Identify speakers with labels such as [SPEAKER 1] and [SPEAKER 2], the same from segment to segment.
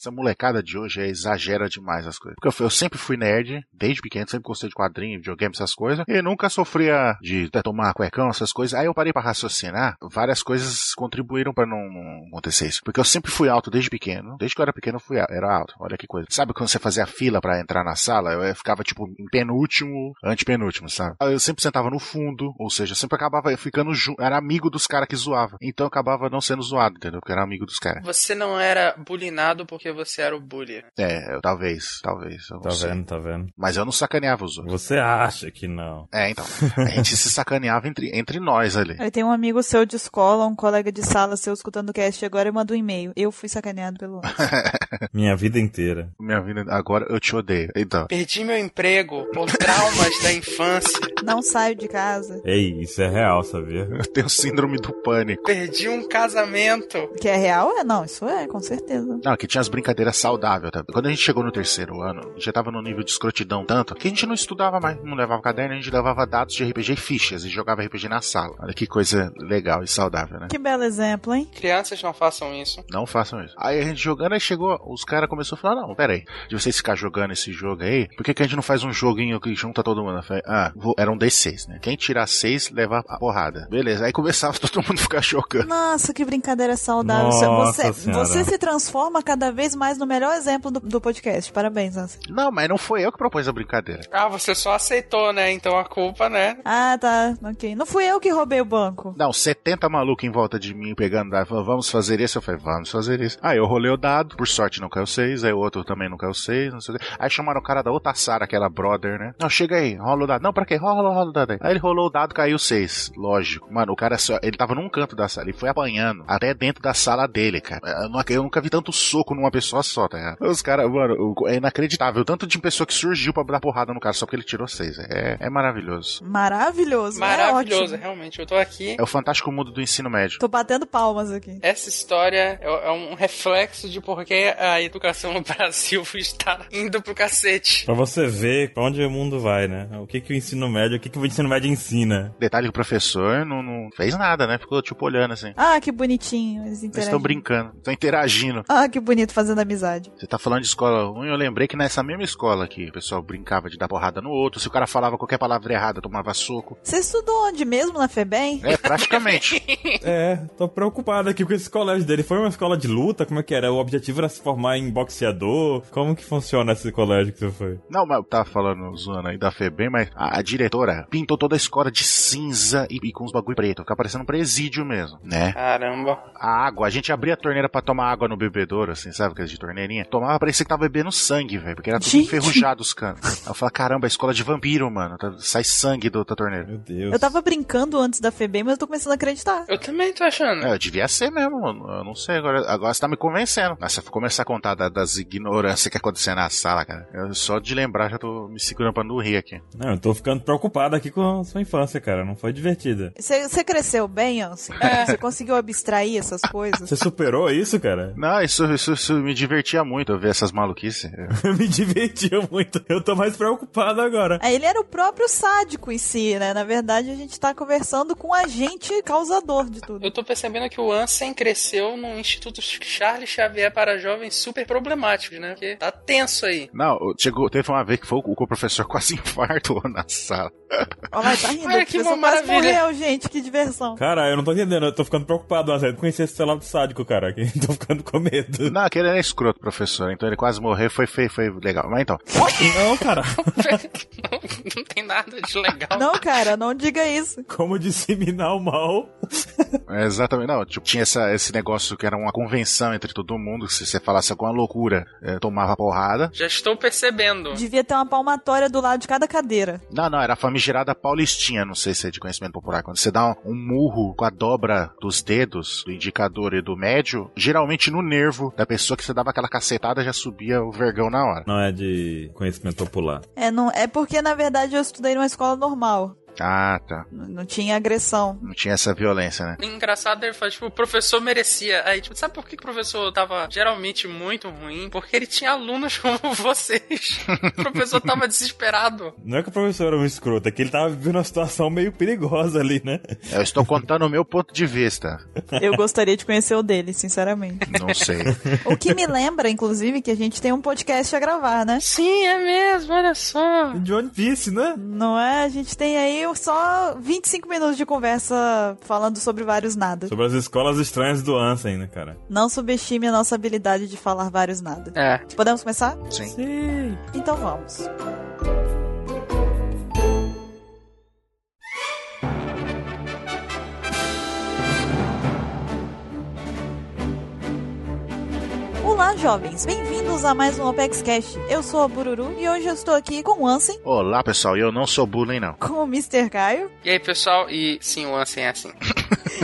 [SPEAKER 1] Essa molecada de hoje é, exagera demais as coisas. Porque eu, fui- eu sempre fui nerd, desde pequeno, sempre gostei de quadrinho, videogame, essas coisas, e nunca sofria de até tomar cuecão, essas coisas. Aí eu parei pra raciocinar, várias coisas contribuíram pra não, não acontecer isso. Porque eu sempre fui alto desde pequeno, desde que eu era pequeno eu fui alto, era alto, olha que coisa. Sabe quando você fazia fila pra entrar na sala, eu eh, ficava tipo em penúltimo, antepenúltimo, sabe? Eu sempre sentava no fundo, ou seja, eu sempre acabava ficando junto, era amigo dos caras que zoava. Então eu acabava não sendo zoado, entendeu? Porque eu era amigo dos caras.
[SPEAKER 2] Você não era bulinado porque você era o bully.
[SPEAKER 1] É, eu- talvez, talvez. Eu não
[SPEAKER 3] Tá
[SPEAKER 1] sei.
[SPEAKER 3] vendo, tá vendo?
[SPEAKER 1] Mas eu não sacaneava os outros.
[SPEAKER 3] Você acha que não.
[SPEAKER 1] É, então. A gente se sacaneava entre, entre nós ali.
[SPEAKER 4] Aí tem um amigo seu de escola, um colega de sala seu escutando o cast agora e manda um e-mail. Eu fui sacaneado pelo Anderson.
[SPEAKER 3] Minha vida inteira.
[SPEAKER 1] Minha vida, agora eu te odeio. Então.
[SPEAKER 2] Perdi meu emprego por traumas da infância.
[SPEAKER 4] Não saio de casa,
[SPEAKER 3] Ei, isso é real, sabia?
[SPEAKER 1] Eu tenho síndrome do pânico.
[SPEAKER 2] Perdi um casamento.
[SPEAKER 4] que é real? É, não, isso é, com certeza.
[SPEAKER 1] Não, que tinha as brincadeiras saudáveis. Tá? Quando a gente chegou no terceiro ano, a gente já tava num nível de escrotidão tanto que a gente não estudava mais, não levava caderno, a gente levava dados de RPG e fichas e jogava RPG na sala. Olha que coisa legal e saudável, né?
[SPEAKER 4] Que belo exemplo, hein?
[SPEAKER 2] Crianças não façam isso.
[SPEAKER 1] Não façam isso. Aí a gente jogando, aí chegou, os caras começaram a falar, não, pera aí, de vocês ficar jogando esse jogo aí, por que, que a gente não faz um joguinho que junta todo mundo? Eu falei, ah, vou- era um D6, né? Quem tirar 6, leva a porrada. Beleza, aí começava todo mundo a ficar jogando.
[SPEAKER 4] Nossa, que brincadeira saudável.
[SPEAKER 3] Nossa
[SPEAKER 4] você,
[SPEAKER 3] Senhora.
[SPEAKER 4] você se transforma cada vez mais no melhor exemplo do, do podcast. Parabéns, Anson.
[SPEAKER 1] Não, mas não foi eu que propus a brincadeira.
[SPEAKER 2] Ah, você só aceitou, né? Então a culpa, né?
[SPEAKER 4] Ah, tá, ok. Não fui eu que roubei o banco.
[SPEAKER 1] Não, 70 malucos em volta de mim pegando dado, falando, vamos fazer isso. Eu falei, vamos fazer isso. Aí eu rolei o dado, por sorte não caiu 6, aí o outro também não caiu 6, não sei o quê. Aí chamaram o cara da outra Sara, aquela brother, né? Não, chega aí, rola o dado. Não, pra quê? Rola, rola o dado aí. Aí ele rolou o dado, caiu 6. Lógico. Mano, o cara só, ele tava num canto da sala, ele foi apanhando até dentro da sala dele, cara. Eu, nu- eu nunca vi tanto soco numa pessoa só, tá ligado? Os caras, mano, o- é inacreditável. o Tanto de pessoa que surgiu pra dar porrada no cara só porque ele tirou 6. É, é maravilhoso.
[SPEAKER 4] Maravilhoso, né?
[SPEAKER 2] Maravilhoso,
[SPEAKER 4] Ótimo.
[SPEAKER 2] realmente. Eu tô aqui.
[SPEAKER 1] É o fantástico mundo do ensino médio.
[SPEAKER 4] Tô batendo palmas aqui.
[SPEAKER 2] Essa história é é um reflexo de por que a educação no Brasil está indo pro cacete.
[SPEAKER 3] Pra você ver pra onde o mundo vai, né? O que, que o ensino médio, o que, que o ensino médio ensina?
[SPEAKER 1] Detalhe que o professor não, não fez nada, né? Ficou tipo olhando assim.
[SPEAKER 4] Ah, que bonitinho.
[SPEAKER 1] Eles
[SPEAKER 4] Eles
[SPEAKER 1] estão
[SPEAKER 4] interagindo.
[SPEAKER 1] brincando, estão interagindo.
[SPEAKER 4] Ah, que bonito fazendo amizade.
[SPEAKER 1] Você tá falando de escola ruim, eu lembrei que nessa mesma escola aqui, o pessoal brincava de dar porrada no outro, se o cara falava qualquer palavra errada, tomava soco.
[SPEAKER 4] Você estudou onde mesmo na FEBEM?
[SPEAKER 1] É, praticamente.
[SPEAKER 3] É, tô preocupado aqui com esse colégio dele. Foi uma escola de luta? Como é que era? O objetivo era se formar em boxeador? Como que funciona esse colégio que você foi?
[SPEAKER 1] Não, mas eu tava falando, zoando aí da Febem, mas a, a diretora pintou toda a escola de cinza e, e com os bagulho preto. Fica parecendo um presídio mesmo, né?
[SPEAKER 2] Caramba.
[SPEAKER 1] A água, a gente abria a torneira pra tomar água no bebedouro, assim, sabe? Aquelas de torneirinha. Tomava, parecia que tava bebendo sangue, velho, porque era tudo
[SPEAKER 4] Gente.
[SPEAKER 1] enferrujado os canos. Aí eu falava, caramba, é escola de vampiro, mano. tá- Sai sangue do- da torneira.
[SPEAKER 3] Meu Deus.
[SPEAKER 4] Eu tava brincando antes da FEBEM, mas eu tô começando a acreditar.
[SPEAKER 2] Eu também tô achando.
[SPEAKER 1] É, eu devia ser mesmo, mano. Eu não sei, agora, agora você tá me convencendo. Mas se eu for começar a contar da- das ignorâncias que acontecem na sala, cara, eu, só de lembrar já tô me segurando pra não rir aqui.
[SPEAKER 3] Não, eu tô ficando preocupado aqui com a sua infância, cara. Não foi divertida.
[SPEAKER 4] Você você cresceu bem, Anson?
[SPEAKER 2] É.
[SPEAKER 4] Você conseguiu abstrair essas coisas?
[SPEAKER 3] Você superou isso, cara?
[SPEAKER 1] Não, isso, isso, isso me divertia muito, eu ver essas maluquices.
[SPEAKER 3] Eu me divertiu muito. Eu tô mais preocupado agora.
[SPEAKER 4] Aí ele era o próprio sádico em si, né? Na verdade, a gente tá conversando com a gente causador de tudo.
[SPEAKER 2] Eu tô percebendo que o Ansem cresceu no Instituto Charles Xavier para jovens super problemáticos, né? Porque tá tenso aí.
[SPEAKER 1] Não, chegou, teve uma vez que foi o, o professor quase infartou na sala.
[SPEAKER 4] Olha lá, tá rindo.
[SPEAKER 2] Olha
[SPEAKER 4] o
[SPEAKER 2] que
[SPEAKER 4] professor quase
[SPEAKER 2] maravilha.
[SPEAKER 4] morreu, gente. Que diversão.
[SPEAKER 3] Cara, eu não tô entendendo. Eu tô ficando preocupado, mas eu não conheci esse celular do sádico, cara. aqui. Tô ficando com medo.
[SPEAKER 1] Não, aquele era escroto, professor, então ele quase morreu, foi feio, foi legal. Mas então,
[SPEAKER 3] Não, cara.
[SPEAKER 2] não, não tem nada de legal.
[SPEAKER 4] Não, cara, não diga isso.
[SPEAKER 3] Como disseminar o mal.
[SPEAKER 1] É, Exatamente, não, tipo, tinha essa, esse negócio que era uma convenção entre todo mundo, que se você falasse alguma loucura, eh, tomava porrada.
[SPEAKER 2] Já estou percebendo.
[SPEAKER 4] Devia ter uma palmatória do lado de cada cadeira.
[SPEAKER 1] Não, não, era a famigerada paulistinha, não sei se é de conhecimento popular. Quando você dá um, um murro com a dobra dos dedos, do indicador e do médio, geralmente no nervo da pessoa que você dava aquela cacetada já subia o vergão na hora.
[SPEAKER 3] Não é de conhecimento popular.
[SPEAKER 4] É, não, é porque, na verdade, eu estudei numa escola normal.
[SPEAKER 1] Ah, tá.
[SPEAKER 4] N- Não tinha agressão.
[SPEAKER 1] Não tinha essa violência, né?
[SPEAKER 2] Engraçado, ele fala, tipo, o professor merecia. Aí, tipo, sabe por que que o professor tava geralmente muito ruim? Porque ele tinha alunos como vocês. o professor tava desesperado.
[SPEAKER 3] Não é que o professor era um escroto, é que ele tava vivendo uma situação meio perigosa ali, né?
[SPEAKER 1] Eu estou contando o meu ponto de vista.
[SPEAKER 4] Eu gostaria de conhecer o dele, sinceramente.
[SPEAKER 1] Não sei.
[SPEAKER 4] O que me lembra, inclusive, que a gente tem um podcast a gravar, né?
[SPEAKER 2] Sim, é mesmo, olha só.
[SPEAKER 3] De One Piece, né?
[SPEAKER 4] Não é? A gente tem aí só 25 minutos de conversa falando sobre vários nada.
[SPEAKER 3] Sobre as escolas estranhas do Ansem, né, cara?
[SPEAKER 4] Não subestime a nossa habilidade de falar vários nada.
[SPEAKER 2] É.
[SPEAKER 4] Podemos começar?
[SPEAKER 1] Sim.
[SPEAKER 3] Sim.
[SPEAKER 4] Então vamos. Olá, jovens! Bem-vindos a mais um Opex Cash. Eu sou a Bururu e hoje eu estou aqui com o Ansem,
[SPEAKER 1] Olá, pessoal. Eu não sou bullying, não.
[SPEAKER 4] com o Mr. Caio
[SPEAKER 2] E aí, pessoal? E sim, o Ansem é assim.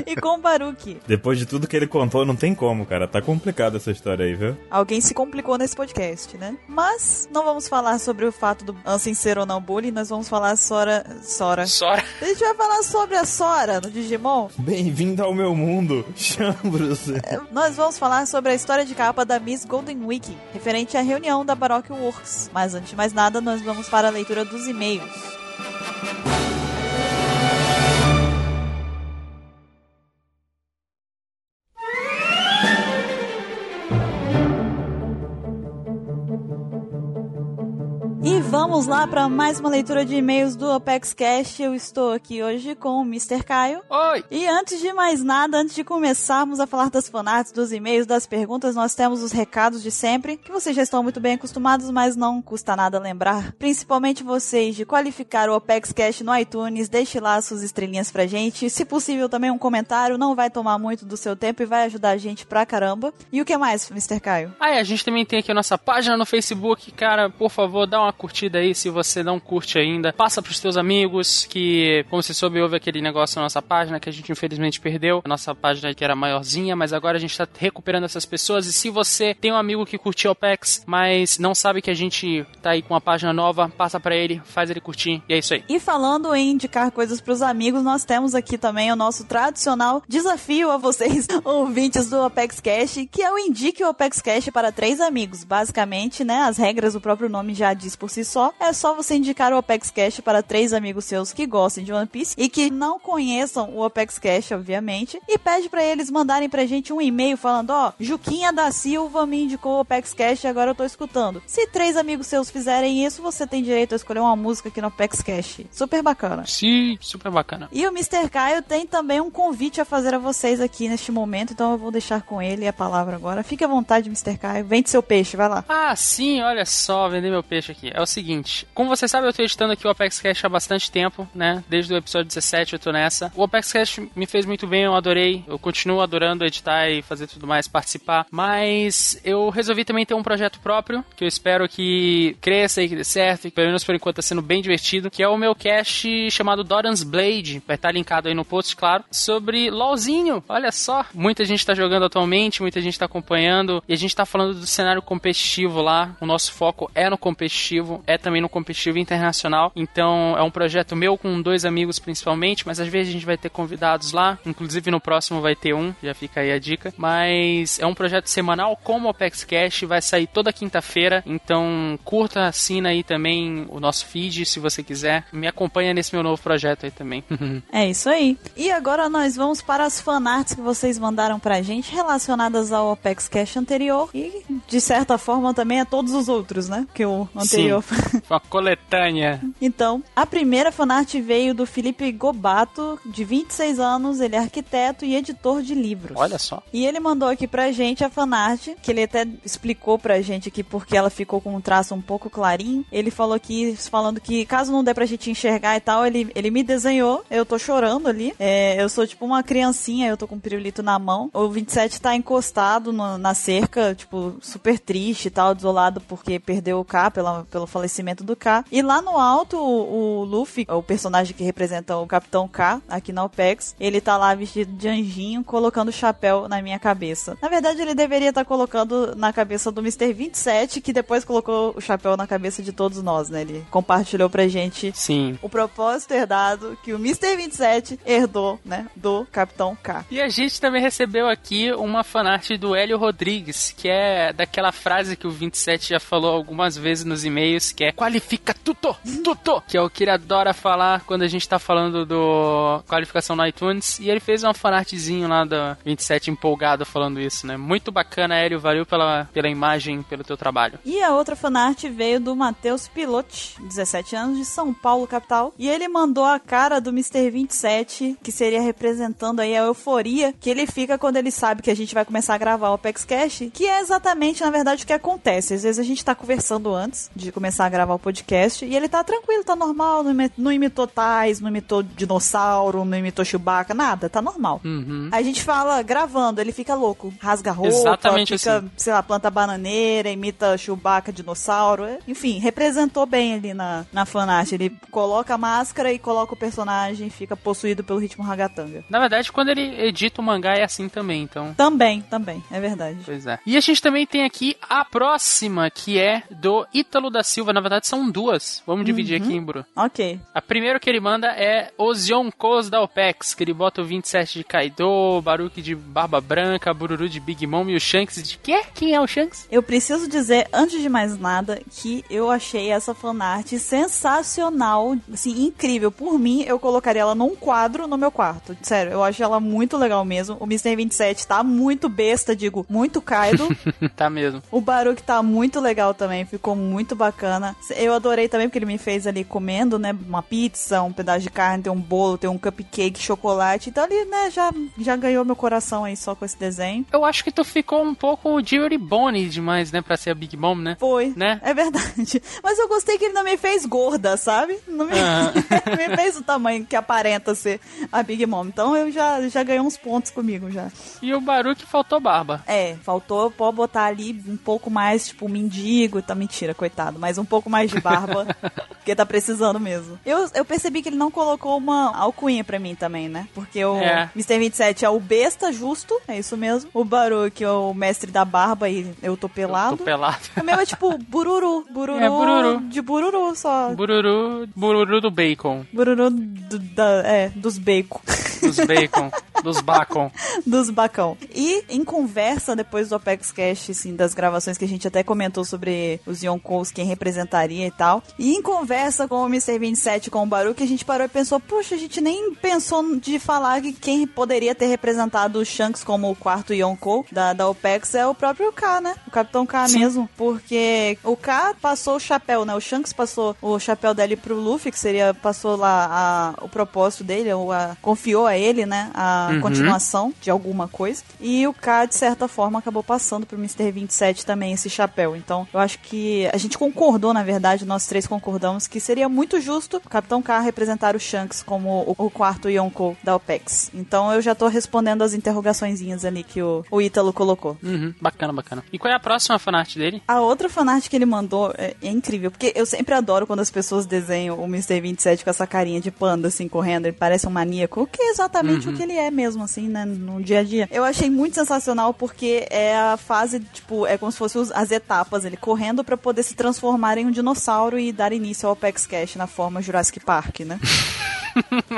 [SPEAKER 4] e com o Baruki.
[SPEAKER 3] Depois de tudo que ele contou, não tem como, cara. Tá complicada essa história aí, viu?
[SPEAKER 4] Alguém se complicou nesse podcast, né? Mas não vamos falar sobre o fato do Ansem ser ou não bullying, nós vamos falar Sora... Sora...
[SPEAKER 2] Sora.
[SPEAKER 4] A gente vai falar sobre a Sora no Digimon.
[SPEAKER 3] Bem-vindo ao meu mundo, Chambros.
[SPEAKER 4] Nós vamos falar sobre a história de capa da Miss Golden Week, referente à reunião da Baroque Works. Mas antes de mais nada, nós vamos para a leitura dos e-mails. E Vamos lá para mais uma leitura de e-mails do Apex Cash. Eu estou aqui hoje com o Mr. Caio.
[SPEAKER 2] Oi!
[SPEAKER 4] E antes de mais nada, antes de começarmos a falar das fanarts, dos e-mails, das perguntas, nós temos os recados de sempre, que vocês já estão muito bem acostumados, mas não custa nada lembrar. Principalmente vocês de qualificar o Opex Cash no iTunes, deixe lá suas estrelinhas pra gente. Se possível, também um comentário, não vai tomar muito do seu tempo e vai ajudar a gente pra caramba. E o que mais, Mr. Caio?
[SPEAKER 2] Ah, e a gente também tem aqui a nossa página no Facebook, cara, por favor, dá uma curtida aí se você não curte ainda. Passa pros teus amigos que, como você soube, houve aquele negócio na nossa página que a gente infelizmente perdeu. A nossa página que era maiorzinha, mas agora a gente tá recuperando essas pessoas. E se você tem um amigo que curtiu o PEX, mas não sabe que a gente tá aí com uma página nova, passa pra ele, faz ele curtir. E é isso aí.
[SPEAKER 4] E falando em indicar coisas pros amigos, nós temos aqui também o nosso tradicional desafio a vocês, ouvintes do Apex Cash, que é o Indique o Apex Cash para três amigos. Basicamente, né, as regras, o próprio nome já diz por si só, é só você indicar o Apex Cash para três amigos seus que gostem de One Piece e que não conheçam o Apex Cash, obviamente, e pede pra eles mandarem pra gente um e-mail falando, ó, Juquinha da Silva me indicou o Apex Cash e agora eu tô escutando. Se três amigos seus fizerem isso, você tem direito a escolher uma música aqui no Apex Cash. Super bacana.
[SPEAKER 2] Sim, super bacana.
[SPEAKER 4] E o Mr. Caio tem também um convite a fazer a vocês aqui neste momento, então eu vou deixar com ele a palavra agora. Fique à vontade, Mr. Caio. Vende seu peixe, vai lá.
[SPEAKER 2] Ah, sim, olha só, vender meu peixe aqui. É o seguinte, como você sabe, eu tô editando aqui o Apex Cash há bastante tempo, né? Desde o episódio 17 eu tô nessa. O Apex Cash me fez muito bem, eu adorei. Eu continuo adorando editar e fazer tudo mais, participar. Mas eu resolvi também ter um projeto próprio, que eu espero que cresça e que dê certo, e que pelo menos por enquanto tá sendo bem divertido, que é o meu cast chamado Doran's Blade, vai estar linkado aí no post, claro, sobre LOLzinho. Olha só, muita gente tá jogando atualmente, muita gente tá acompanhando, e a gente tá falando do cenário competitivo lá. O nosso foco é no competitivo, é também no competitivo internacional. Então é um projeto meu com dois amigos principalmente, mas às vezes a gente vai ter convidados lá, inclusive no próximo vai ter um, já fica aí a dica. Mas é um projeto semanal como o Apex Cash, vai sair toda quinta-feira, então curta, assina aí também o nosso feed se você quiser. Me acompanha nesse meu novo projeto aí também.
[SPEAKER 4] É isso aí. E agora nós vamos para as fanarts que vocês mandaram pra gente relacionadas ao Opex Cash anterior e, de certa forma, também a todos os outros, né? Que o anterior
[SPEAKER 2] Uma coletânea.
[SPEAKER 4] Então, a primeira fanart veio do Felipe Gobato, de 26 anos, ele é arquiteto e editor de livros.
[SPEAKER 2] Olha só.
[SPEAKER 4] E ele mandou aqui pra gente a fanart, que ele até explicou pra gente aqui porque ela ficou com um traço um pouco clarinho. Ele falou aqui, falando que caso não dê pra gente enxergar e tal, ele, ele me desenhou, eu tô chorando ali. É, eu sou tipo uma criancinha, eu tô com um pirulito na mão. O 27 tá encostado no- na cerca, tipo, super triste e tal, desolado porque perdeu o K pela, pelo falecimento do K. E lá no alto, o, o Luffy, o personagem que representa o Capitão K aqui na OPEX, ele tá lá vestido de anjinho, colocando o chapéu na minha cabeça. Na verdade, ele deveria estar colocando na cabeça do Mr. 27, que depois colocou o chapéu na cabeça de todos nós, né? Ele compartilhou pra gente
[SPEAKER 2] Sim.
[SPEAKER 4] o propósito herdado que o Mr. 27 herdou, né? Do Capitão K.
[SPEAKER 2] E a gente também recebeu aqui uma fanart do Hélio Rodrigues, que é daquela frase que o 27 já falou algumas vezes nos e-mails, que é qualifica tuto, tuto, que é o que ele adora falar quando a gente tá falando do qualificação no iTunes. E ele fez uma fanartzinho lá da 27 empolgado falando isso, né? Muito bacana, Hélio, valeu pela, pela imagem, pelo teu trabalho.
[SPEAKER 4] E a outra fanart veio do Matheus Pilote, 17 anos, de São Paulo, capital. E ele mandou a cara do Mr. 27, que seria representando aí a euforia que ele fica quando ele sabe que a gente vai começar a gravar o Apex Cash, que é exatamente, na verdade, o que acontece. Às vezes a gente tá conversando antes de começar a gravar o podcast e ele tá tranquilo, tá normal, não imi- não imitou Tais, não imitou dinossauro, não imitou Chewbacca, nada, tá normal.
[SPEAKER 2] Uhum.
[SPEAKER 4] A gente fala gravando, ele fica louco, rasga a roupa,
[SPEAKER 2] Exatamente
[SPEAKER 4] fica,
[SPEAKER 2] assim.
[SPEAKER 4] sei lá, planta bananeira, imita Chewbacca, dinossauro, é- enfim, representou bem ali na, na fanart. Ele coloca a máscara e coloca o personagem, fica possuído pelo ritmo ragatanga.
[SPEAKER 2] Na verdade, quando ele edita o mangá é assim também, então
[SPEAKER 4] Também, também, é verdade.
[SPEAKER 2] Pois é. E a gente também tem aqui a próxima, que é do Ítalo da Silva. Na verdade, são duas. Vamos dividir aqui, hein, Bru?
[SPEAKER 4] Ok.
[SPEAKER 2] A primeira que ele manda é os Yonkos da OPEX, que ele bota o 27 de Kaido, o Baruki de Barba Branca, Bururu de Big Mom e o Shanks de quê? Quem é o Shanks?
[SPEAKER 4] Eu preciso dizer, antes de mais nada, que eu achei essa fanart sensacional, assim, incrível. Por mim, eu colocaria ela num quadro no meu quarto. Sério, eu acho ela muito legal mesmo. O Mr. 27 tá muito besta, digo, muito Kaido.
[SPEAKER 2] tá mesmo.
[SPEAKER 4] o Baruch tá muito legal também, ficou muito bacana. Eu adorei também porque ele me fez ali comendo, né, uma pizza, um pedaço de carne, tem um bolo, tem um cupcake, chocolate. Então ele, né, já, já ganhou meu coração aí só com esse desenho.
[SPEAKER 2] Eu acho que tu ficou um pouco o Jerry Bonnie demais, né, pra ser a Big Mom, né?
[SPEAKER 4] Foi.
[SPEAKER 2] Né?
[SPEAKER 4] É verdade. Mas eu gostei que ele não me fez gorda, sabe? Não me,
[SPEAKER 2] Ah.
[SPEAKER 4] me fez o tamanho que aparenta ser a Big Mom. Então eu já, já ganhei uns pontos comigo já.
[SPEAKER 2] E o Baruki faltou barba.
[SPEAKER 4] É, faltou pô, botar ali um pouco mais, tipo, mendigo. Tá mentira, coitado. Mas um pouco mais de barba. porque tá precisando mesmo. Eu, eu percebi que ele não colocou uma alcunha pra mim também, né? Porque o
[SPEAKER 2] É.
[SPEAKER 4] Mr. 27 é o besta justo, é isso mesmo. O Baruch é o mestre da barba e eu tô pelado.
[SPEAKER 2] Tô pelado.
[SPEAKER 4] O meu é tipo bururu, bururu,
[SPEAKER 2] É, bururu.
[SPEAKER 4] de bururu só.
[SPEAKER 2] Bururu, bururu do bacon.
[SPEAKER 4] Bururu do- da- é, dos bacon,
[SPEAKER 2] Dos bacon. dos bacon.
[SPEAKER 4] dos bacão. E em conversa depois do Apex Cash, assim, das gravações que a gente até comentou sobre os Yonkous, quem representaria e tal. E em conversa com o Mr. 27, com o Baru, que a gente parou e pensou, puxa, a gente nem pensou de falar que quem poderia ter representado o Shanks como o quarto Yonkou da, da OPEX é o próprio K, né? O Capitão K
[SPEAKER 2] Sim.
[SPEAKER 4] mesmo. Porque o K passou o chapéu, né? O Shanks passou o chapéu dele pro Luffy, que seria, passou lá a- o propósito dele, ou a- confiou a ele, né? A
[SPEAKER 2] Uhum.
[SPEAKER 4] continuação de alguma coisa. E o K, de certa forma, acabou passando pro Mr. 27 também esse chapéu. Então, eu acho que a gente concordou, na verdade, nós três concordamos que seria muito justo o Capitão K representar o Shanks como o, o quarto Yonkou da OPEX. Então, eu já tô respondendo as interrogaçõezinhas ali que o, o Ítalo colocou.
[SPEAKER 2] Uhum, bacana, bacana. E qual é a próxima fanart dele?
[SPEAKER 4] A outra fanart que ele mandou é, é incrível, porque eu sempre adoro quando as pessoas desenham o Mr. 27 com essa carinha de panda, assim, correndo, ele parece um maníaco, o que é exatamente o que ele é mesmo, assim, né, no dia a dia. Eu achei muito sensacional porque é a fase, tipo, é como se fossem os- as etapas, ele correndo pra poder se transformar em um dinossauro e dar início ao Apex Cash na forma Jurassic Park, né?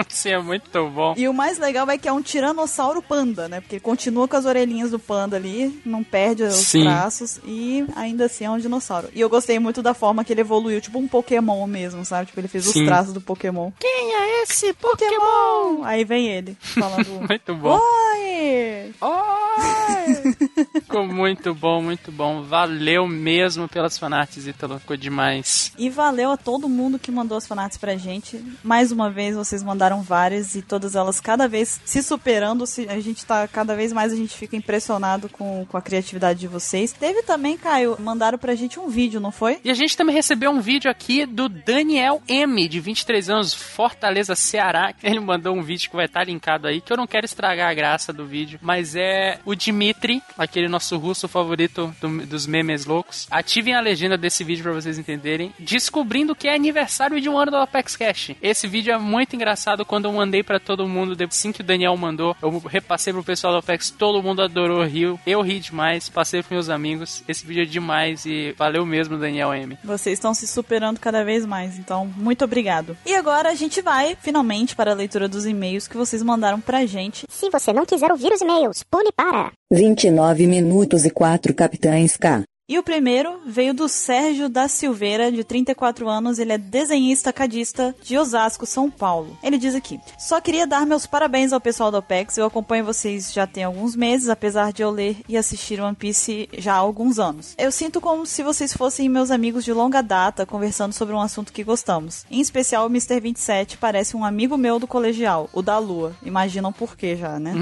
[SPEAKER 2] Isso é muito bom.
[SPEAKER 4] E o mais legal é que é um tiranossauro panda, né? Porque ele continua com as orelhinhas do panda ali, não perde os
[SPEAKER 2] Sim.
[SPEAKER 4] traços e ainda assim é um dinossauro. E eu gostei muito da forma que ele evoluiu, tipo um Pokémon mesmo, sabe? Tipo, ele fez
[SPEAKER 2] Sim.
[SPEAKER 4] os traços do Pokémon.
[SPEAKER 2] Quem é esse
[SPEAKER 4] Pokémon! Aí vem ele falando.
[SPEAKER 2] Muito bom.
[SPEAKER 4] Oi!
[SPEAKER 2] Oi! Ficou muito bom, muito bom. Valeu mesmo pelas fanarts, Ítalo. Ficou demais.
[SPEAKER 4] E valeu a todo mundo que mandou as fanarts pra gente. Mais uma vez, vocês mandaram várias e todas elas cada vez se superando. Se a gente tá cada vez mais, a gente fica impressionado com, com a criatividade de vocês. Teve também, Caio, mandaram pra gente um vídeo, não foi?
[SPEAKER 2] E a gente também recebeu um vídeo aqui do Daniel M, de 23 anos, Fortaleza, Ceará. Ele mandou um vídeo que vai estar linkado aí, que eu não quero estragar a graça do vídeo, mas é o Dimitri, aquele nosso nosso russo favorito do- dos memes loucos. Ativem a legenda desse vídeo pra vocês entenderem. Descobrindo que é aniversário de um ano do Apex Cash. Esse vídeo é muito engraçado quando eu mandei pra todo mundo. de- Assim que o Daniel mandou, eu repassei pro pessoal do Apex. Todo mundo adorou, riu. Eu ri demais, passei pros meus amigos. Esse vídeo é demais e valeu mesmo, Daniel M.
[SPEAKER 4] Vocês estão se superando cada vez mais, então muito obrigado. E agora a gente vai finalmente para a leitura dos e-mails que vocês mandaram pra gente.
[SPEAKER 5] Se você não quiser ouvir os e-mails, pule para.
[SPEAKER 6] 29 minutos e 4 capitães K.
[SPEAKER 4] E o primeiro veio do Sérgio da Silveira, de 34 anos, ele é desenhista cadista de Osasco, São Paulo. Ele diz aqui: Só queria dar meus parabéns ao pessoal do Apex, eu acompanho vocês já tem alguns meses, apesar de eu ler e assistir One Piece já há alguns anos. Eu sinto como se vocês fossem meus amigos de longa data, conversando sobre um assunto que gostamos. Em especial, o Mr. 27 parece um amigo meu do colegial, o da Lua. Imaginam por quê já, né?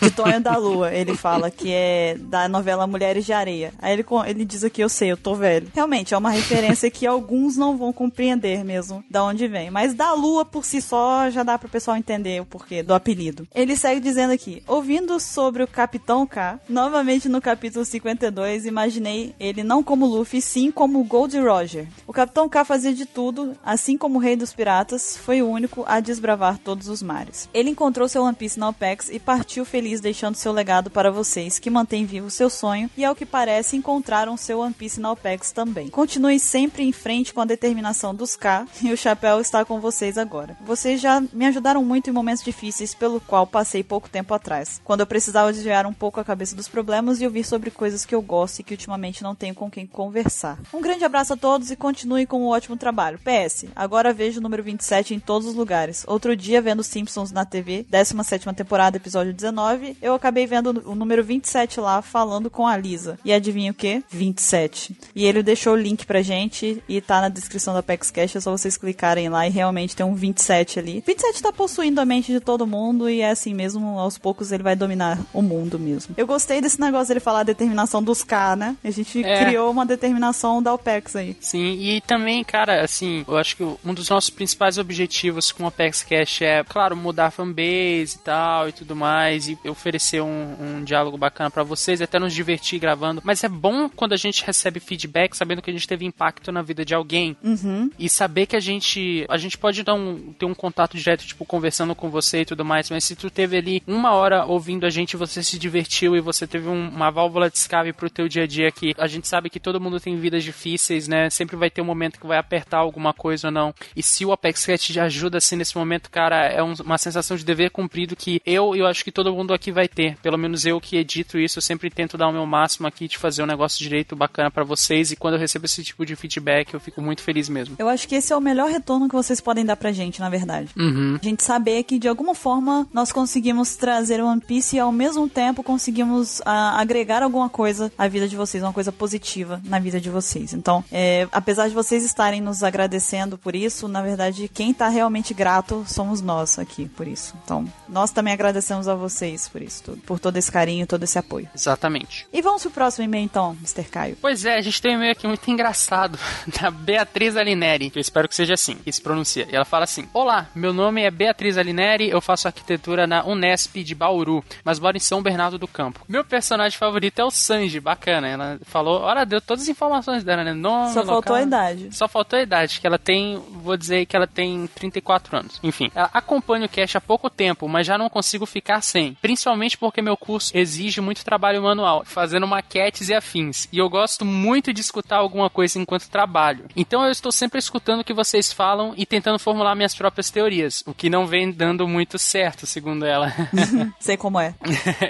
[SPEAKER 4] de Tonho da Lua, ele fala que é da novela Mulheres de Areia. Aí ele, co- ele diz aqui, eu sei, eu tô velho. Realmente, é uma referência que alguns não vão compreender mesmo da onde vem. Mas da Lua por si só já dá pro pessoal entender o porquê do apelido. Ele segue dizendo aqui, ouvindo sobre o Capitão K, novamente no capítulo 52, imaginei ele não como Luffy, sim como Gold Roger. O Capitão K fazia de tudo, assim como o Rei dos Piratas, foi o único a desbravar todos os mares. Ele encontrou seu One Piece na OPEX e partiu feliz deixando seu legado para vocês, que mantém vivo seu sonho e ao que parece encontraram seu One Piece na OPEX também. Continue sempre em frente com a determinação dos K e o chapéu está com vocês agora. Vocês já me ajudaram muito em momentos difíceis pelo qual passei pouco tempo atrás, quando eu precisava desviar um pouco a cabeça dos problemas e ouvir sobre coisas que eu gosto e que ultimamente não tenho com quem conversar. Um grande abraço a todos e continue com o ótimo trabalho. PS, agora vejo o número 27 em todos os lugares. Outro dia, vendo Simpsons na TV, 17 temporada, episódio 19, eu acabei vendo o número 27 lá, falando com a Lisa. E adivinha o que? 27. E ele deixou o link pra gente e tá na descrição da Pex Cash, é só vocês clicarem lá e realmente tem um 27 ali. 27 tá possuindo a mente de todo mundo e é assim mesmo, aos poucos ele vai dominar o mundo mesmo. Eu gostei desse negócio dele falar a determinação dos K, né? A gente
[SPEAKER 2] É.
[SPEAKER 4] criou uma determinação da OPEX aí.
[SPEAKER 2] Sim, e também, cara, assim, eu acho que um dos nossos principais objetivos com o Apex Cash é, claro, mudar a fanbase e tal e tudo mais, e oferecer um, um diálogo bacana pra vocês, até nos divertir gravando. Mas é bom quando a gente recebe feedback sabendo que a gente teve impacto na vida de alguém.
[SPEAKER 4] Uhum.
[SPEAKER 2] E saber que a gente. A gente pode dar um, ter um contato direto, tipo, conversando com você e tudo mais, mas se tu teve ali uma hora ouvindo a gente, você se divertiu e você teve um- uma válvula de escape pro teu dia a dia que a gente sabe que todo mundo tem vidas difíceis, né? Sempre vai ter um momento que vai apertar alguma coisa ou não. E se o Apex Cat te ajuda assim nesse momento, cara, é um- uma sensação de dever cumprido que eu e eu acho que todo mundo aqui vai ter. Pelo menos eu que edito isso, eu sempre tento dar o meu máximo aqui de fazer um negócio direito bacana pra vocês. E quando eu recebo esse tipo de feedback, eu fico muito feliz mesmo.
[SPEAKER 4] Eu acho que esse é o melhor retorno que vocês podem dar pra gente, na verdade.
[SPEAKER 2] Uhum.
[SPEAKER 4] A gente saber que de alguma forma nós conseguimos trazer o One Piece e ao mesmo tempo conseguimos ah, agregar alguma coisa à vida de vocês, uma coisa positiva na vida de vocês. Então, é, apesar de vocês estarem nos agradecendo por isso, na verdade, quem tá realmente grato somos nós aqui por isso. Então, nós também agradecemos a vocês por isso tudo, por todo esse carinho, todo esse apoio.
[SPEAKER 2] Exatamente.
[SPEAKER 4] E vamos pro próximo e-mail então, Mr. Caio.
[SPEAKER 2] Pois é, a gente tem um e-mail aqui muito engraçado da Beatriz Alineri, que eu espero que seja assim, que se pronuncia. E ela fala assim: Olá, meu nome é Beatriz Alineri, eu faço arquitetura na Unesp de Bauru, mas moro em São Bernardo do Campo. Meu personagem favorito é o Sanji, bacana. Ela falou, olha, deu todas as informações dela, né? Nome,
[SPEAKER 4] Só faltou
[SPEAKER 2] local.
[SPEAKER 4] a idade.
[SPEAKER 2] Só faltou a idade, que ela tem, vou dizer que ela tem 34 anos. Enfim, ela acompanha o Cash há pouco tempo, mas já não consigo ficar sem. Principalmente porque meu curso exige muito trabalho manual, fazendo maquetes e afins. E eu gosto muito de escutar alguma coisa enquanto trabalho. Então eu estou sempre escutando o que vocês falam e tentando formular minhas próprias teorias, o que não vem dando muito certo, segundo ela.
[SPEAKER 4] Sei como é.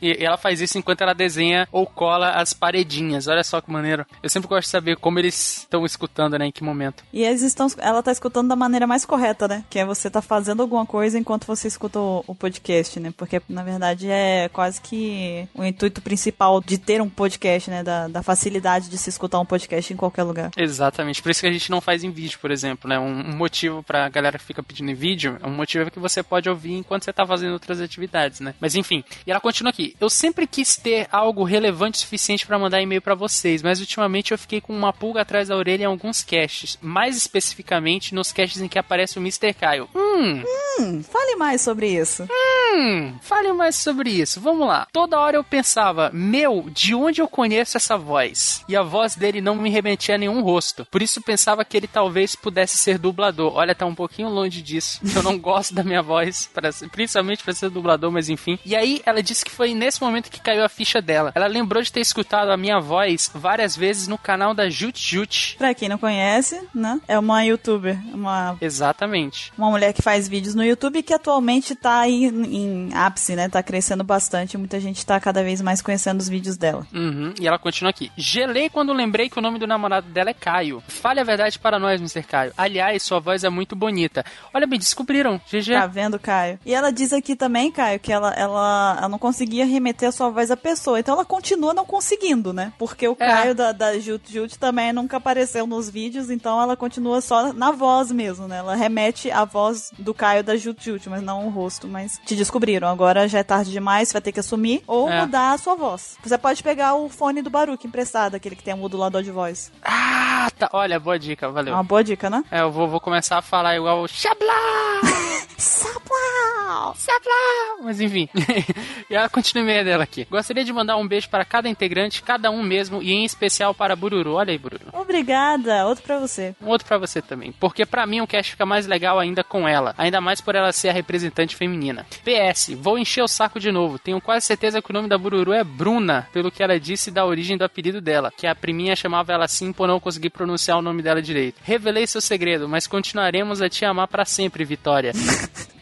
[SPEAKER 2] e ela faz isso enquanto ela desenha ou cola as paredinhas. Olha só que maneiro. Eu sempre gosto de saber como eles estão escutando, né? Em que momento.
[SPEAKER 4] E eles estão, ela tá escutando da maneira mais correta, né? Que é você tá fazendo alguma coisa enquanto você escuta o, o podcast, né? Porque, na verdade, é quase que o intuito principal de ter um podcast, né? Da, da facilidade de se escutar um podcast em qualquer lugar.
[SPEAKER 2] Exatamente. Por isso que a gente não faz em vídeo, por exemplo, né? Um, um motivo pra galera que fica pedindo em vídeo, um motivo é que você pode ouvir enquanto você tá fazendo outras atividades, né? Mas enfim, e ela continua aqui. Eu sempre quis ter algo relevante o suficiente pra mandar e-mail pra vocês, mas ultimamente eu fiquei com uma pulga atrás da orelha em alguns casts, mais especificamente nos casts em que aparece o Mr. Caio. Hum,
[SPEAKER 4] Hum, fale mais sobre isso.
[SPEAKER 2] Hum, fale mais sobre isso. Vamos lá. Toda hora eu pensava, meu, de onde eu conheço essa voz? E a voz dele não me remetia a nenhum rosto. Por isso pensava que ele talvez pudesse ser dublador. Olha, tá um pouquinho longe disso. Eu não gosto da minha voz, pra- principalmente pra ser dublador, mas enfim. E aí ela disse que foi nesse momento que caiu a ficha dela. Ela lembrou de ter escutado a minha voz várias vezes no canal da Jut Jut.
[SPEAKER 4] Pra quem não conhece, né? É uma youtuber, uma
[SPEAKER 2] Exatamente.
[SPEAKER 4] uma mulher que faz vídeos no YouTube que atualmente tá aí em, em ápice, né? Tá crescendo bastante, muita gente tá cada vez mais conhecendo os vídeos dela.
[SPEAKER 2] Uhum, e ela continua aqui. Gelei quando lembrei que o nome do namorado dela é Caio. Fale a verdade para nós, Mr. Caio. Aliás, sua voz é muito bonita. Olha, me descobriram. GG.
[SPEAKER 4] Tá vendo, Caio? E ela diz aqui também, Caio, que ela, ela, ela não conseguia remeter a sua voz à pessoa. Então ela continua não conseguindo, né? Porque
[SPEAKER 2] É.
[SPEAKER 4] o Caio da, da Jut Jut também nunca apareceu nos vídeos, então ela continua só na voz mesmo, né? Ela remete à voz do Caio da Jut Jut, mas não o rosto. Mas te descobriram. Agora já é tarde demais, você vai ter que assumir ou
[SPEAKER 2] É.
[SPEAKER 4] mudar a sua voz. Você pode pegar o fone do Baruque emprestado, aquele que tem um modulador de voz.
[SPEAKER 2] Ah, tá. Olha, boa dica,
[SPEAKER 4] É
[SPEAKER 2] valeu.
[SPEAKER 4] uma boa dica, né?
[SPEAKER 2] É, eu vou, vou começar a falar igual o Xablau!
[SPEAKER 4] Saplau!
[SPEAKER 2] Mas enfim. e ela continua e-mail dela aqui. Gostaria de mandar um beijo para cada integrante, cada um mesmo, e em especial para Bururu. Olha aí, Bururu.
[SPEAKER 4] Obrigada! Outro pra você.
[SPEAKER 2] Um outro pra você também. Porque pra mim o cast fica mais legal ainda com ela. Ainda mais por ela ser a representante feminina. PS, vou encher o saco de novo. Tenho quase certeza que o nome da Bururu é Bruna, pelo que ela disse da origem do apelido dela. Que a priminha chamava ela assim por não conseguir pronunciar o nome dela direito. Revelei seu segredo, mas continuaremos a te amar pra sempre, Vitória.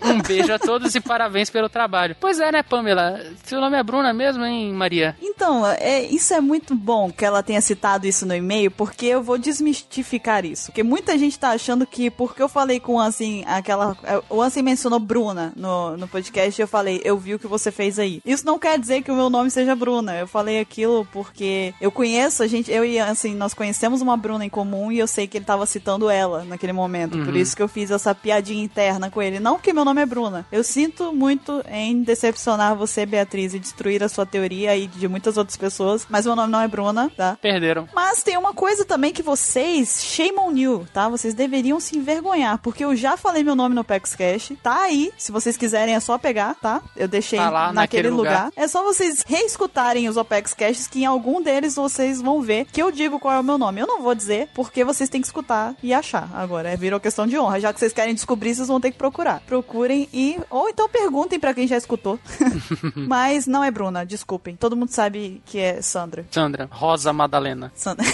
[SPEAKER 2] Um beijo a todos e parabéns pelo trabalho. Pois é, né, Pamela? Seu nome é Bruna mesmo, hein, Maria?
[SPEAKER 4] Então, é, isso é muito bom que ela tenha citado isso no e-mail, porque eu vou desmistificar isso. Porque muita gente tá achando que, porque eu falei com o Ansem, aquela. é, O Ansem mencionou Bruna no, no podcast e eu falei, eu vi o que você fez aí. Isso não quer dizer que o meu nome seja Bruna. Eu falei aquilo porque eu conheço a gente, eu e Ansem, nós conhecemos uma Bruna em comum e eu sei que ele tava citando ela naquele momento. Por isso que eu fiz essa piadinha interna com ele. Não porque meu nome é Bruna. Eu sinto muito em decepcionar você, Beatriz, e destruir a sua teoria e de muitas outras pessoas, mas meu nome não é Bruna, tá?
[SPEAKER 2] Perderam.
[SPEAKER 4] Mas tem uma coisa também que vocês, shame on you, tá? Vocês deveriam se envergonhar, porque eu já falei meu nome no Pex Cash, tá aí, se vocês quiserem é só pegar, tá? Eu deixei
[SPEAKER 2] Tá lá,
[SPEAKER 4] naquele
[SPEAKER 2] naquele
[SPEAKER 4] lugar.
[SPEAKER 2] lugar.
[SPEAKER 4] É só vocês reescutarem os Opex Casts, que em algum deles vocês vão ver que eu digo qual é o meu nome. Eu não vou dizer, porque vocês têm que escutar e achar. Agora, é, virou questão de honra. Já que vocês querem descobrir, vocês vão ter que procurar. Procurem e... Ou então perguntem pra quem já escutou. Mas não é Bruna, desculpem. Todo mundo sabe que é Sandra.
[SPEAKER 2] Sandra, Rosa Madalena.
[SPEAKER 4] Sandra.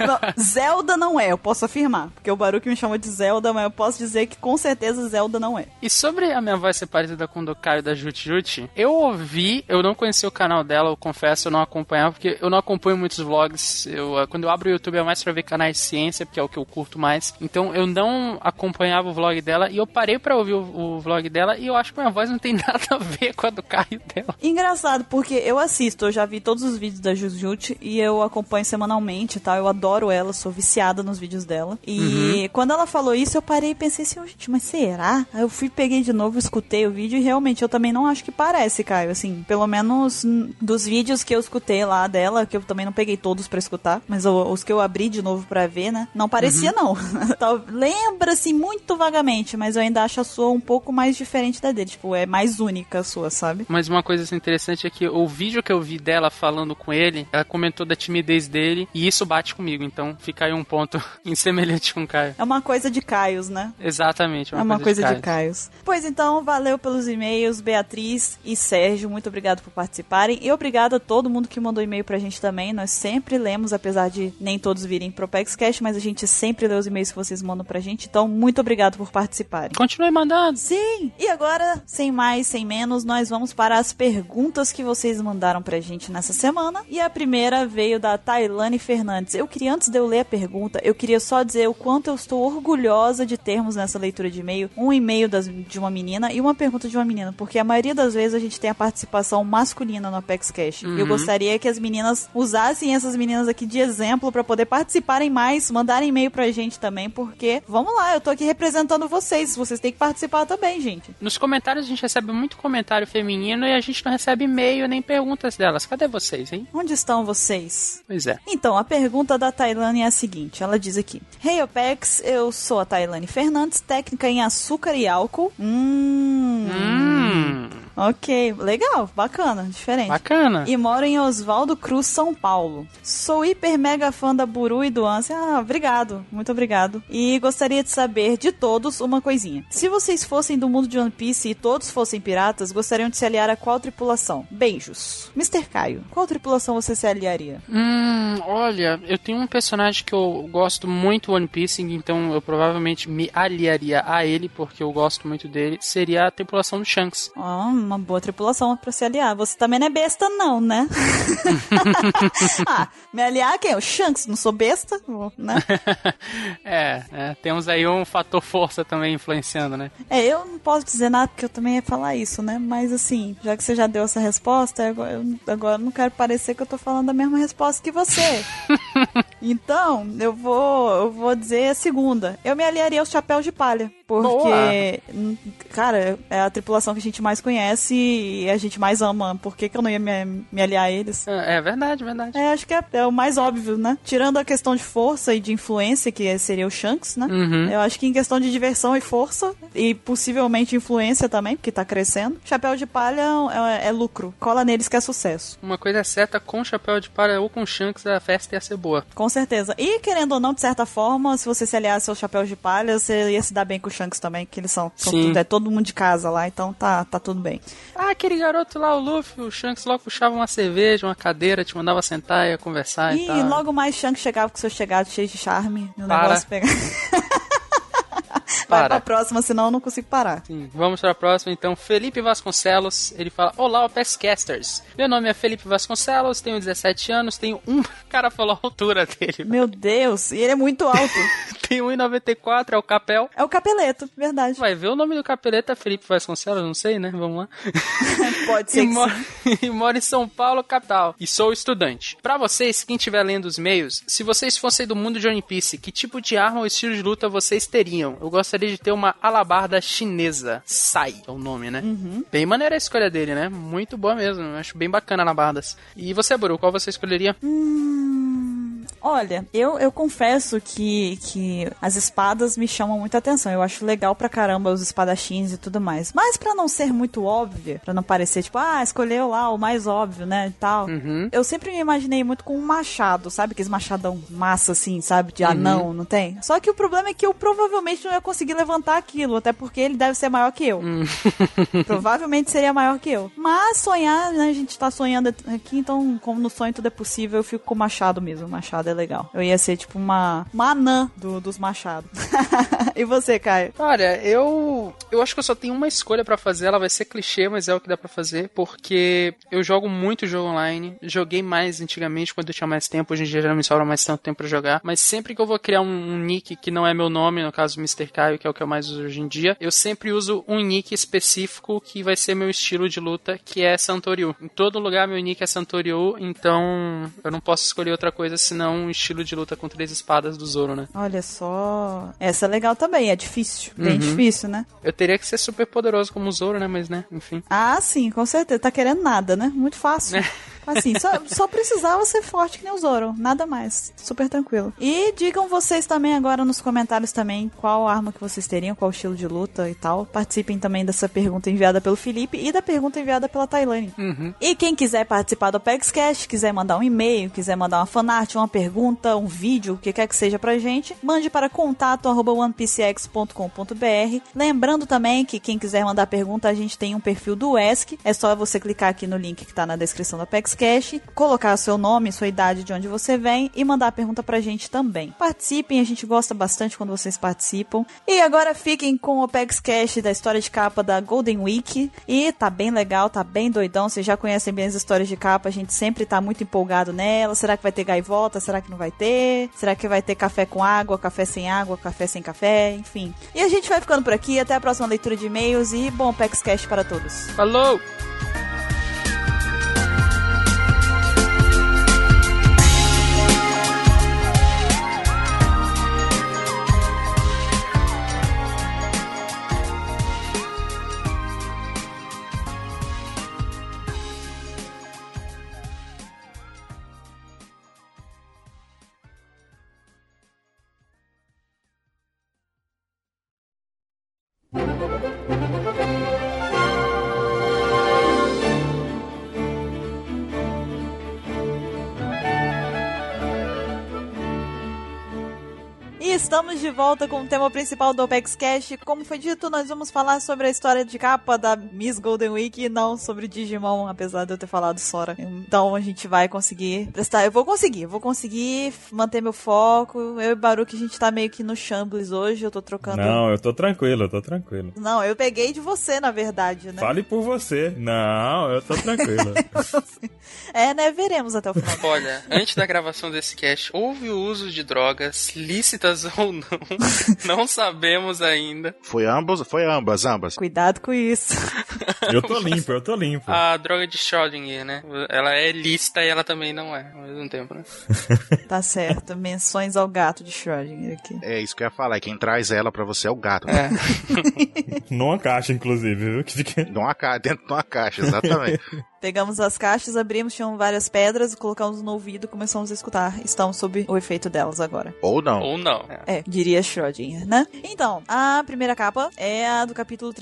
[SPEAKER 4] Não, Zelda não é, eu posso afirmar. Porque o Baruque me chamou de Zelda, mas eu posso dizer que com certeza Zelda não é.
[SPEAKER 2] E sobre a minha voz ser parecida com o do Caio da Jut Jut, eu ouvi, eu não conheci o canal dela, eu confesso, eu não acompanhava, porque eu não acompanho muitos vlogs. Eu, eh, quando eu abro o YouTube é mais pra ver canais de ciência, porque é o que eu curto mais. Então eu não acompanhava o vlog dela e eu parei pra ouvir o, o vlog dela e eu acho que minha voz não tem nada a ver com a do Caio dela.
[SPEAKER 4] Engraçado, porque eu assisto, eu já vi todos os vídeos da Jujut e eu acompanho semanalmente e tal. Eu adoro ela, sou viciada nos vídeos dela. E quando ela falou isso, eu parei e pensei assim, "Ô, gente, mas será? Aí eu fui, peguei de novo, escutei o vídeo e realmente eu também não acho que parece, Caio. Assim, pelo menos hum, dos vídeos que eu escutei lá dela, que eu também não peguei todos pra escutar, mas o- os que eu abri de novo pra ver, né? Não parecia, não. Tal- Lembra-se muito vagamente, mas eu ainda acho a sua um pouco mais diferente da dele. Tipo, é mais única a sua, sabe?
[SPEAKER 2] Mas uma coisa assim, interessante é que o vídeo que eu vi dela falando com ele, ela comentou da timidez dele e isso bate comigo. Então fica aí um ponto em semelhante com o Caio.
[SPEAKER 4] É uma coisa de Caios, né?
[SPEAKER 2] Exatamente,
[SPEAKER 4] é uma coisa, de,
[SPEAKER 2] Caio.
[SPEAKER 4] Caios. Pois então, valeu pelos e-mails, Beatriz e Sérgio. Muito obrigado por participarem. E obrigado a todo mundo que mandou e-mail pra gente também. Nós sempre lemos, apesar de nem todos virem pro PEXCast, mas a gente sempre lê os e-mails que vocês mandam pra gente. Então, muito obrigado por participarem.
[SPEAKER 2] Continue mandando.
[SPEAKER 4] Sim! E agora, sem mais, sem menos, nós vamos para as perguntas que vocês mandaram pra gente nessa semana. E a primeira veio da Tailane Fernandes. Eu queria, antes de eu ler a pergunta, eu queria só dizer o quanto eu estou orgulhosa de termos nessa leitura de e-mail um e-mail das- de uma menina e uma pergunta de uma menina, porque a maioria das vezes a gente tem a participação masculina no Apex Cash. E eu gostaria que as meninas usassem essas meninas aqui de exemplo pra poder participarem mais, mandarem e-mail pra gente também, porque vamos lá, eu tô aqui representando vocês, vocês têm que participar também, gente.
[SPEAKER 2] Nos comentários a gente recebe muito comentário feminino e a gente não recebe e-mail nem perguntas delas. Cadê vocês, hein?
[SPEAKER 4] Onde estão vocês?
[SPEAKER 2] Pois é.
[SPEAKER 4] Então, a pergunta da Tailane é a seguinte: ela diz aqui: Hey Opex, eu sou a Tailane Fernandes, técnica em açúcar e álcool. Hum.
[SPEAKER 2] Hum,
[SPEAKER 4] Ok, legal, bacana, diferente.
[SPEAKER 2] bacana.
[SPEAKER 4] E moro em Oswaldo Cruz, São Paulo. Sou hiper mega fã da Buru e do Anse. Ah, obrigado, muito obrigado. E gostaria de saber de todos uma coisinha. Se vocês fossem do mundo de One Piece e todos fossem piratas, gostariam de se aliar a qual tripulação? Beijos. Mr. Caio, qual tripulação você se aliaria?
[SPEAKER 2] Hum, olha, eu tenho um personagem que eu gosto muito One Piece, então eu provavelmente me aliaria a ele, porque eu gosto muito dele. Seria a tripulação do Shanks.
[SPEAKER 4] Ó, uma boa tripulação pra se aliar. Você também não é besta, não, né? ah, me aliar a quem? O Shanks, não sou besta, né?
[SPEAKER 2] é, é, temos aí um fator força também influenciando, né?
[SPEAKER 4] É, eu não posso dizer nada porque eu também ia falar isso, né? Mas assim, já que você já deu essa resposta, agora eu, agora eu não quero parecer que eu tô falando a mesma resposta que você. então, eu vou, eu vou dizer a segunda. Eu me aliaria aos chapéus de palha. Porque, hum, cara, é a tripulação que a gente mais conhece e a gente mais ama. Por que, que eu não ia me, me aliar a eles?
[SPEAKER 2] É, é verdade, verdade.
[SPEAKER 4] É, acho que é, é o mais óbvio, né? Tirando a questão de força e de influência, que seria o Shanks, né?
[SPEAKER 2] Uhum.
[SPEAKER 4] Eu acho que em questão de diversão e força, e possivelmente influência também, porque tá crescendo, chapéu de palha é, é lucro. Cola neles que é sucesso.
[SPEAKER 2] Uma coisa é certa, com chapéu de palha ou com Shanks, a festa ia ser boa.
[SPEAKER 4] Com certeza. E querendo ou não, de certa forma, se você se aliasse aos chapéus de palha, você ia se dar bem com o Shanks também, que eles são. são
[SPEAKER 2] Sim.
[SPEAKER 4] tudo- é todo mundo de casa lá, então tá, tá tudo bem.
[SPEAKER 2] Ah, aquele garoto lá, o Luffy, o Shanks logo puxava uma cerveja, uma cadeira, te mandava sentar e ia conversar e,
[SPEAKER 4] e
[SPEAKER 2] tal.
[SPEAKER 4] logo mais Shanks chegava com seu chegado cheio de charme, e o
[SPEAKER 2] tá. Para.
[SPEAKER 4] negócio pega. Vai
[SPEAKER 2] Para.
[SPEAKER 4] pra próxima, senão eu não consigo parar.
[SPEAKER 2] Sim, vamos para a próxima então. Felipe Vasconcelos, ele fala: Olá, Opex Casters. Meu nome é Felipe Vasconcelos, tenho 17 anos, tenho um. O cara falou a altura dele.
[SPEAKER 4] Meu Deus, e ele é muito alto.
[SPEAKER 2] Tenho 1,94, é o Capel.
[SPEAKER 4] É o capeleto, verdade.
[SPEAKER 2] Vai ver o nome do capeleta é Felipe Vasconcelos, não sei, né? Vamos lá.
[SPEAKER 4] Pode
[SPEAKER 2] e,
[SPEAKER 4] ser que
[SPEAKER 2] moro,
[SPEAKER 4] sim.
[SPEAKER 2] e moro em São Paulo, capital. E sou estudante. Pra vocês, quem estiver lendo os e-mails, se vocês fossem do mundo de One Piece, que tipo de arma ou estilo de luta vocês teriam? Eu gostaria de ter uma alabarda chinesa. Sai é o nome, né?
[SPEAKER 4] Uhum.
[SPEAKER 2] Bem maneira a escolha dele, né? Muito boa mesmo. Eu acho bem bacana alabardas. E você, Buru, qual você escolheria?
[SPEAKER 4] Hum, Olha, eu, eu confesso que, que as espadas me chamam muita atenção. Eu acho legal pra caramba os espadachins e tudo mais. Mas pra não ser muito óbvia, pra não parecer tipo, ah, escolheu lá o mais óbvio, né, e tal.
[SPEAKER 2] Uhum.
[SPEAKER 4] Eu sempre me imaginei muito com um machado, sabe? Aqueles machadão massa, assim, sabe? De anão, não tem? Só que o problema é que eu provavelmente não ia conseguir levantar aquilo, até porque ele deve ser maior que eu. provavelmente seria maior que eu. Mas sonhar, né? A gente tá sonhando aqui, então, como no sonho tudo é possível, eu fico com o machado mesmo. Machado é legal. Eu ia ser tipo uma, uma anã do- dos machados. e você, Caio?
[SPEAKER 2] Olha, eu eu acho que eu só tenho uma escolha pra fazer, ela vai ser clichê, mas é o que dá pra fazer, porque eu jogo muito jogo online, joguei mais antigamente quando eu tinha mais tempo, hoje em dia já não me sobra mais tanto tempo pra jogar, mas sempre que eu vou criar um, um nick que não é meu nome, no caso Mr. Caio, que é o que eu mais uso hoje em dia, eu sempre uso um nick específico que vai ser meu estilo de luta, que é Santoriu. Em todo lugar meu nick é Santoriu, então eu não posso escolher outra coisa senão um estilo de luta com três espadas do Zoro, né?
[SPEAKER 4] Olha só. Essa é legal também, é difícil. Bem
[SPEAKER 2] Uhum.
[SPEAKER 4] difícil, né?
[SPEAKER 2] Eu teria que ser super poderoso como o Zoro, né? Mas, né? Enfim.
[SPEAKER 4] Ah, sim, com certeza. Tá querendo nada, né? Muito fácil. Assim, só, só precisava ser forte que nem o Zoro. Nada mais. Super tranquilo. E digam vocês também agora nos comentários também qual arma que vocês teriam, qual estilo de luta e tal. Participem também dessa pergunta enviada pelo Felipe e da pergunta enviada pela Tailane.
[SPEAKER 2] Uhum.
[SPEAKER 4] E quem quiser participar do Apex Cash, quiser mandar um e-mail, quiser mandar uma fanart, uma pergunta, um vídeo, o que quer que seja pra gente, mande para contato arroba onepcx.com.br. Lembrando também que quem quiser mandar pergunta, a gente tem um perfil do ESC. É só você clicar aqui no link que tá na descrição do Apex Cash, colocar seu nome, sua idade, de onde você vem e mandar a pergunta pra gente também. Participem, a gente gosta bastante quando vocês participam. E agora fiquem com o Apex Cash da história de capa da Golden Week. E tá bem legal, tá bem doidão. Vocês já conhecem bem as histórias de capa, a gente sempre tá muito empolgado nela. Será que vai ter gaivota? Será que não vai ter? Será que vai ter café com água, café sem água, café sem café? Enfim. E a gente vai ficando por aqui. Até a próxima leitura de e-mails e bom Apex Cash para todos.
[SPEAKER 2] Falou!
[SPEAKER 4] E estamos de volta com o tema principal do Opex Cash. Como foi dito, nós vamos falar sobre a história de capa da Miss Golden Week e não sobre Digimon, apesar de eu ter falado Sora. Então a gente vai conseguir prestar. Eu vou conseguir, vou conseguir manter meu foco. Eu e Baruque, a gente tá meio que no shambles hoje. Eu tô trocando.
[SPEAKER 3] Não, eu tô tranquilo, eu tô tranquilo.
[SPEAKER 4] Não, eu peguei de você, na verdade, né?
[SPEAKER 3] Fale por você. Não, eu tô tranquilo.
[SPEAKER 4] é, né? Veremos até o final.
[SPEAKER 2] Olha, antes da gravação desse cast, houve o uso de drogas, lícitas ou não, não sabemos ainda.
[SPEAKER 1] Foi ambos, foi ambas, ambas.
[SPEAKER 4] Cuidado com isso.
[SPEAKER 3] Eu tô limpo, eu tô limpo.
[SPEAKER 2] A droga de Schrödinger, né? Ela é lícita e ela também não é, ao mesmo tempo, né?
[SPEAKER 4] Tá certo. Menções ao gato de Schrödinger aqui.
[SPEAKER 1] É isso que eu ia falar, quem traz ela pra você é o gato.
[SPEAKER 2] É.
[SPEAKER 3] Numa caixa, inclusive, viu? Que fica...
[SPEAKER 1] Numa ca... Dentro de uma caixa, exatamente.
[SPEAKER 4] Pegamos as caixas, abrimos, tinham várias pedras, colocamos no ouvido e começamos a escutar. Estamos sob o efeito delas agora.
[SPEAKER 1] Ou não.
[SPEAKER 2] Ou não. É.
[SPEAKER 4] É, diria Schrödinger, né? Então, a primeira capa é a do capítulo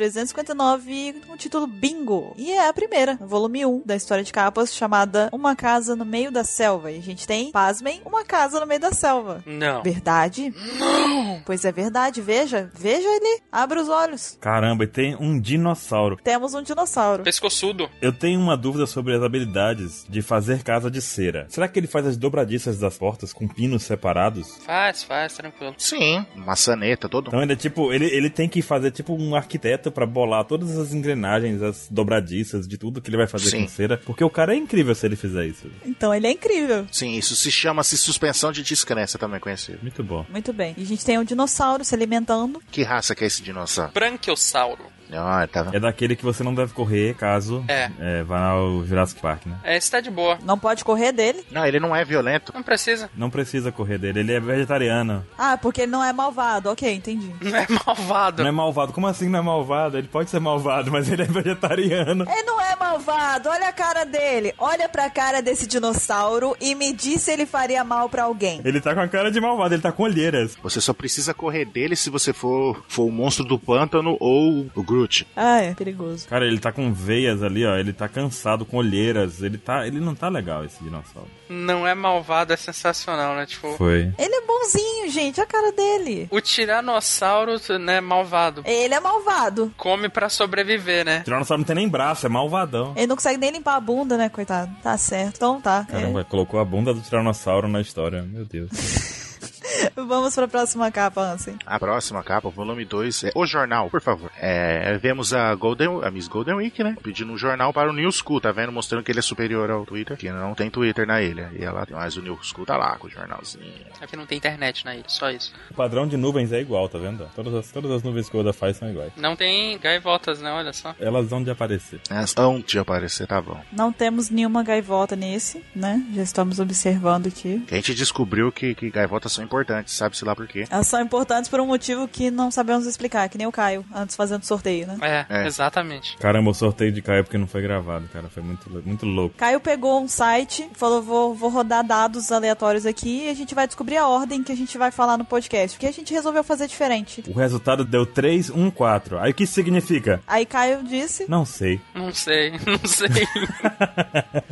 [SPEAKER 4] 359, com o título Bingo. E é a primeira, volume 1 da história de capas, chamada Uma Casa no Meio da Selva. E a gente tem, pasmem, uma casa no meio da selva.
[SPEAKER 2] Não.
[SPEAKER 4] Verdade? Não! Pois é verdade, veja, veja ele, abra os olhos.
[SPEAKER 3] Caramba, e tem um dinossauro.
[SPEAKER 4] Temos um dinossauro.
[SPEAKER 2] Pescoçudo.
[SPEAKER 3] Eu tenho uma dúvida sobre as habilidades de fazer casa de cera. Será que ele faz as dobradiças das portas com pinos separados?
[SPEAKER 2] Faz, faz, tranquilo.
[SPEAKER 1] Sim, maçaneta, todo
[SPEAKER 3] Então ele é tipo, ele, ele tem que fazer tipo um arquiteto pra bolar todas as engrenagens, as dobradiças de tudo que ele vai fazer
[SPEAKER 1] Sim.
[SPEAKER 3] com cera, porque o cara é incrível se ele fizer isso.
[SPEAKER 4] Então ele é incrível.
[SPEAKER 1] Sim, isso se chama-se suspensão de descrença, também conhecido.
[SPEAKER 3] Muito bom.
[SPEAKER 4] Muito bem. E a gente tem um dinossauro se alimentando.
[SPEAKER 1] Que raça que é esse dinossauro?
[SPEAKER 2] Branquiosauro.
[SPEAKER 1] Ah, tá vendo?
[SPEAKER 3] É daquele que você não deve correr caso
[SPEAKER 2] É.
[SPEAKER 3] vá ao Jurassic Park, né?
[SPEAKER 2] É, está de boa.
[SPEAKER 4] Não pode correr dele.
[SPEAKER 1] Não, ele não é violento.
[SPEAKER 2] Não precisa.
[SPEAKER 3] Não precisa correr dele, ele é vegetariano.
[SPEAKER 4] Ah, porque ele não é malvado. Ok, entendi.
[SPEAKER 2] Não é malvado.
[SPEAKER 3] Não é malvado. Como assim não é malvado? Ele pode ser malvado, mas ele é vegetariano.
[SPEAKER 4] Ele não é malvado. Olha a cara dele. Olha pra cara desse dinossauro e me diz se ele faria mal pra alguém.
[SPEAKER 3] Ele tá com a cara de malvado, ele tá com olheiras.
[SPEAKER 1] Você só precisa correr dele se você for, for o monstro do pântano ou o Groot.
[SPEAKER 4] Ah, é perigoso.
[SPEAKER 3] Cara, ele tá com veias ali, ó. Ele tá cansado, com olheiras. Ele tá. Ele não tá legal, esse dinossauro.
[SPEAKER 2] Não é malvado, é sensacional, né? Tipo,
[SPEAKER 3] Foi.
[SPEAKER 4] Ele é bonzinho, gente. Olha a cara dele.
[SPEAKER 2] o tiranossauro, né, malvado.
[SPEAKER 4] Ele é malvado.
[SPEAKER 2] Come pra sobreviver, né?
[SPEAKER 3] O Tiranossauro não tem nem braço, é malvadão.
[SPEAKER 4] Ele não consegue nem limpar a bunda, né, coitado? Tá certo. Então tá.
[SPEAKER 3] Caramba, colocou a bunda do Tiranossauro na história. Meu Deus.
[SPEAKER 4] É. Vamos pra próxima capa, Ansem.
[SPEAKER 1] A próxima capa, o volume 2, é o jornal, por favor. É, vemos a Golden, a Miss Golden Week, né? Pedindo um jornal para o New School, tá vendo? Mostrando que ele é superior ao Twitter, que não tem Twitter na ilha. E ela, mas o New School tá lá com o jornalzinho.
[SPEAKER 2] É que não tem internet na ilha, só isso.
[SPEAKER 3] o padrão de nuvens é igual, tá vendo? Todas as, todas as nuvens que o Oda faz são iguais.
[SPEAKER 2] Não tem gaivotas, né? Olha só.
[SPEAKER 3] Elas vão de aparecer.
[SPEAKER 1] É, antes de aparecer, tá bom.
[SPEAKER 4] Não temos nenhuma gaivota nesse, né? Já estamos observando aqui.
[SPEAKER 1] Que a gente descobriu que, que gaivotas são importantes, sabe-se lá por quê.
[SPEAKER 4] Elas são importantes por um motivo que não sabemos explicar, que nem o Caio, antes fazendo sorteio, né?
[SPEAKER 2] É,
[SPEAKER 1] É.
[SPEAKER 2] exatamente.
[SPEAKER 3] Caramba, o sorteio de Caio é porque não foi gravado, cara. Foi muito, muito louco.
[SPEAKER 4] Caio pegou um site, falou: vou, vou rodar dados aleatórios aqui e a gente vai descobrir a ordem que a gente vai falar no podcast. Porque a gente resolveu fazer diferente.
[SPEAKER 3] O resultado deu 3, 1, 4. Aí o que isso significa?
[SPEAKER 4] Aí Caio disse.
[SPEAKER 3] Não sei.
[SPEAKER 2] Não sei, não sei.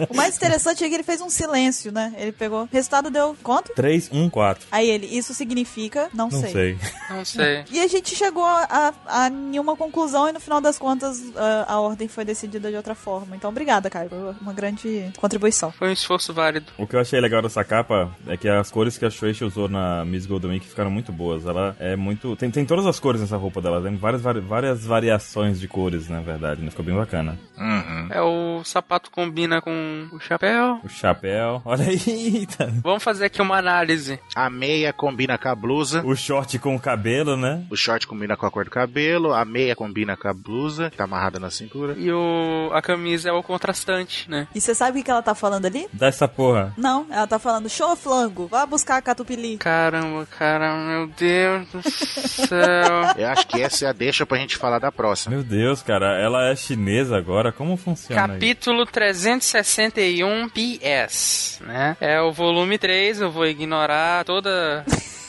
[SPEAKER 4] O mais interessante é que ele fez um silêncio, né? Ele pegou. Resultado deu quanto?
[SPEAKER 3] 3, 1, 4.
[SPEAKER 4] Aí ele, isso significa, não,
[SPEAKER 3] um, Não
[SPEAKER 4] sei.
[SPEAKER 3] sei.
[SPEAKER 2] não sei.
[SPEAKER 4] E a gente chegou a, a nenhuma conclusão e no final das contas a, a ordem foi decidida de outra forma. Então, obrigada, Caio. Foi uma grande contribuição.
[SPEAKER 2] Foi um esforço válido.
[SPEAKER 3] O que eu achei legal dessa capa é que as cores que a Shueisha usou na Miss Golden Week ficaram muito boas. Ela é muito... Tem, tem todas as cores nessa roupa dela. Tem várias, vari- várias variações de cores, na verdade. Né? Ficou bem bacana.
[SPEAKER 1] Uhum.
[SPEAKER 2] É, o sapato combina com o chapéu.
[SPEAKER 3] O chapéu... Olha aí! eita.
[SPEAKER 2] Vamos fazer aqui uma análise.
[SPEAKER 1] A meia combina com a blusa.
[SPEAKER 3] O short com o cabelo, né?
[SPEAKER 1] O short combina com a cor do cabelo, a meia combina com a blusa, que tá amarrada na cintura.
[SPEAKER 2] E o, a camisa é o contrastante, né?
[SPEAKER 4] E você sabe o que que ela tá falando ali?
[SPEAKER 3] Dá essa porra.
[SPEAKER 4] Não, ela tá falando, show flango, vá buscar a catupili.
[SPEAKER 2] Caramba, cara, meu Deus do céu.
[SPEAKER 1] Eu acho que essa é a deixa pra gente falar da próxima.
[SPEAKER 3] Meu Deus, cara. Ela é chinesa agora. Como funciona isso?
[SPEAKER 2] Capítulo 361 PS, né? É o volume 3, eu vou ignorar toda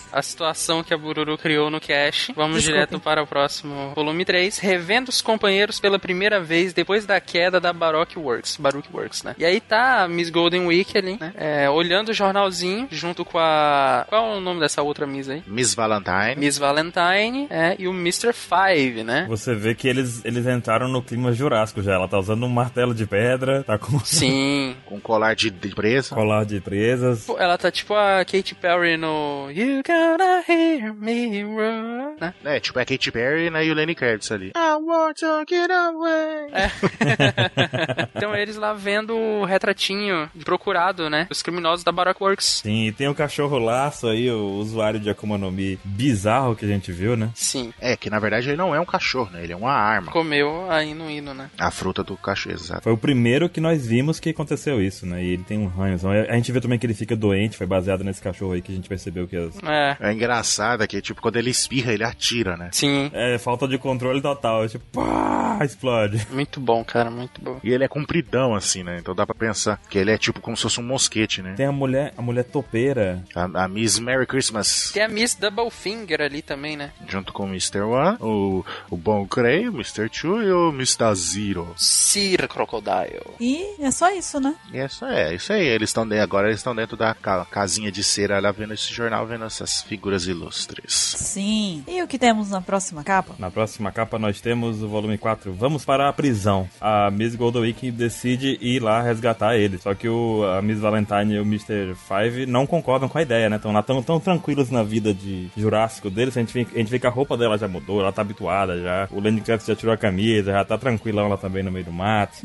[SPEAKER 2] a situação que a Bururu criou no Cash. Vamos
[SPEAKER 4] Desculpa.
[SPEAKER 2] direto para o próximo volume 3. Revendo os companheiros pela primeira vez depois da queda da Baroque Works. Baroque Works, né? E aí tá a Miss Golden Week ali, né? É, olhando o jornalzinho junto com a. Qual é o nome dessa outra Miss aí? É
[SPEAKER 1] Miss Valentine.
[SPEAKER 2] Miss Valentine é, e o Mr. Five, né?
[SPEAKER 3] Você vê que eles, eles entraram no clima jurássico já. Ela tá usando um martelo de pedra, tá com um
[SPEAKER 2] Sim.
[SPEAKER 1] Com colar de, de presa.
[SPEAKER 3] colar de presas.
[SPEAKER 2] Pô, Ela tá tipo a Katy Perry no You Gotta Hear Me Roar, né?
[SPEAKER 1] É, tipo, é Katy Perry né, e o Lenny Kravitz ali. I want to get away.
[SPEAKER 2] então eles lá vendo o retratinho procurado, né? Os criminosos da Baroque Works.
[SPEAKER 3] Sim, e tem o cachorro laço aí, o usuário de Akuma no Mi bizarro que a gente viu, né?
[SPEAKER 2] Sim.
[SPEAKER 1] É, que na verdade ele não é um cachorro, né? Ele é uma arma.
[SPEAKER 2] Comeu a Inu Inu, né?
[SPEAKER 1] A fruta do cachorro, exato.
[SPEAKER 3] Foi o primeiro que nós vimos que aconteceu isso, né? E ele tem um ranhozão. A gente vê também que ele fica doente, foi baseado nesse cachorro aí que a gente percebeu que as...
[SPEAKER 2] É.
[SPEAKER 1] É engraçado que, tipo, quando ele espirra, ele atira, né?
[SPEAKER 2] Sim.
[SPEAKER 3] É, falta de controle total. é Tipo, pá, explode.
[SPEAKER 2] Muito bom, cara, muito bom.
[SPEAKER 1] E ele é compridão, assim, né? Então dá pra pensar que ele é tipo como se fosse um mosquete, né?
[SPEAKER 3] Tem a mulher, a mulher topeira.
[SPEAKER 1] A, a Miss Merry Christmas,
[SPEAKER 2] Tem a Miss Double Finger ali também, né?
[SPEAKER 1] junto com o Mr. One, o, o Bon Cray, o Mr. Two e o Mr. Zero.
[SPEAKER 2] Sir Crocodile.
[SPEAKER 4] E é só isso, né?
[SPEAKER 1] E é isso é, isso aí. Eles estão dentro, agora eles estão dentro da ca- casinha de cera lá vendo esse jornal, vendo essas figuras ilustres.
[SPEAKER 4] Sim. E o que temos na próxima capa?
[SPEAKER 3] Na próxima capa nós temos o volume 4. Vamos para a prisão. A Miss Goldowick decide ir lá resgatar ele. Só que o, a Miss Valentine e o Mr. Five não concordam com a ideia, né? Estão lá tão, tão tranquilos na vida de Jurássico deles. A gente, fica- a gente vê que a roupa dela já mudou, ela tá habituada já. O Lenny Kravitz já tirou a camisa, já tá tranquilão lá também no meio do mato.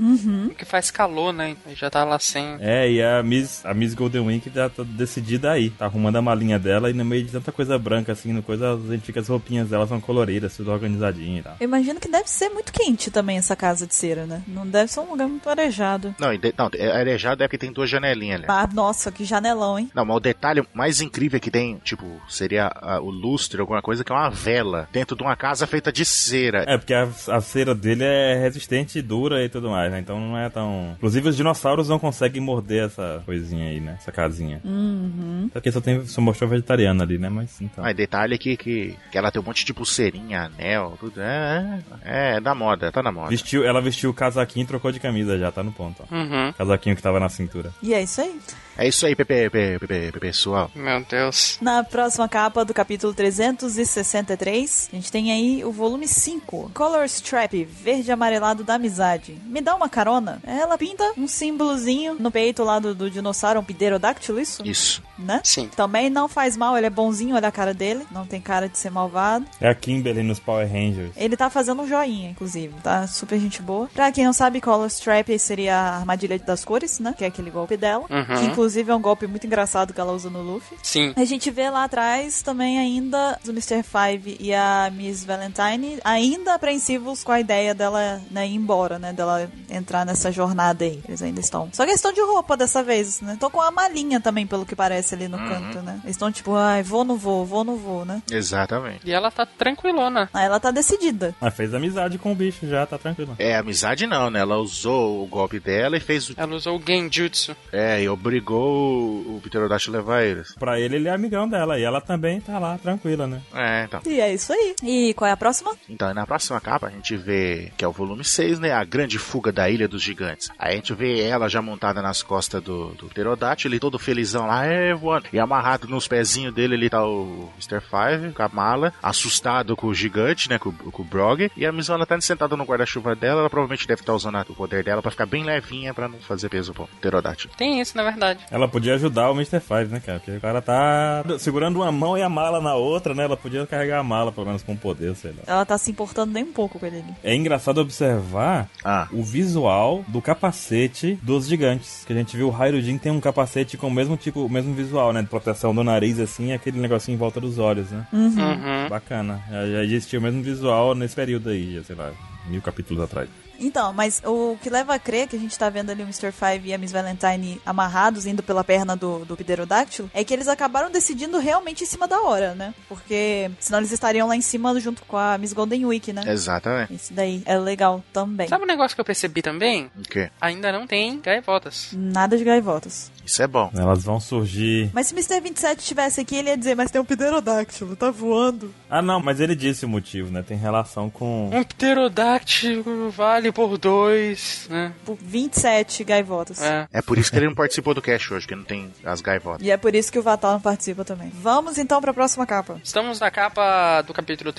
[SPEAKER 2] Porque Hum? faz calor, né? Já tá lá sem.
[SPEAKER 3] É, e a Miss, a Miss Golden Wing já tá decidida aí. Tá arrumando a malinha dela e no meio de tanta coisa branca, assim, no coisa, a gente fica as roupinhas dela são coloridas, tudo organizadinho e tal.
[SPEAKER 4] Eu imagino que deve ser muito quente também essa casa de cera, né? Não deve ser um lugar muito arejado.
[SPEAKER 1] Não, e de, não, é arejado é porque tem duas janelinhas ali.
[SPEAKER 4] Ah, nossa, que janelão, hein?
[SPEAKER 1] Não, mas o detalhe mais incrível que tem, tipo, seria ah, o lustre, alguma coisa, que é uma vela dentro de uma casa feita de cera.
[SPEAKER 3] É, porque a, a cera dele é resistente e dura e tudo mais, né? Então não é tão. Inclusive, os dinossauros não conseguem morder essa coisinha aí, né? Essa casinha.
[SPEAKER 4] Uhum.
[SPEAKER 3] Só que só, tem, só mostrou vegetariano ali, né? Mas então.
[SPEAKER 1] Mas é detalhe que, que, que ela tem um monte de pulseirinha, anel, tudo. É, é, é da moda, tá na moda.
[SPEAKER 3] Vestiu, ela vestiu o casaquinho e trocou de camisa já, tá no ponto, ó.
[SPEAKER 2] Uhum.
[SPEAKER 3] Casaquinho que tava na cintura.
[SPEAKER 4] E é isso aí.
[SPEAKER 1] É isso aí, Pepe, Pepe, Pepe, pessoal.
[SPEAKER 2] Meu Deus.
[SPEAKER 4] Na próxima capa do capítulo 363, a gente tem aí o volume 5, Color Strap, verde amarelado da amizade. Me dá uma carona. Ela pinta um símbolozinho no peito lá do, do dinossauro, um piderodáctilo, isso?
[SPEAKER 1] Isso.
[SPEAKER 4] Né?
[SPEAKER 2] Sim.
[SPEAKER 4] Também não faz mal, ele é bonzinho, olha a cara dele, não tem cara de ser malvado.
[SPEAKER 3] É a Kimberly nos Power Rangers.
[SPEAKER 4] Ele tá fazendo um joinha, inclusive, tá? Super gente boa. Pra quem não sabe, Color Strap seria a armadilha das cores, né? Que é aquele golpe dela.
[SPEAKER 2] Uhum.
[SPEAKER 4] Que inclusive é um golpe muito engraçado que ela usa no Luffy.
[SPEAKER 2] Sim.
[SPEAKER 4] A gente vê lá atrás também ainda o Mr. Five e a Miss Valentine ainda apreensivos com a ideia dela né, ir embora, né? Dela entrar nessa jornada aí. Eles ainda estão. Só que eles estão de roupa dessa vez, né? Estão com a malinha também, pelo que parece ali no canto, né? Eles estão tipo, ai, vou, não vou, vou, não vou, né?
[SPEAKER 1] Exatamente.
[SPEAKER 2] E ela tá tranquilona.
[SPEAKER 4] Aí ela tá decidida.
[SPEAKER 3] Mas fez amizade com o bicho já, tá tranquilo.
[SPEAKER 1] É, amizade não, né? Ela usou o golpe dela e fez o.
[SPEAKER 2] Ela usou o Genjutsu.
[SPEAKER 1] É, e obrigou o- o Pterodáctilo a levar eles.
[SPEAKER 3] Pra ele, ele é amigão dela. E ela também tá lá, tranquila, né?
[SPEAKER 1] É, então.
[SPEAKER 4] E é isso aí. E qual é a próxima?
[SPEAKER 1] Então, aí na próxima capa a gente vê que é o volume 6, né? A grande fuga da Ilha dos Gigantes. Aí a gente vê ela já montada nas costas do, do pterodátilo, ele todo felizão lá, é, voando. E amarrado nos pezinhos dele ali tá o Mr. Five, com a mala, assustado com o gigante, né? Com, o- com o Brog. E a Miss tá sentada no guarda-chuva dela, ela provavelmente deve estar usando a- o poder dela pra ficar bem levinha pra não fazer peso pro pterodátilo.
[SPEAKER 2] Tem isso, na verdade.
[SPEAKER 3] Ela podia ajudar o Mr. Five, né, cara? Porque o cara tá segurando uma mão e a mala na outra, né? Ela podia carregar a mala, pelo menos com um poder, sei lá.
[SPEAKER 4] Ela tá se importando nem um pouco com ele.
[SPEAKER 3] É engraçado observar
[SPEAKER 1] Ah,
[SPEAKER 3] o visual do capacete dos gigantes. Que a gente viu o Hairudin tem um capacete com o mesmo tipo, o mesmo visual, né? De proteção do nariz, assim, e aquele negocinho em volta dos olhos, né?
[SPEAKER 2] Uhum.
[SPEAKER 3] Bacana. Já, já existia o mesmo visual nesse período aí, já, sei lá, mil capítulos atrás.
[SPEAKER 4] Então, mas o que leva a crer que a gente tá vendo ali o Mr. Five e a Miss Valentine amarrados, indo pela perna do, do Pterodáctilo, é que eles acabaram decidindo realmente em cima da hora, né? Porque senão eles estariam lá em cima junto com a Miss Golden Week, né?
[SPEAKER 1] Exatamente.
[SPEAKER 4] Isso daí é legal também.
[SPEAKER 2] Sabe um negócio que eu percebi também?
[SPEAKER 1] O quê?
[SPEAKER 2] Ainda não tem gaivotas.
[SPEAKER 4] Nada de gaivotas.
[SPEAKER 1] Isso é bom.
[SPEAKER 3] Elas vão surgir.
[SPEAKER 4] Mas se o Mr. 27 estivesse aqui, ele ia dizer, mas tem um Pterodáctilo, tá voando.
[SPEAKER 3] Ah, não, mas ele disse o motivo, né? Tem relação com.
[SPEAKER 2] Um pterodáctilo vale por dois, né?
[SPEAKER 4] Por 27 gaivotas.
[SPEAKER 2] É.
[SPEAKER 1] É por isso que ele não participou do cast hoje, que não tem as gaivotas.
[SPEAKER 4] E é por isso que o Vatal não participa também. Vamos então pra próxima capa.
[SPEAKER 2] Estamos na capa do capítulo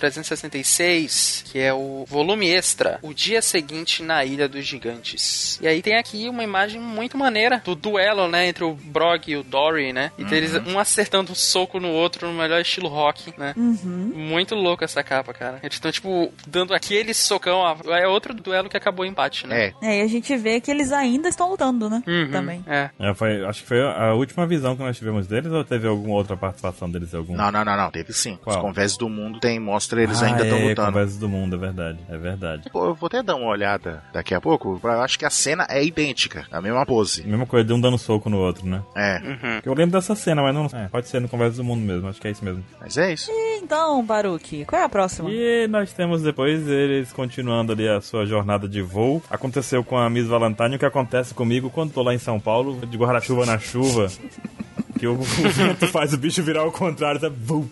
[SPEAKER 2] 366, que é o volume extra, o dia seguinte na Ilha dos Gigantes. E aí tem aqui uma imagem muito maneira do duelo, né, entre o Brog e o Dory, né? E tem eles um acertando um soco no outro no melhor estilo rock, né? Muito louco essa capa, cara. Eles estão, tipo, dando aquele socão. ó. É outro duelo que acabou em empate, né?
[SPEAKER 1] É,
[SPEAKER 4] É, e a gente vê que eles ainda estão lutando, né?
[SPEAKER 2] Uhum,
[SPEAKER 4] Também.
[SPEAKER 2] É.
[SPEAKER 3] É, foi, acho que foi a última visão que nós tivemos deles ou teve alguma outra participação deles em algum?
[SPEAKER 1] Não, não, não, não. Teve sim.
[SPEAKER 3] Qual?
[SPEAKER 1] Os conveses do mundo tem, mostra eles
[SPEAKER 3] Ah,
[SPEAKER 1] ainda estão
[SPEAKER 3] é,
[SPEAKER 1] lutando.
[SPEAKER 3] Conversas do mundo, é verdade. É verdade.
[SPEAKER 1] Pô, eu vou até dar uma olhada daqui a pouco. Eu acho que a cena é idêntica. A mesma pose.
[SPEAKER 3] Mesma coisa, de um dando soco no outro, né?
[SPEAKER 1] É.
[SPEAKER 2] Uhum.
[SPEAKER 3] Eu lembro dessa cena, mas não. É, pode ser no Conversas do Mundo mesmo, acho que é isso mesmo.
[SPEAKER 1] Mas é isso.
[SPEAKER 4] Então, Baruki, qual é a próxima?
[SPEAKER 3] E nós temos depois eles continuando ali a sua jornada de voo. Aconteceu com a Miss Valentine, o que acontece comigo quando tô lá em São Paulo, de guarda-chuva na chuva. Que o, o vento faz o bicho virar ao contrário, tá? Vum.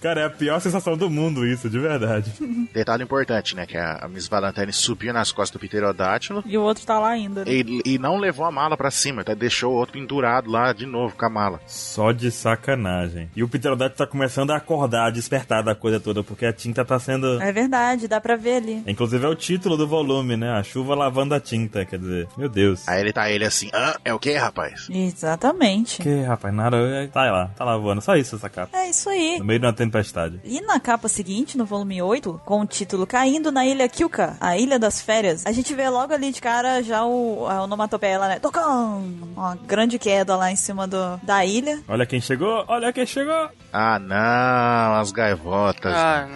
[SPEAKER 3] Cara, é a pior sensação do mundo isso, de verdade.
[SPEAKER 1] Detalhe importante, né? Que a, a Miss Valentine subiu nas costas do pterodátilo
[SPEAKER 4] E o outro tá lá ainda. né?
[SPEAKER 1] e, e não levou a mala pra cima. Até deixou o outro pendurado lá de novo com a mala.
[SPEAKER 3] Só de sacanagem. E o Pterodáctilo tá começando a acordar, a despertar da coisa toda, porque a tinta tá sendo...
[SPEAKER 4] É verdade, dá pra ver ali.
[SPEAKER 3] Inclusive é o título do volume, né? A chuva lavando a tinta, quer dizer... Meu Deus.
[SPEAKER 1] Aí ele tá ele assim, Hã? é o que, rapaz?
[SPEAKER 4] Exatamente.
[SPEAKER 3] Que, rapaz, nada... é- Tá lá, tá lavando. Só isso essa capa.
[SPEAKER 4] É isso aí.
[SPEAKER 3] No meio de uma tempestade.
[SPEAKER 4] E na capa seguinte, no volume 8, com o título Caindo na Ilha Kyuka, a Ilha das Férias, a gente vê logo ali de cara já o, a onomatopeia lá, né? Tocão! Uma grande queda lá em cima do, da ilha.
[SPEAKER 3] Olha quem chegou, olha quem chegou.
[SPEAKER 1] Ah, não, as gaivotas.
[SPEAKER 2] Ah,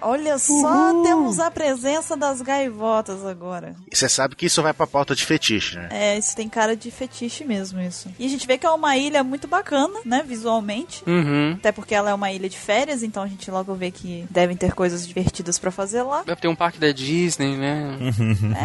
[SPEAKER 2] não.
[SPEAKER 4] Olha só, temos a presença das gaivotas agora.
[SPEAKER 1] E você sabe que isso vai pra pauta de fetiche, né?
[SPEAKER 4] É, isso tem cara de fetiche mesmo, isso. E a gente vê que é uma ilha muito bacana, né, visualmente.
[SPEAKER 2] Uhum.
[SPEAKER 4] Até porque ela é uma ilha de férias, então a gente logo vê que devem ter coisas divertidas pra fazer lá.
[SPEAKER 2] Deve ter um parque da Disney, né?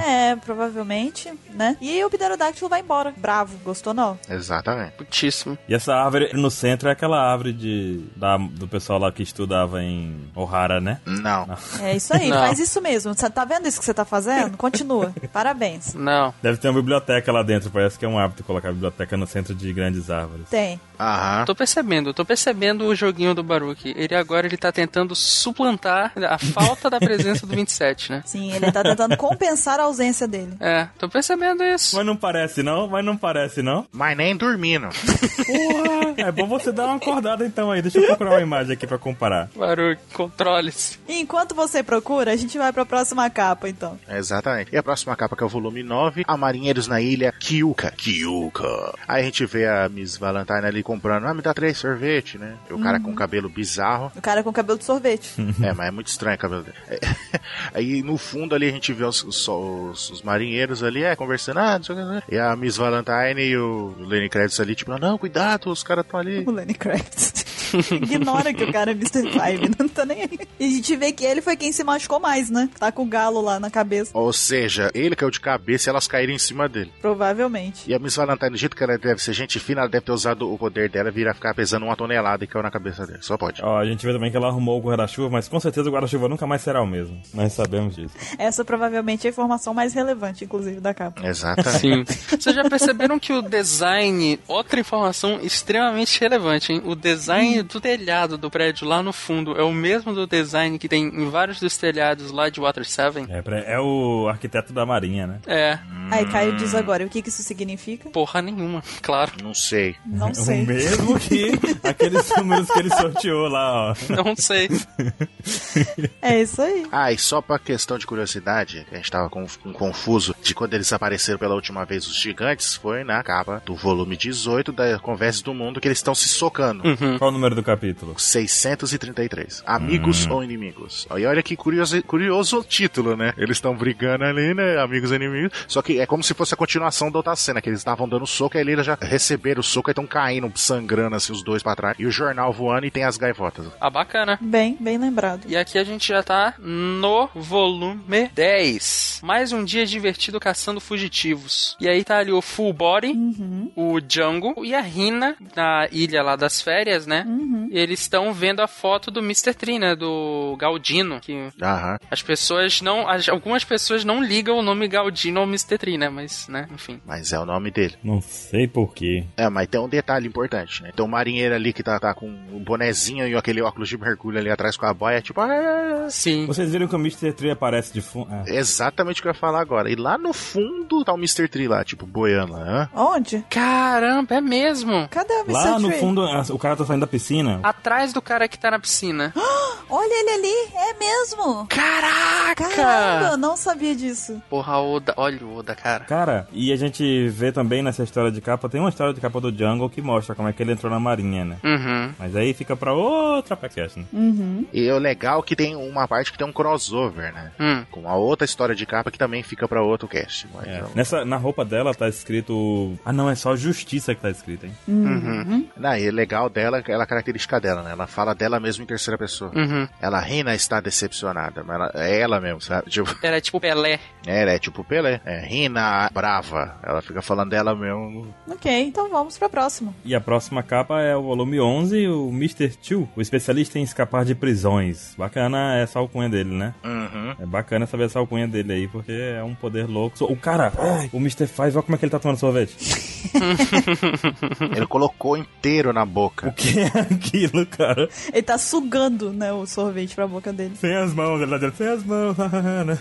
[SPEAKER 4] é, provavelmente, né? E o Pterodáctilo vai embora. Bravo, gostou não?
[SPEAKER 1] Exatamente.
[SPEAKER 2] Putíssimo.
[SPEAKER 3] E essa árvore no centro é aquela árvore de, da- do pessoal lá que estudava em O'Hara, né?
[SPEAKER 1] Não.
[SPEAKER 4] É isso aí,
[SPEAKER 2] Não.
[SPEAKER 4] faz isso mesmo. Você tá vendo isso que você tá fazendo? Continua. Parabéns.
[SPEAKER 2] Não.
[SPEAKER 3] Deve ter uma biblioteca lá dentro, parece que é um hábito colocar a biblioteca no centro de grandes árvores.
[SPEAKER 4] Tem.
[SPEAKER 1] Aham.
[SPEAKER 2] Tô percebendo, tô percebendo o joguinho do Baruque. Ele agora ele tá tentando suplantar a falta da presença do 27, né?
[SPEAKER 4] Sim, ele tá tentando compensar a ausência dele.
[SPEAKER 2] É, tô percebendo isso.
[SPEAKER 3] Mas não parece não, mas não parece não.
[SPEAKER 1] Mas nem dormindo.
[SPEAKER 3] Porra, é bom você dar uma acordada então aí, deixa eu procurar uma imagem aqui pra comparar.
[SPEAKER 2] Baruque, controle-se.
[SPEAKER 4] E enquanto você procura, a gente vai pra próxima capa, então.
[SPEAKER 1] Exatamente. E a próxima capa, que é o volume 9, A Marinheiros na Ilha, Kiuka. Kiuka. Aí a gente vê a Miss Valentine ali comprando, ah, me dá três sorvete, né? E o cara com cabelo bizarro.
[SPEAKER 4] O cara com cabelo de sorvete.
[SPEAKER 1] é, mas é muito estranho o cabelo dele. É. Aí no fundo ali a gente vê os, os- os- os marinheiros ali, é, conversando, ah, não sei o que. não sei o que. E a Miss Valentine e o Lenny Kravitz ali, tipo, não, cuidado, os caras estão ali.
[SPEAKER 4] O Lenny Kravitz. Ignora que o cara é Mr. Five, não tá nem aí. E a gente vê que ele foi quem se machucou mais, né? Tá com o galo lá na cabeça,
[SPEAKER 1] Ou seja, ele caiu de cabeça e elas caíram em cima dele.
[SPEAKER 4] provavelmente.
[SPEAKER 1] E a Miss Valentine, do jeito que ela deve ser gente fina, ela deve ter usado o poder dela e virar ficar pesando uma tonelada e caiu na cabeça dele. Só pode.
[SPEAKER 3] Ó, a gente vê também que ela arrumou o guarda-chuva, mas com certeza o guarda-chuva nunca mais será o mesmo. Nós sabemos disso.
[SPEAKER 4] Essa provavelmente é a informação mais relevante, inclusive, da capa.
[SPEAKER 1] Exatamente.
[SPEAKER 2] Sim. Vocês já perceberam que o design, outra informação extremamente relevante, hein? O design do telhado do prédio lá no fundo é o mesmo do design que tem em vários dos telhados lá de Water 7.
[SPEAKER 3] É, pra- é o arquiteto da marinha, né?
[SPEAKER 2] É,
[SPEAKER 4] Aí Caio diz agora, e o que, que isso significa?
[SPEAKER 2] porra nenhuma, claro.
[SPEAKER 1] Não sei.
[SPEAKER 4] Não
[SPEAKER 3] É O
[SPEAKER 4] sei.
[SPEAKER 3] mesmo que aqueles números que ele sorteou lá, ó.
[SPEAKER 2] Não sei.
[SPEAKER 4] É isso aí.
[SPEAKER 1] Ah, e só pra questão de curiosidade, que a gente tava com, com confuso de quando eles apareceram pela última vez, os gigantes, foi na capa do volume 18 da Conversa do Mundo que eles estão se socando.
[SPEAKER 2] Uhum.
[SPEAKER 4] Hum.
[SPEAKER 3] Qual o número número do capítulo?
[SPEAKER 1] 633. Amigos ou inimigos? E olha que curioso, curioso o título, né? Eles estão brigando ali, né? Amigos ou inimigos. Só que é como se fosse a continuação da outra cena, que eles estavam dando soco, aí eles já receberam o soco, aí estão caindo, sangrando assim, os dois pra trás. E o jornal voando e tem as gaivotas.
[SPEAKER 2] Ah, bacana.
[SPEAKER 4] Bem, bem lembrado.
[SPEAKER 2] E aqui a gente já tá no volume 10. Mais um dia divertido caçando fugitivos. E aí tá ali o Full Body, o Django e a Rina na ilha lá das férias, né? E eles estão vendo a foto do Mr. Tree, né? Do Galdino. Que
[SPEAKER 1] Aham.
[SPEAKER 2] as pessoas não. as- algumas pessoas não ligam o nome Galdino ao Mr. Tree, né? Mas, né? Enfim.
[SPEAKER 1] Mas é o nome dele.
[SPEAKER 3] Não sei porquê.
[SPEAKER 1] É, mas tem um detalhe importante, né? Tem um marinheiro ali que tá, tá com um bonezinho e aquele óculos de mergulho ali atrás com a boia, tipo, "Ah,
[SPEAKER 2] Sim.
[SPEAKER 3] Vocês viram que o Mr. Tree aparece de fundo? Ah.
[SPEAKER 1] Exatamente o que eu ia falar agora. E lá no fundo tá o Mr. Tree lá, tipo, boiando lá. hã?
[SPEAKER 4] Onde?
[SPEAKER 2] Caramba, é mesmo.
[SPEAKER 4] Cadê o Mr.
[SPEAKER 3] Lá no
[SPEAKER 4] Tree? Ah.
[SPEAKER 3] fundo, ah, o cara tá saindo da piscina.
[SPEAKER 2] Atrás do cara que tá na piscina.
[SPEAKER 4] Olha ele ali, é mesmo.
[SPEAKER 2] Caraca!
[SPEAKER 4] Caramba, eu não sabia disso.
[SPEAKER 2] Porra, Oda. Olha o Oda, cara.
[SPEAKER 3] Cara, e a gente vê também nessa história de capa, tem uma história de capa do Jungle que mostra como é que ele entrou na marinha, né?
[SPEAKER 2] Uhum.
[SPEAKER 3] Mas aí fica pra outra podcast, né?
[SPEAKER 4] Uhum.
[SPEAKER 1] E o legal é que tem uma parte que tem um crossover, né?
[SPEAKER 2] Hum.
[SPEAKER 1] Com a outra história de capa que também fica pra outro cast. Mas
[SPEAKER 3] É.
[SPEAKER 1] não-
[SPEAKER 3] Nessa, na roupa dela tá escrito. Ah, não, é só justiça que tá escrito, hein?
[SPEAKER 2] Uhum.
[SPEAKER 1] Não, e é legal dela, ela característica dela, né? Ela fala dela mesmo em terceira pessoa.
[SPEAKER 2] Uhum.
[SPEAKER 1] Ela Rina está decepcionada, mas ela, é ela mesmo, sabe? Tipo,
[SPEAKER 2] Era tipo Pelé.
[SPEAKER 1] é, ela é tipo Pelé. É Rina brava. Ela fica falando dela mesmo.
[SPEAKER 4] Ok, então vamos pra próxima.
[SPEAKER 3] E a próxima capa é o volume 11, o Mr. Chu, o especialista em escapar de prisões. Bacana essa alcunha dele, né?
[SPEAKER 1] Uhum.
[SPEAKER 3] É bacana saber essa alcunha dele aí, porque é um poder louco. O cara, ai, o Mr. Five, olha como é que ele tá tomando sorvete.
[SPEAKER 1] Ele colocou inteiro na
[SPEAKER 3] O
[SPEAKER 1] boca.
[SPEAKER 3] que é aquilo, cara?
[SPEAKER 4] Ele tá sugando, né, o sorvete pra boca dele.
[SPEAKER 3] Sem as mãos, ele tá dizendo, sem as mãos. né?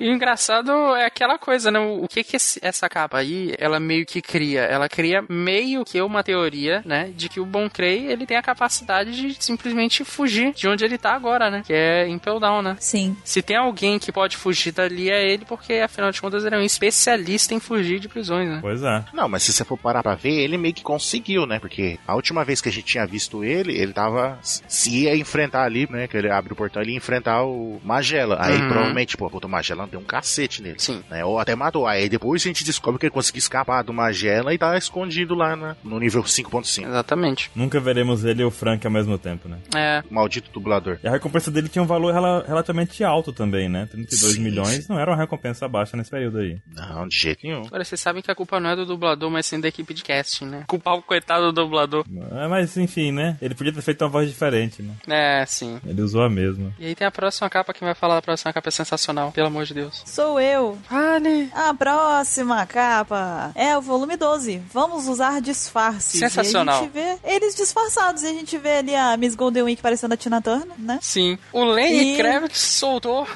[SPEAKER 2] E o engraçado é aquela coisa, né? O que que esse- essa capa aí, ela meio que cria? Ela cria meio que uma teoria, né? De que o Bon Cray, ele tem a capacidade de simplesmente fugir de onde ele tá agora, né? Que é em Down, né?
[SPEAKER 4] Sim.
[SPEAKER 2] Se tem alguém que pode fugir dali, é ele, porque afinal de contas ele é um especialista em fugir de prisões, né?
[SPEAKER 3] pois é.
[SPEAKER 1] Não, mas se você for parar pra ver, ele meio que conseguiu, né? Porque a última vez que a gente tinha visto ele, ele tava. Se ia enfrentar ali, né? Que ele abre o portão, ele ia enfrentar o Magela. Aí
[SPEAKER 2] Uhum.
[SPEAKER 1] provavelmente, pô, puta, o Magellan deu um cacete nele.
[SPEAKER 2] Sim.
[SPEAKER 1] Né? Ou até matou. Aí depois a gente descobre que ele conseguiu escapar do Magela e tá escondido lá né? no nível 5.5.
[SPEAKER 2] Exatamente.
[SPEAKER 3] Nunca veremos ele e o Frank ao mesmo tempo, né?
[SPEAKER 2] É.
[SPEAKER 1] Maldito dublador.
[SPEAKER 3] E a recompensa dele tinha um valor rela- relativamente alto também, né? 32
[SPEAKER 1] Sim.
[SPEAKER 3] milhões não era uma recompensa baixa nesse período aí.
[SPEAKER 1] Não, de jeito nenhum.
[SPEAKER 2] Agora, vocês sabem que a culpa não é do dublador, mas sim da equipe de casting, né? Culpar o coitado do dublador.
[SPEAKER 3] Ah, Mas enfim, né? Ele podia ter feito uma voz diferente, né?
[SPEAKER 2] É, sim.
[SPEAKER 3] Ele usou a mesma.
[SPEAKER 2] E aí tem a próxima capa que vai falar da próxima capa é sensacional, pelo amor de Deus.
[SPEAKER 4] Sou eu.
[SPEAKER 2] Vale!
[SPEAKER 4] A próxima capa é o volume 12. Vamos usar disfarces.
[SPEAKER 2] Sensacional.
[SPEAKER 4] E a gente vê eles disfarçados. E a gente vê ali a Miss Golden Week parecendo a Tina Turner, né?
[SPEAKER 2] Sim. O Lenny
[SPEAKER 4] E-
[SPEAKER 2] Kravitz soltou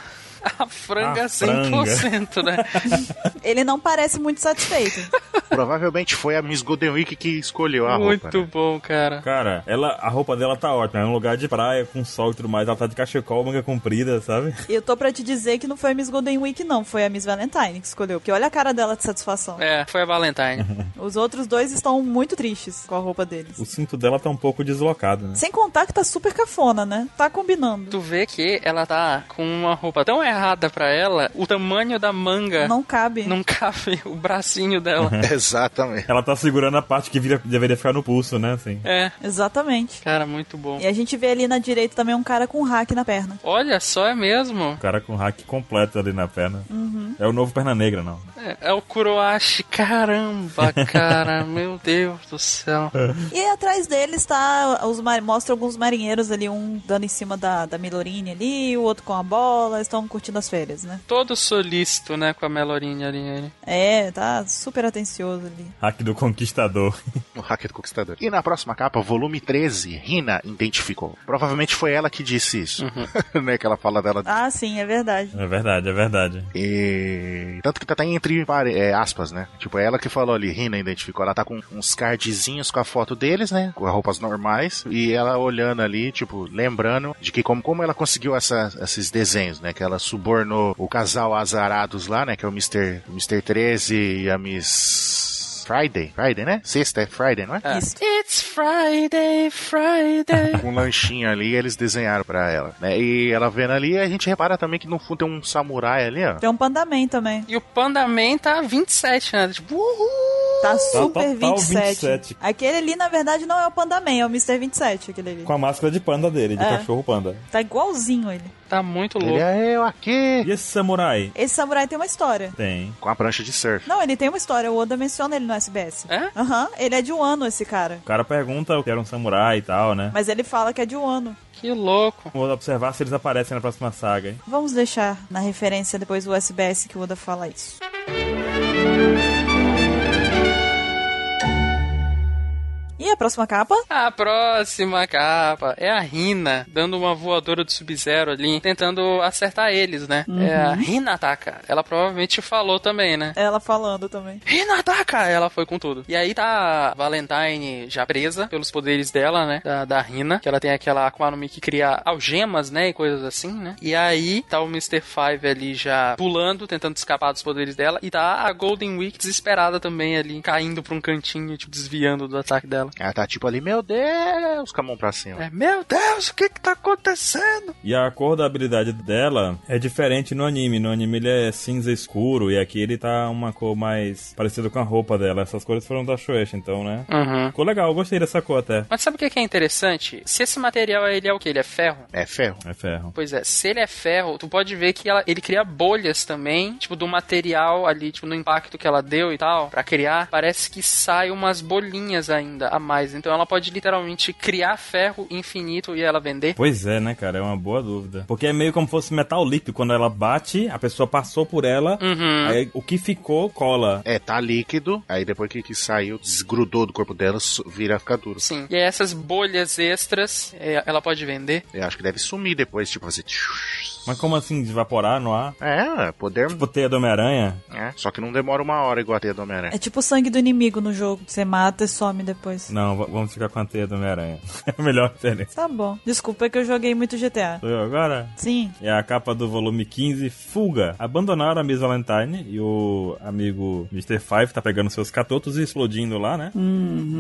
[SPEAKER 2] a franga
[SPEAKER 3] A
[SPEAKER 2] 100%, né?
[SPEAKER 4] Ele não parece muito satisfeito.
[SPEAKER 1] Provavelmente foi a Miss Golden Week que escolheu a
[SPEAKER 2] Muito
[SPEAKER 1] roupa. né?
[SPEAKER 2] bom, cara.
[SPEAKER 3] Cara, ela, a roupa dela tá ótima. É um lugar de praia, com sol e tudo mais. Ela tá de cachecol, manga comprida, sabe?
[SPEAKER 4] E eu tô pra te dizer que não foi a Miss Golden Week, não. Foi a Miss Valentine que escolheu. Porque olha a cara dela de satisfação.
[SPEAKER 2] É, foi a
[SPEAKER 1] Uhum.
[SPEAKER 2] Valentine.
[SPEAKER 4] Os outros dois estão muito tristes com a roupa deles.
[SPEAKER 3] O cinto dela tá um pouco deslocado, né?
[SPEAKER 4] Sem contar que tá super cafona, né? Tá combinando.
[SPEAKER 2] tu vê que ela tá com uma roupa tão errada pra ela, o tamanho da manga É. não,
[SPEAKER 4] Não cabe.
[SPEAKER 2] cabe o bracinho
[SPEAKER 1] Uhum.
[SPEAKER 2] dela.
[SPEAKER 1] Exatamente.
[SPEAKER 3] Ela tá segurando a parte que vira- deveria ficar no pulso, né? Assim.
[SPEAKER 2] é,
[SPEAKER 4] Exatamente.
[SPEAKER 2] cara, muito bom.
[SPEAKER 4] E a gente vê ali na direita também um cara com um hack na perna.
[SPEAKER 2] Olha só, é mesmo.
[SPEAKER 3] O cara com hack completo ali na perna. É o novo perna negra, não.
[SPEAKER 2] É, é o Kuroashi. Caramba, cara. meu Deus do céu.
[SPEAKER 4] E atrás deles tá, os mar- mostra alguns marinheiros ali, um dando em cima da, da Milorine ali, o outro com a bola, estão curtindo as férias, né?
[SPEAKER 2] Todo solícito, né, com a Melorine ali. ele.
[SPEAKER 4] É, tá super atencioso ali.
[SPEAKER 3] Hack do conquistador.
[SPEAKER 1] O hacker do conquistador. E na próxima capa, volume 13, Rina identificou. Provavelmente foi ela que disse isso. né? Que ela fala dela
[SPEAKER 4] Ah, sim, é verdade.
[SPEAKER 3] é verdade, é verdade.
[SPEAKER 1] E... Tanto que tá até entre pare- é, aspas, né? Tipo, é ela que falou ali, Rina identificou. Ela tá com uns cardzinhos com a foto deles, né? Com as roupas normais. E ela olhando ali, tipo, lembrando de que como, como ela conseguiu essa- esses desenhos, né? Que ela subornou o casal azarados lá, né? Que é o Mr. o Mr. 13 e a Miss... It's Friday. Friday, né? Sexta é Friday, não é?
[SPEAKER 2] É.
[SPEAKER 4] Isso.
[SPEAKER 2] It's Friday, Friday.
[SPEAKER 1] Com um lanchinho ali, eles desenharam pra ela, né? E ela vendo ali, a gente repara também que no fundo tem um samurai ali, ó.
[SPEAKER 4] Tem um pandaman também.
[SPEAKER 2] E o Panda Man tá 27, né? Tipo, uhul!
[SPEAKER 4] Tá super
[SPEAKER 3] total
[SPEAKER 4] 27.
[SPEAKER 3] 27.
[SPEAKER 4] Aquele ali, na verdade, não é o pandaman, é o Mr. 27, aquele ali.
[SPEAKER 3] Com a máscara de panda dele, de
[SPEAKER 4] É.
[SPEAKER 3] cachorro panda.
[SPEAKER 4] Tá igualzinho ele.
[SPEAKER 2] Tá muito
[SPEAKER 1] Ele
[SPEAKER 2] louco.
[SPEAKER 1] é eu aqui!
[SPEAKER 3] E esse samurai?
[SPEAKER 4] Esse samurai tem uma história.
[SPEAKER 3] Tem.
[SPEAKER 1] Com a prancha de surf.
[SPEAKER 4] Não, ele tem uma história. O Oda menciona ele no SBS.
[SPEAKER 2] É?
[SPEAKER 4] Aham, ele é de um ano, esse cara.
[SPEAKER 3] O cara pergunta o que era um samurai e tal, né?
[SPEAKER 4] Mas ele fala que é de um ano.
[SPEAKER 2] Que louco.
[SPEAKER 3] Vou observar se eles aparecem na próxima saga, hein?
[SPEAKER 4] Vamos deixar na referência depois o SBS que o Oda fala isso. E a próxima capa?
[SPEAKER 2] A próxima capa é a Rina dando uma voadora do Sub-Zero ali, tentando acertar eles, né? É a Rina ataca. Ela provavelmente falou também, né?
[SPEAKER 4] Ela falando também.
[SPEAKER 2] Rina ataca! tá, Ela foi com tudo. E aí tá a Valentine já presa pelos poderes dela, né? Da, da Rina, que ela tem aquela Aquanumi que cria algemas, né? E coisas assim, né? E aí tá o Mr. Five ali já pulando, tentando escapar dos poderes dela. E tá a Golden Week desesperada também ali, caindo pra um cantinho, tipo, desviando do ataque dela.
[SPEAKER 1] Ela tá tipo ali, meu Deus, com a mão pra cima.
[SPEAKER 2] É, meu Deus, o que que tá acontecendo?
[SPEAKER 3] E a cor da habilidade dela é diferente no anime. No anime ele é cinza escuro e aqui ele tá uma cor mais parecida com a roupa dela. Essas cores foram da Shueisha, então, né?
[SPEAKER 2] Uhum.
[SPEAKER 3] Ficou legal, eu gostei dessa cor até.
[SPEAKER 2] Mas sabe o que que é interessante? Se esse material ele é o que? Ele é ferro?
[SPEAKER 1] É ferro.
[SPEAKER 3] É ferro.
[SPEAKER 2] Pois é, se ele é ferro, tu pode ver que ela- ele cria bolhas também, tipo, do material ali, tipo, no impacto que ela deu e tal, pra criar, parece que sai umas bolhinhas ainda a mais. Então ela pode literalmente criar ferro infinito e ela vender.
[SPEAKER 3] Pois é, né, cara? É uma boa dúvida. Porque é meio como se fosse metal líquido. Quando ela bate, a pessoa passou por ela,
[SPEAKER 2] Uhum.
[SPEAKER 3] aí o que ficou cola.
[SPEAKER 1] É, tá líquido, aí depois que, que saiu, desgrudou do corpo dela, su- vira ficar duro.
[SPEAKER 2] Sim. E aí essas bolhas extras, é, ela pode vender.
[SPEAKER 1] Eu acho que deve sumir depois, tipo fazer.
[SPEAKER 3] Mas como assim, desevaporar no ar?
[SPEAKER 1] É, poder.
[SPEAKER 3] Tipo teia do Homem-Aranha?
[SPEAKER 1] É, só que não demora uma hora igual a teia do Homem-Aranha.
[SPEAKER 4] É tipo o sangue do inimigo no jogo. Você mata e some depois.
[SPEAKER 3] Não, v- vamos ficar com a teia do Homem-Aranha. É a melhor referência.
[SPEAKER 4] Tá bom. Desculpa, é que eu joguei muito GTA.
[SPEAKER 3] Sou eu agora?
[SPEAKER 4] Sim.
[SPEAKER 3] É a capa do volume 15, Fuga. Abandonaram a Miss Valentine e o amigo Mr. Five tá pegando seus catotos e explodindo lá, né?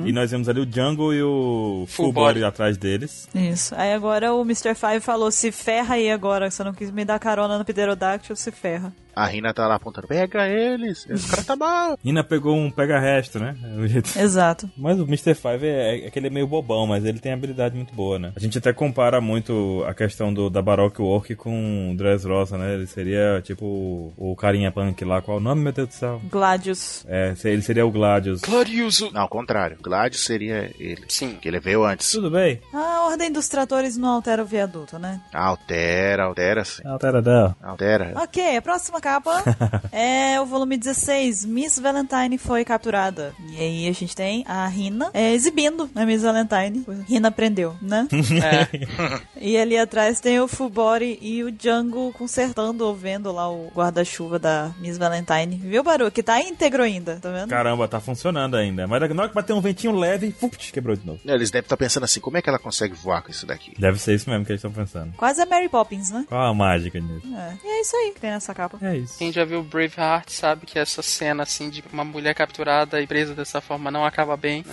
[SPEAKER 3] E nós vemos ali o Django e o Full,
[SPEAKER 2] Full
[SPEAKER 3] body.
[SPEAKER 2] Body.
[SPEAKER 3] atrás deles.
[SPEAKER 4] Isso. Aí agora o Mr. Five falou: se ferra aí agora. Você não quis me dar carona no Pterodactyl, se ferra.
[SPEAKER 1] A Rina tá lá apontando: pega eles, esse cara tá mal.
[SPEAKER 3] Nina pegou um pega-resto, né? É o jeito.
[SPEAKER 4] Exato.
[SPEAKER 3] Mas o Mr. Five é, é que ele é meio bobão, mas ele tem habilidade muito boa, né? A gente até compara muito a questão do, da Baroque Work com o Dressrosa, né? Ele seria tipo o carinha punk lá. Qual o nome, meu Deus do céu?
[SPEAKER 4] Gladius.
[SPEAKER 3] É, se- ele seria o Gladius.
[SPEAKER 2] Glorioso!
[SPEAKER 1] Não, ao contrário. Gladius seria ele.
[SPEAKER 2] Sim.
[SPEAKER 1] Que ele veio antes.
[SPEAKER 3] Tudo bem?
[SPEAKER 4] A ordem dos tratores não altera o viaduto, né?
[SPEAKER 1] Ah, Altera, altera, sim.
[SPEAKER 3] Altera É dela.
[SPEAKER 1] Altera.
[SPEAKER 4] Ok, a próxima capa é o volume 16. Miss Valentine foi capturada. E aí a gente tem a Rina é, exibindo a Miss Valentine. Rina prendeu, né?
[SPEAKER 2] É.
[SPEAKER 4] e ali atrás tem o Fubori e o Django consertando ou vendo lá o guarda-chuva da Miss Valentine. Viu, Baru? Que tá íntegro ainda, tá vendo?
[SPEAKER 3] Caramba, tá funcionando ainda. Mas na hora que bater um ventinho leve, fupt, quebrou de novo.
[SPEAKER 1] Eles devem estar pensando assim: como é que ela consegue voar com isso daqui?
[SPEAKER 3] Deve ser isso mesmo que eles estão pensando.
[SPEAKER 4] Quase a Mary Poppins, né?
[SPEAKER 3] Qual a mágica nisso?
[SPEAKER 4] É. E é isso aí que tem nessa capa.
[SPEAKER 3] É isso.
[SPEAKER 2] Quem já viu Braveheart sabe que essa cena, assim, de uma mulher capturada e presa dessa forma não acaba bem.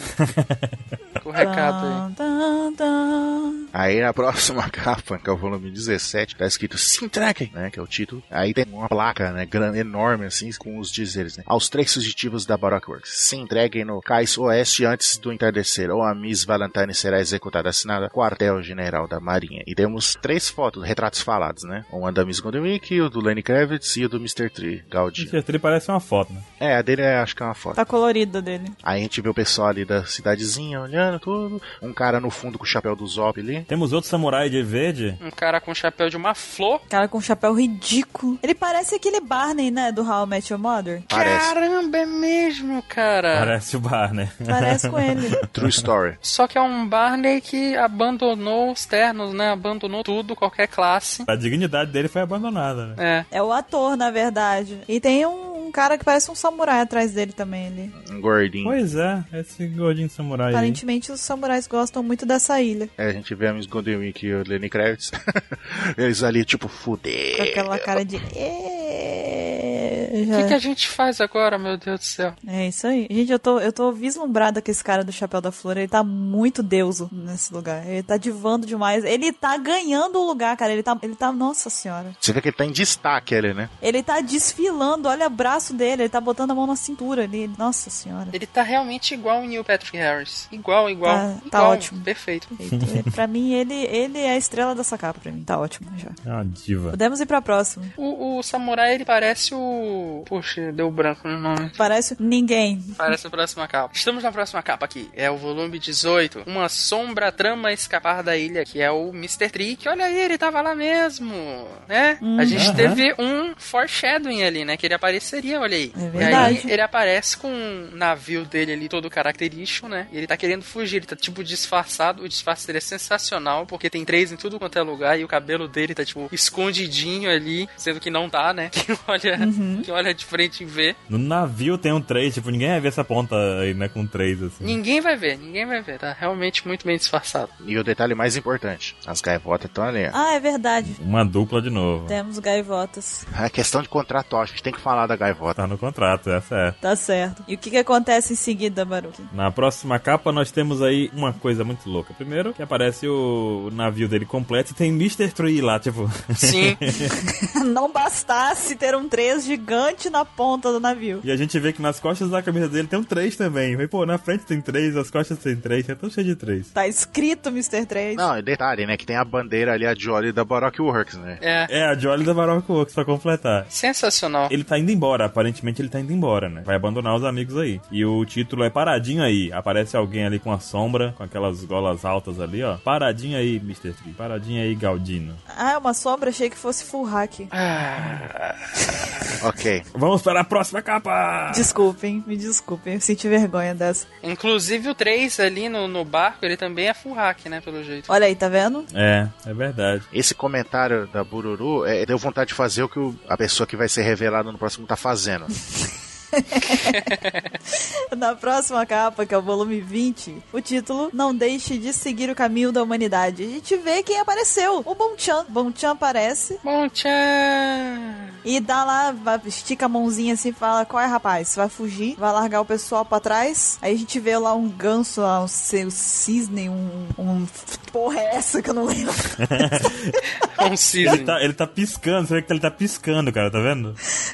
[SPEAKER 2] Com o recado aí.
[SPEAKER 4] Tan, tan, tan.
[SPEAKER 1] Aí na próxima capa, que é o volume 17, tá escrito Se entreguem, né? Que é o título. Aí tem uma placa, né? Grande, enorme, assim, com os dizeres, né? Aos três fugitivos da Baroque Works. Se entreguem no cais oeste antes do entardecer, ou a Miss Valentine será executada. Assinada Quartel-General da Marinha. E temos três fotos, retratos falados, né? Uma da Miss Gondelmick, o do Lenny Kravitz e o do Mr. Tree, Gaudí.
[SPEAKER 3] Mr. Tree parece uma foto, né?
[SPEAKER 1] É, a dele é, acho que é uma foto.
[SPEAKER 4] Tá colorida dele.
[SPEAKER 1] Aí a gente vê o pessoal ali da cidadezinha olhando tudo. Um cara no fundo com o chapéu do Zop ali.
[SPEAKER 3] Temos outro samurai de verde.
[SPEAKER 2] Um cara com chapéu de uma flor.
[SPEAKER 4] Cara com um chapéu ridículo. Ele parece aquele Barney, né? Do How I Met Your Mother.
[SPEAKER 1] Parece.
[SPEAKER 2] Caramba, é mesmo, cara.
[SPEAKER 3] Parece o bar, né?
[SPEAKER 4] Parece com ele.
[SPEAKER 1] True Story.
[SPEAKER 2] Só que é um Barney que abandonou os ternos, né? Abandonou tudo, qualquer classe.
[SPEAKER 3] A dignidade dele foi abandonada, né?
[SPEAKER 2] É.
[SPEAKER 4] É o ator, na verdade. E tem um, um cara que parece um samurai atrás dele também ali.
[SPEAKER 1] Um gordinho.
[SPEAKER 3] Pois é, esse gordinho samurai
[SPEAKER 4] Tá,
[SPEAKER 3] aí.
[SPEAKER 4] Aparentemente os samurais gostam muito dessa ilha.
[SPEAKER 1] É, a gente vê a Miss Gondelwick e o Lenny Kravitz. Eles ali, tipo,
[SPEAKER 4] Com
[SPEAKER 1] fudeu.
[SPEAKER 4] aquela cara de. "É". Eu
[SPEAKER 2] O
[SPEAKER 4] já-
[SPEAKER 2] que, que a gente faz agora, meu Deus do céu?
[SPEAKER 4] É isso aí. Gente, eu tô, eu tô vislumbrada com esse cara do Chapéu da Flor. Ele tá muito deuso nesse lugar. Ele tá divando demais. Ele tá ganhando o lugar, cara. Ele tá, ele tá, nossa senhora.
[SPEAKER 1] Você vê que ele tá em destaque ali, né?
[SPEAKER 4] Ele tá desfilando. Olha o braço dele. Ele tá botando a mão na cintura ali. Nossa senhora.
[SPEAKER 2] Ele tá realmente igual o Neil Patrick Harris. Igual, igual.
[SPEAKER 4] Tá- tá
[SPEAKER 2] igual,
[SPEAKER 4] ótimo.
[SPEAKER 2] Perfeito.
[SPEAKER 4] Perfeito. pra mim, ele, ele é a estrela dessa capa pra mim. Tá ótimo já.
[SPEAKER 3] É uma diva.
[SPEAKER 4] Podemos ir pra próxima.
[SPEAKER 2] O, o samurai, ele parece o. Poxa, deu branco no nome.
[SPEAKER 4] Parece ninguém.
[SPEAKER 2] Parece a próxima capa. Estamos na próxima capa aqui. É o volume 18. Uma sombra trama escapar da ilha, que é o Mr. Trick. Olha aí, ele tava lá mesmo, né? a
[SPEAKER 4] Uhum.
[SPEAKER 2] gente
[SPEAKER 3] Aham.
[SPEAKER 2] teve um foreshadowing ali, né? Que ele apareceria, olha aí.
[SPEAKER 4] É
[SPEAKER 2] E
[SPEAKER 4] verdade.
[SPEAKER 2] aí ele aparece com um navio dele ali todo característico, né? E ele tá querendo fugir, ele tá tipo disfarçado. O disfarce dele é sensacional, porque tem três em tudo quanto é lugar e o cabelo dele tá tipo escondidinho ali, sendo que não tá, né? Quem olha,
[SPEAKER 4] Uhum.
[SPEAKER 2] quem olha de frente e vê.
[SPEAKER 3] No navio tem um 3, tipo, ninguém vai ver essa ponta aí, né, com 3, assim.
[SPEAKER 2] Ninguém vai ver, ninguém vai ver. Tá realmente muito bem disfarçado.
[SPEAKER 1] E o detalhe mais importante: as gaivotas estão ali.
[SPEAKER 4] Ah, é verdade.
[SPEAKER 3] Uma dupla de novo.
[SPEAKER 4] Temos gaivotas.
[SPEAKER 1] A questão de contratual, a gente tem que falar da gaivota.
[SPEAKER 3] Tá no contrato, essa é.
[SPEAKER 4] Tá certo. E o que que acontece em seguida, Baruque?
[SPEAKER 3] Na próxima capa nós temos aí uma coisa muito louca. Primeiro, que aparece o navio dele completo e tem Mr. Tree lá, tipo.
[SPEAKER 2] Sim,
[SPEAKER 4] Não bastasse ter um 3 gigante na ponta do navio.
[SPEAKER 3] E a gente vê que nas costas da camisa dele tem um 3 também. E, pô, na frente tem 3, as costas tem 3, é tão cheio de 3.
[SPEAKER 4] Tá escrito Mr. 3.
[SPEAKER 1] Não, e detalhe, né? Que tem a bandeira ali, a Jolly da Baroque Works, né?
[SPEAKER 2] é.
[SPEAKER 3] É, a Jolly da Baroque Works pra completar.
[SPEAKER 2] Sensacional.
[SPEAKER 3] Ele tá indo embora, aparentemente ele tá indo embora, né? Vai abandonar os amigos aí. E o título é Paradinho aí. Aparece alguém ali com a sombra, com aquelas golas altas ali, ó. Paradinho aí, Mr. Tree. Paradinho aí, Galdino.
[SPEAKER 4] Ah, é uma sombra, achei que fosse full hack.
[SPEAKER 2] Ah,
[SPEAKER 1] Ok.
[SPEAKER 3] Vamos para a próxima capa!
[SPEAKER 4] Desculpem, me desculpem, eu senti vergonha dessa.
[SPEAKER 2] inclusive o 3 ali no, no barco, ele também é full hack, né? Pelo jeito.
[SPEAKER 4] Olha aí, tá vendo?
[SPEAKER 3] É, é verdade.
[SPEAKER 1] Esse comentário da Bururu é, deu vontade de fazer o que o- a pessoa que vai ser revelada no próximo tá fazendo.
[SPEAKER 4] Na próxima capa, que é o volume 20, o título Não Deixe de Seguir o Caminho da Humanidade. A gente vê quem apareceu. O Bonchan. Bonchan aparece
[SPEAKER 2] Bom, tchan!
[SPEAKER 4] e dá lá, vai- estica a mãozinha assim e fala: Qual é, rapaz? Vai fugir? Vai largar o pessoal pra trás? Aí a gente vê lá um ganso, lá, um, seu cisne, um. um... Porra, é essa que eu não lembro?
[SPEAKER 2] Um
[SPEAKER 3] Ele
[SPEAKER 2] cisne.
[SPEAKER 3] tá, ele tá piscando, você vê que ele tá piscando, cara, tá vendo?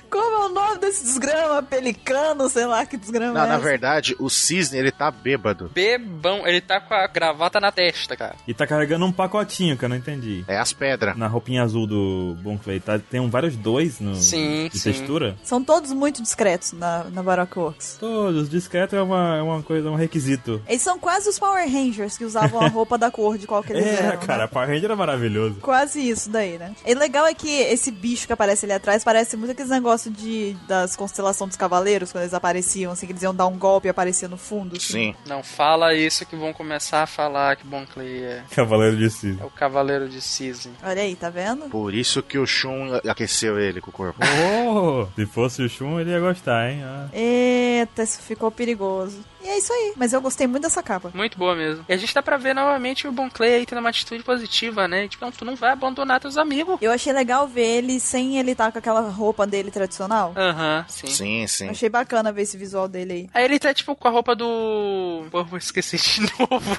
[SPEAKER 4] Como é o nome desse desgrama? Pelicano, sei lá que desgrama
[SPEAKER 1] Não,
[SPEAKER 4] é
[SPEAKER 1] na
[SPEAKER 4] essa?
[SPEAKER 1] verdade, o cisne ele tá bêbado.
[SPEAKER 2] Bebão, ele tá com a gravata na testa, cara.
[SPEAKER 3] E tá carregando um pacotinho, que eu não entendi.
[SPEAKER 1] É as pedras.
[SPEAKER 3] Na roupinha azul do Bon Clay, tá, tem um, vários dois no,
[SPEAKER 2] Sim,
[SPEAKER 3] de
[SPEAKER 2] sim.
[SPEAKER 3] textura.
[SPEAKER 4] São todos muito discretos na, na Baroque Works.
[SPEAKER 3] Todos, discreto é uma, é uma coisa, um requisito.
[SPEAKER 4] Eles são quase os Power Rangers que usavam a roupa da cor de qual que eles
[SPEAKER 3] É,
[SPEAKER 4] eram, né?
[SPEAKER 3] cara, Power Ranger era maravilhoso.
[SPEAKER 4] Quase isso daí, né? E legal é que esse bicho que aparece ali atrás parece muito aqueles negócios de, das constelações dos cavaleiros, quando eles apareciam, assim, que eles iam dar um golpe e aparecia no fundo. assim.
[SPEAKER 1] Sim.
[SPEAKER 2] Não fala isso que vão começar a falar que Bon Clay é,
[SPEAKER 3] Cavaleiro de Cis.
[SPEAKER 2] é o cavaleiro de cisne.
[SPEAKER 4] Olha aí, tá vendo?
[SPEAKER 1] Por isso que o Shun aqueceu ele com o corpo.
[SPEAKER 3] Oh, se fosse o Shun, ele ia gostar, hein? Ah.
[SPEAKER 4] Eita, isso ficou perigoso. E é isso aí. Mas eu gostei muito dessa capa.
[SPEAKER 2] Muito boa mesmo. E a gente dá pra ver novamente o Bon Clay aí tendo uma atitude positiva, né? Tipo, não, tu não vai abandonar teus amigos.
[SPEAKER 4] Eu achei legal ver ele sem ele estar com aquela roupa dele tradicional.
[SPEAKER 2] Aham, sim.
[SPEAKER 1] Sim, sim.
[SPEAKER 4] Achei bacana ver esse visual dele aí.
[SPEAKER 2] Aí ele tá tipo com a roupa do. Pô, eu vou esquecer de novo.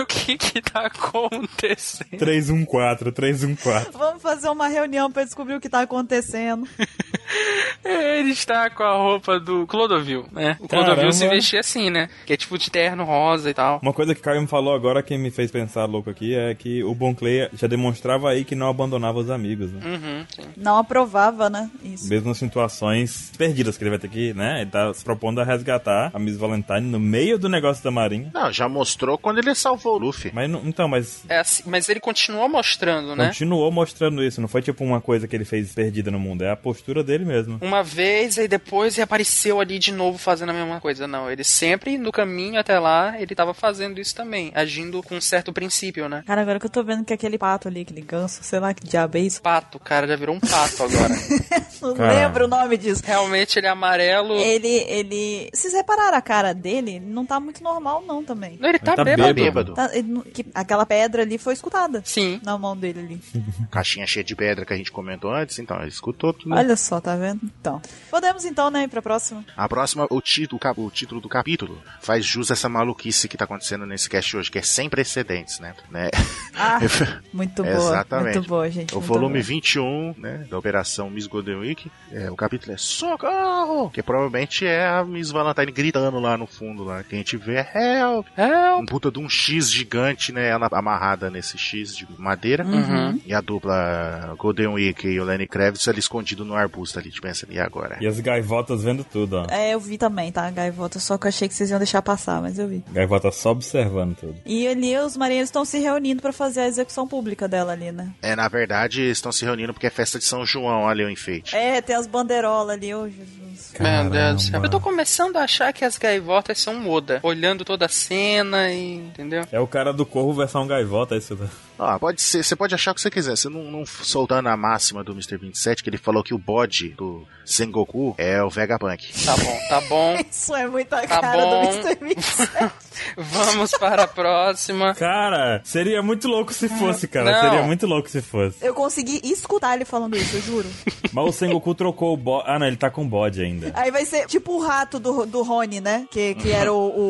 [SPEAKER 2] o que que tá acontecendo?
[SPEAKER 3] 314, 314.
[SPEAKER 4] Vamos fazer uma reunião pra descobrir o que tá acontecendo.
[SPEAKER 2] Ele está com a roupa do Clodovil, né? O Clodovil
[SPEAKER 3] Caramba.
[SPEAKER 2] se vestia assim, né? Que é tipo de terno rosa e tal.
[SPEAKER 3] Uma coisa que o Caio me falou agora que me fez pensar louco aqui é que o Bon Clay já demonstrava aí que não abandonava os amigos, né?
[SPEAKER 2] Uhum, sim.
[SPEAKER 4] Não aprovava, né? Isso.
[SPEAKER 3] Mesmo nas situações perdidas que ele vai ter que, né? Ele tá se propondo a resgatar a Miss Valentine no meio do negócio da marinha.
[SPEAKER 1] Não, já mostrou quando ele salvou o Luffy.
[SPEAKER 3] Mas não, então, mas
[SPEAKER 2] É assim, mas ele continuou mostrando, né?
[SPEAKER 3] continuou mostrando isso. Não foi tipo uma coisa que ele fez perdida no mundo. É a postura dele ele mesmo.
[SPEAKER 2] Uma vez e depois ele apareceu ali de novo fazendo a mesma coisa. Não, ele sempre no caminho até lá, ele tava fazendo isso também, agindo com um certo princípio, né?
[SPEAKER 4] Cara, agora que eu tô vendo que aquele pato ali, aquele ganso, sei lá que diabo é isso.
[SPEAKER 2] Pato, cara, já virou um pato agora.
[SPEAKER 4] Não
[SPEAKER 3] Cara.
[SPEAKER 4] lembro o nome disso.
[SPEAKER 2] Realmente ele é amarelo.
[SPEAKER 4] Ele, ele. Vocês repararam a cara dele? Ele não tá muito normal, não, também.
[SPEAKER 2] Não, ele tá,
[SPEAKER 3] Ele tá
[SPEAKER 2] bêbado.
[SPEAKER 3] bêbado.
[SPEAKER 4] Tá- ele não- que- aquela pedra ali foi escutada
[SPEAKER 2] Sim.
[SPEAKER 4] na mão dele ali.
[SPEAKER 1] Caixinha cheia de pedra que a gente comentou antes, então, ele escutou tudo.
[SPEAKER 4] Olha só, tá vendo? Então. Podemos então, né, ir pra próxima?
[SPEAKER 1] A próxima, o título, cap- o título do capítulo faz jus a essa maluquice que tá acontecendo nesse cast hoje, que é sem precedentes, né? né?
[SPEAKER 4] Ah, muito boa.
[SPEAKER 1] Exatamente.
[SPEAKER 4] Muito boa, gente.
[SPEAKER 1] O
[SPEAKER 4] muito
[SPEAKER 1] volume
[SPEAKER 4] boa.
[SPEAKER 1] 21, né, da Operação Miss Golden Week, é, o capítulo é Socorro! Que provavelmente é a Miss Valentine gritando lá no fundo, lá, que a gente vê Help!
[SPEAKER 2] Help.
[SPEAKER 1] Um puta de um X gigante, né, ela amarrada nesse X de madeira.
[SPEAKER 2] Uhum.
[SPEAKER 1] E a dupla Golden Week e o Lenny Kravitz ali escondido no arbusto ali, a gente pensa, e agora?
[SPEAKER 3] E as gaivotas vendo tudo, ó.
[SPEAKER 4] É, eu vi também, tá? Gaivota, só que eu achei que vocês iam deixar passar, mas eu vi.
[SPEAKER 3] Gaivota só observando tudo.
[SPEAKER 4] E ali os marinheiros estão se reunindo pra fazer a execução pública dela ali, né?
[SPEAKER 1] É, na verdade, eles estão se reunindo porque é festa de São João, olha o enfeite.
[SPEAKER 4] É, tem as bandeirolas ali, ô Jesus.
[SPEAKER 2] Meu Deus do céu.
[SPEAKER 3] Caramba.
[SPEAKER 2] Eu tô começando a achar que as gaivotas são moda, olhando toda a cena e. Entendeu?
[SPEAKER 3] É o cara do corvo versão gaivota, é isso.
[SPEAKER 1] Ó, Ah, pode ser, você pode achar o que você quiser. Você não, não soltando a máxima do Mr. 27, que ele falou que o bode do Sengoku é o Vegapunk.
[SPEAKER 2] Tá bom, tá bom.
[SPEAKER 4] Isso é muita
[SPEAKER 2] Tá
[SPEAKER 4] cara
[SPEAKER 2] bom.
[SPEAKER 4] do Mr. 27.
[SPEAKER 2] Vamos para a próxima.
[SPEAKER 3] Cara, seria muito louco se fosse, cara.
[SPEAKER 2] Não.
[SPEAKER 3] Seria muito louco se fosse.
[SPEAKER 4] Eu consegui escutar ele falando isso, eu juro.
[SPEAKER 3] Mas o Sengoku trocou o bode. Ah, não, ele tá com bode ainda.
[SPEAKER 4] Aí vai ser tipo o rato do, do Rony, né? Que, que era o, o,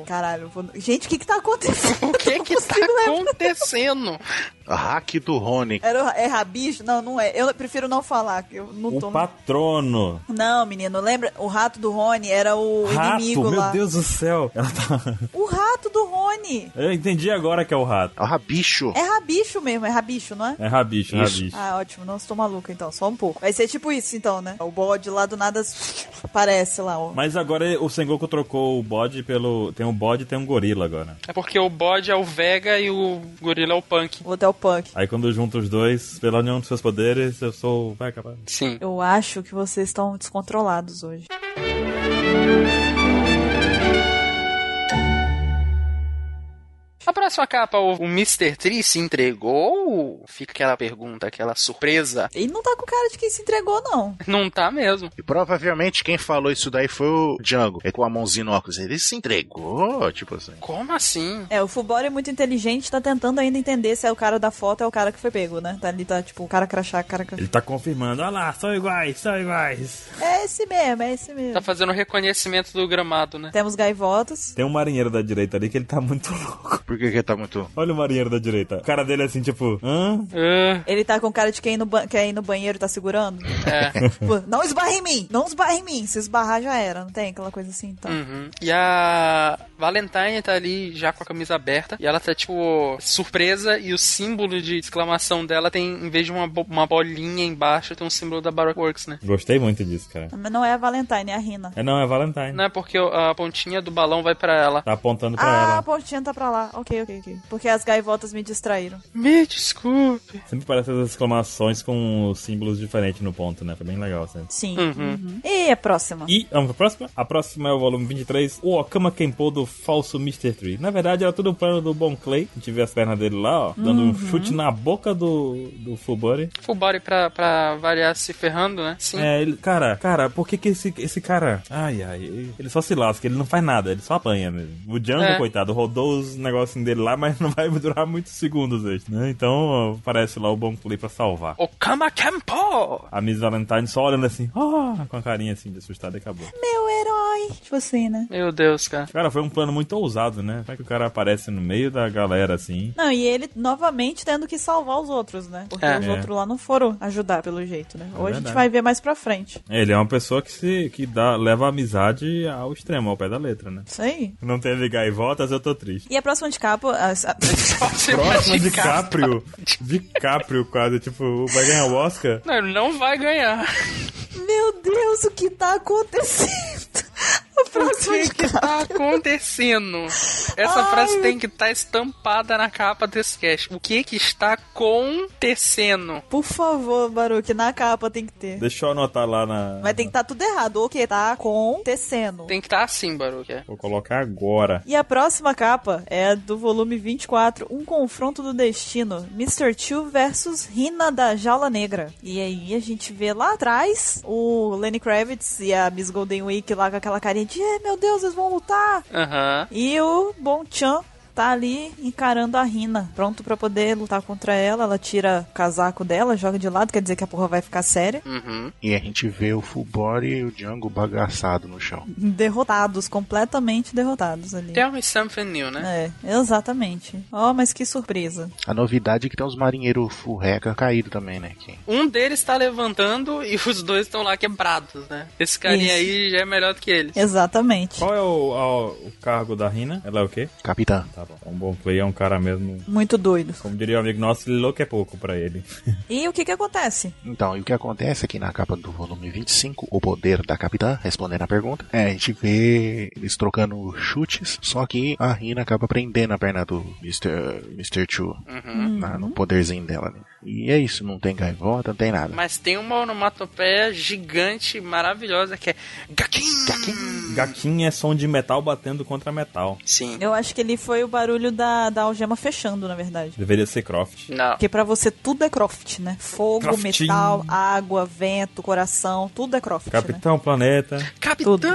[SPEAKER 4] o- Caralho. eu vou- Gente, o que que tá acontecendo?
[SPEAKER 2] O que
[SPEAKER 4] Não
[SPEAKER 2] que tá
[SPEAKER 4] consigo lembrar.
[SPEAKER 2] acontecendo?
[SPEAKER 1] Hack do Rony.
[SPEAKER 4] Era, o- é rabicho? Não, não é. Eu prefiro não falar, que eu não
[SPEAKER 3] O
[SPEAKER 4] tô...
[SPEAKER 3] patrono.
[SPEAKER 4] Não, menino, lembra? O rato do Rony era o
[SPEAKER 3] Rato,
[SPEAKER 4] inimigo
[SPEAKER 3] meu
[SPEAKER 4] lá.
[SPEAKER 3] Deus do céu. Ela tá-
[SPEAKER 4] O rato do Rony.
[SPEAKER 3] Eu entendi agora que é o rato.
[SPEAKER 1] É o Rabicho.
[SPEAKER 4] É rabicho mesmo, é rabicho, não é?
[SPEAKER 3] É rabicho,
[SPEAKER 1] Isso.
[SPEAKER 3] rabicho.
[SPEAKER 4] Ah, ótimo. Não, estou maluca então, só um pouco. Vai ser tipo isso então, né? O bode lá do nada aparece lá, ó.
[SPEAKER 3] Mas agora o Sengoku trocou o bode pelo. Tem um bode e tem um gorila agora.
[SPEAKER 2] É porque o bode é o Vega e o gorila é o Punk.
[SPEAKER 4] O Hotel Punk.
[SPEAKER 3] Aí quando junta os dois, pela união dos seus poderes, eu sou. Vai acabar.
[SPEAKER 2] Sim.
[SPEAKER 4] Eu acho que vocês estão descontrolados hoje.
[SPEAKER 2] A próxima capa, o, o Mr. Tree se entregou? Fica aquela pergunta, aquela surpresa.
[SPEAKER 4] Ele não tá com cara de quem se entregou, não.
[SPEAKER 2] Não tá mesmo.
[SPEAKER 1] E provavelmente quem falou isso daí foi o Django. Ele com a mãozinha no óculos. Ele se entregou, tipo assim.
[SPEAKER 2] Como assim?
[SPEAKER 4] É, o Fubora é muito inteligente, tá tentando ainda entender se é o cara da foto ou é o cara que foi pego, né? Tá ali, tá tipo, o cara crachá, cara crachá.
[SPEAKER 3] Ele tá confirmando. Olha lá, são iguais, são iguais.
[SPEAKER 4] É esse mesmo, é esse mesmo.
[SPEAKER 2] Tá fazendo reconhecimento do gramado, né?
[SPEAKER 4] Temos gaivotas.
[SPEAKER 3] Tem um marinheiro da direita ali que ele tá muito louco.
[SPEAKER 1] Por que que ele tá muito...
[SPEAKER 3] Olha o marinheiro da direita. O cara dele é assim, tipo, hã?
[SPEAKER 2] Ah,
[SPEAKER 4] Ele tá com cara de quem no ba- quer ir no banheiro tá segurando.
[SPEAKER 2] é.
[SPEAKER 4] Tipo, não esbarra em mim! Não esbarra em mim! Se esbarrar já era, não tem aquela coisa assim, então.
[SPEAKER 2] Uhum. E a Valentine tá ali já com a camisa aberta. E ela tá, tipo, surpresa. E o símbolo de exclamação dela tem, em vez de uma, bo- uma bolinha embaixo, tem um símbolo da Baroque Works, né?
[SPEAKER 3] Gostei muito disso, cara.
[SPEAKER 4] Mas não é a Valentine, é a Rina.
[SPEAKER 3] É não, é Valentine.
[SPEAKER 2] Não é porque a pontinha do balão vai pra ela.
[SPEAKER 3] Tá apontando pra
[SPEAKER 4] Ah, a
[SPEAKER 3] ela.
[SPEAKER 4] pontinha tá pra lá. Ok, ok, ok. Porque as gaivotas me distraíram.
[SPEAKER 2] Me desculpe.
[SPEAKER 3] Sempre parece as exclamações com símbolos diferentes no ponto, né? Foi bem legal, assim.
[SPEAKER 4] Sim.
[SPEAKER 2] Uhum.
[SPEAKER 4] E a próxima?
[SPEAKER 3] E vamos pra próxima? A próxima é o volume 23, o Okama Kenpo do falso Mr. Tree. Na verdade, era tudo um plano do Bon Clay. A gente vê as pernas dele lá, ó, dando
[SPEAKER 2] Uhum.
[SPEAKER 3] um chute na boca do, do Fubori.
[SPEAKER 2] Full body pra, pra variar se ferrando, né? Sim.
[SPEAKER 3] É, ele, cara, cara, por que que esse, esse cara... Ai, ai, ele só se lasca, ele não faz nada, ele só apanha mesmo. O Django,
[SPEAKER 2] É.
[SPEAKER 3] coitado, rodou os negocinhos dele lá, mas não vai durar muitos segundos este, né? Então, ó, parece lá o Bon Clay pra salvar.
[SPEAKER 2] O Kama Kempo!
[SPEAKER 3] A Miss Valentine só olhando assim, ah, com a carinha assim de assustada e acabou.
[SPEAKER 4] Meu herói! Tipo assim, né?
[SPEAKER 2] Meu Deus, cara.
[SPEAKER 3] Cara, foi um plano muito ousado, né? Como é que o cara aparece no meio da galera assim?
[SPEAKER 4] Não, e ele novamente tendo que salvar os outros, né? Porque
[SPEAKER 2] É.
[SPEAKER 4] os
[SPEAKER 3] É.
[SPEAKER 4] outros lá não foram ajudar, pelo jeito, né? Ou a gente
[SPEAKER 3] verdade.
[SPEAKER 4] vai ver mais pra frente.
[SPEAKER 3] Ele é uma pessoa que se que dá, leva a amizade ao extremo, ao pé da letra, né?
[SPEAKER 4] Isso aí.
[SPEAKER 3] Não teve gaivotas, eu tô triste.
[SPEAKER 4] E a próxima de capa. as- a-
[SPEAKER 2] Você
[SPEAKER 3] Próximo
[SPEAKER 2] imagina-
[SPEAKER 3] de Caprio. De Caprio, quase. Tipo, vai ganhar o Oscar?
[SPEAKER 2] Não, ele não vai ganhar.
[SPEAKER 4] Meu Deus, o que tá acontecendo? A próxima
[SPEAKER 2] que
[SPEAKER 4] de
[SPEAKER 2] que que tá acontecendo? Essa
[SPEAKER 4] Ai.
[SPEAKER 2] frase tem que estar estampada na capa desse cast. O que que está acontecendo?
[SPEAKER 4] Por favor, Baruque, na capa tem que ter.
[SPEAKER 3] Deixa eu anotar lá na.
[SPEAKER 4] Mas tem que estar tudo errado. O que tá acontecendo.
[SPEAKER 2] Tem que estar assim, Baruque.
[SPEAKER 3] Vou colocar agora.
[SPEAKER 4] E a próxima capa é do volume 24, Um Confronto do Destino, Mr. Chu versus Rina da Jaula Negra. E aí a gente vê lá atrás o Lenny Kravitz e a Miss Golden Week lá com aquela carinha de, "Eh, meu Deus, eles vão lutar.
[SPEAKER 2] Aham.
[SPEAKER 4] E o Bon Chan tá ali encarando a Rina, pronto pra poder lutar contra ela. Ela tira o casaco dela, joga de lado, quer dizer que a porra vai ficar séria.
[SPEAKER 2] Uhum.
[SPEAKER 1] E a gente vê o Fubori e o Django bagaçado no chão.
[SPEAKER 4] Derrotados, completamente derrotados ali.
[SPEAKER 2] Tell me something new, né?
[SPEAKER 4] É, exatamente. Ó, mas que surpresa.
[SPEAKER 1] A novidade é que tem uns marinheiros furreca caído também, né? Que
[SPEAKER 2] Um deles tá levantando e os dois estão lá quebrados, né? Esse carinha
[SPEAKER 4] Isso.
[SPEAKER 2] aí já é melhor do que eles.
[SPEAKER 4] Exatamente.
[SPEAKER 3] Qual é o, a- o cargo da Rina? Ela é o quê?
[SPEAKER 1] Capitã.
[SPEAKER 3] Tá bom. É Um bom player, é um cara mesmo.
[SPEAKER 4] Muito doido.
[SPEAKER 3] Como diria o amigo nosso, louco é pouco pra ele.
[SPEAKER 4] E o que que acontece?
[SPEAKER 1] Então, e o que acontece aqui na capa do volume 25, O Poder da Capitã, respondendo a pergunta, é, a gente vê eles trocando chutes, só que a Rina acaba prendendo a perna do Mr. Mr. Chu
[SPEAKER 2] Uhum.
[SPEAKER 1] na- no poderzinho dela, né? E é isso, não tem gaivota, não tem nada.
[SPEAKER 2] Mas tem uma onomatopeia gigante, maravilhosa, que é Gakin!
[SPEAKER 3] Gaquinha é som de metal batendo contra metal.
[SPEAKER 2] Sim.
[SPEAKER 4] Eu acho que ele foi o barulho da, da algema fechando, na verdade.
[SPEAKER 3] Deveria ser Croft.
[SPEAKER 2] Não.
[SPEAKER 4] Porque pra você tudo é croft, né? Fogo,
[SPEAKER 3] Croftinho.
[SPEAKER 4] metal, água, vento, coração, tudo é croft, né?
[SPEAKER 3] Capitão Planeta.
[SPEAKER 2] Capitão
[SPEAKER 4] Tudo.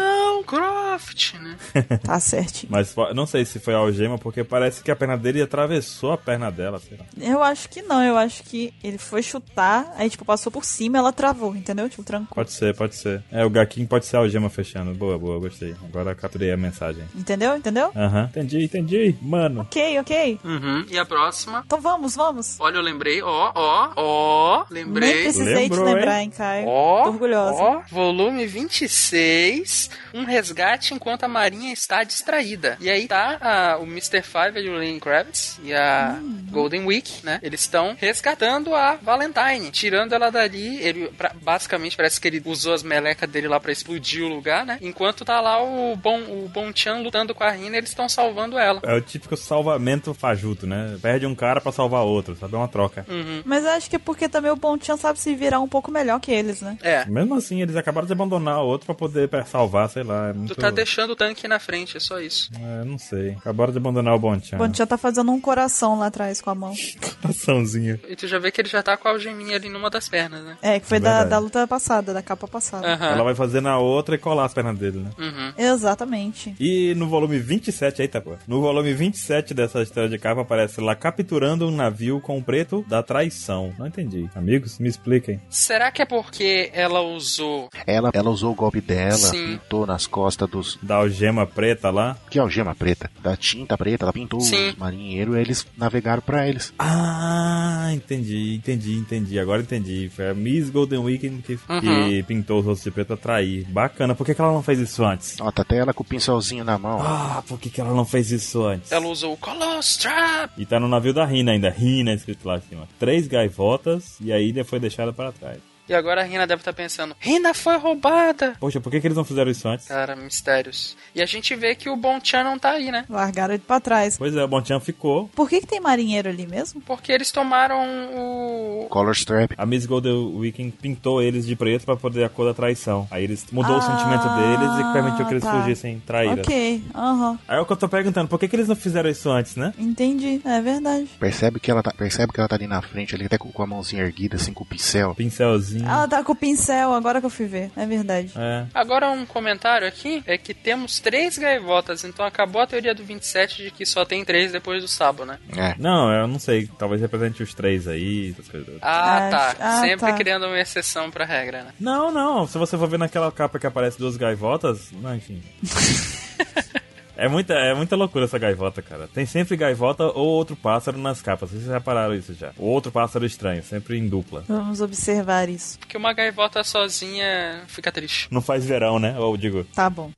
[SPEAKER 2] Croft, né?
[SPEAKER 4] Tá certinho.
[SPEAKER 3] Mas fo- não sei se foi a algema, porque parece que a perna dele atravessou a perna dela, sei lá.
[SPEAKER 4] Eu acho que não, eu acho que ele foi chutar, aí tipo passou por cima, ela travou, entendeu? Tipo, trancou.
[SPEAKER 3] Pode ser, pode ser. É, o Gaquinho pode ser a algema fechando. Boa, boa, gostei. Agora capturei a mensagem.
[SPEAKER 4] Entendeu? Entendeu?
[SPEAKER 3] Aham. Entendi, entendi. Mano.
[SPEAKER 4] OK, OK.
[SPEAKER 2] Uhum. E a próxima?
[SPEAKER 4] Então vamos, vamos.
[SPEAKER 2] Olha, eu lembrei. Ó, ó, ó.
[SPEAKER 4] Nem
[SPEAKER 2] Lembrei.
[SPEAKER 4] precisei
[SPEAKER 3] Lembrou,
[SPEAKER 4] te lembrar, hein, Caio.
[SPEAKER 2] Ó,
[SPEAKER 4] Tô orgulhosa.
[SPEAKER 2] ó, volume 26, um resgate enquanto a marinha está distraída. E aí tá a- o Mr. Five e o Lane Kravitz e a
[SPEAKER 4] Uhum.
[SPEAKER 2] Golden Week, né? Eles estão resgatando a Valentine, tirando ela dali. Ele pra- basicamente parece que ele usou as melecas dele lá pra explodir o lugar, né? Enquanto tá lá o Bon, o bon Chan lutando com a Rina, eles estão salvando ela.
[SPEAKER 3] É o típico salvamento fajuto, né? Perde um cara pra salvar outro, sabe? É uma troca.
[SPEAKER 2] Uhum.
[SPEAKER 4] Mas eu acho que é porque também o Bonchan sabe se virar um pouco melhor que eles, né?
[SPEAKER 2] É.
[SPEAKER 3] Mesmo assim, eles acabaram de abandonar o outro pra poder pra salvar, sei lá. É muito...
[SPEAKER 2] Tu tá deixando o tanque na frente, é só isso.
[SPEAKER 3] É, não sei. Acabaram de abandonar o Bonchan.
[SPEAKER 4] O Bonchan tá fazendo um coração lá atrás com a mão.
[SPEAKER 3] Coraçãozinho.
[SPEAKER 2] E tu já vê que ele já tá com a algeminha ali numa das pernas, né?
[SPEAKER 4] É, que foi
[SPEAKER 3] É
[SPEAKER 4] da,
[SPEAKER 3] verdade.
[SPEAKER 4] da luta passada, da capa passada.
[SPEAKER 2] Aham.
[SPEAKER 3] Ela vai fazer na outra e colar as pernas dele, né?
[SPEAKER 2] Uhum.
[SPEAKER 4] Exatamente.
[SPEAKER 3] E no volume 27, eita pô. No volume 27 dessa história de capa aparece lá capturando um navio com o preto da traição. Não entendi. Amigos, me expliquem.
[SPEAKER 2] Será que é porque ela usou.
[SPEAKER 1] Ela, ela usou o golpe dela,
[SPEAKER 2] Sim.
[SPEAKER 1] pintou nas costas dos.
[SPEAKER 3] Da algema preta lá.
[SPEAKER 1] Que é algema preta? Da tinta preta, ela pintou
[SPEAKER 2] Sim.
[SPEAKER 1] os marinheiros e eles navegaram pra eles.
[SPEAKER 3] Ah, entendi, entendi, entendi. Agora entendi. Foi a Miss Golden Weekend que,
[SPEAKER 2] Uhum.
[SPEAKER 3] que pintou os rostos de preto pra trair. Bacana. Por que, que ela não fez isso antes?
[SPEAKER 1] Ó, tá até ela com o pincelzinho na mão.
[SPEAKER 3] Ah, por que, que ela não fez isso antes?
[SPEAKER 2] Ela usou o Colostra!
[SPEAKER 3] E tá no navio da Rina ainda. Rina escrito lá em cima. Três gaivotas e a ilha foi deixada para trás.
[SPEAKER 2] E agora a Rina deve estar pensando: Rina foi roubada!
[SPEAKER 3] Poxa, por que, que eles não fizeram isso antes?
[SPEAKER 2] Cara, mistérios. E a gente vê que o Bonchan não tá aí, né?
[SPEAKER 4] Largaram ele pra trás.
[SPEAKER 3] Pois é, o Bonchan ficou.
[SPEAKER 4] Por que, que tem marinheiro ali mesmo?
[SPEAKER 2] Porque eles tomaram o.
[SPEAKER 1] Color strap.
[SPEAKER 3] A Miss Golden Weekend pintou eles de preto pra poder a cor da traição. Aí eles mudou o
[SPEAKER 4] Ah,
[SPEAKER 3] sentimento deles e permitiu que eles
[SPEAKER 4] tá.
[SPEAKER 3] fugissem traídas.
[SPEAKER 4] Ok, aham.
[SPEAKER 3] Aí é o que eu tô perguntando, por que, que eles não fizeram isso antes, né?
[SPEAKER 4] Entendi, é verdade.
[SPEAKER 1] Percebe que ela tá, percebe que ela tá ali na frente, ali até com, com a mãozinha erguida, assim, com o pincel.
[SPEAKER 3] Pincelzinho.
[SPEAKER 4] Ela tá com o pincel, agora que eu fui ver. É verdade.
[SPEAKER 3] Hum. É.
[SPEAKER 2] Agora um comentário aqui é que temos três gaivotas, então acabou a teoria do 27 de que só tem três depois do sábado, né?
[SPEAKER 1] É.
[SPEAKER 3] Não, eu não sei. Talvez represente os três aí. essas coisas.
[SPEAKER 2] Ah,
[SPEAKER 4] Ah,
[SPEAKER 2] tá.
[SPEAKER 4] ah,
[SPEAKER 2] Sempre
[SPEAKER 4] tá.
[SPEAKER 2] criando uma exceção pra regra, né?
[SPEAKER 3] Não, não. Se você for ver naquela capa que aparece duas gaivotas, não, enfim. É muita, é muita loucura essa gaivota, cara. Tem sempre gaivota ou outro pássaro nas capas. Vocês repararam isso já? Ou outro pássaro estranho, sempre em dupla.
[SPEAKER 4] Vamos observar isso.
[SPEAKER 2] Porque uma gaivota sozinha fica triste.
[SPEAKER 3] Não faz verão, né? Ou digo,
[SPEAKER 4] Tá bom.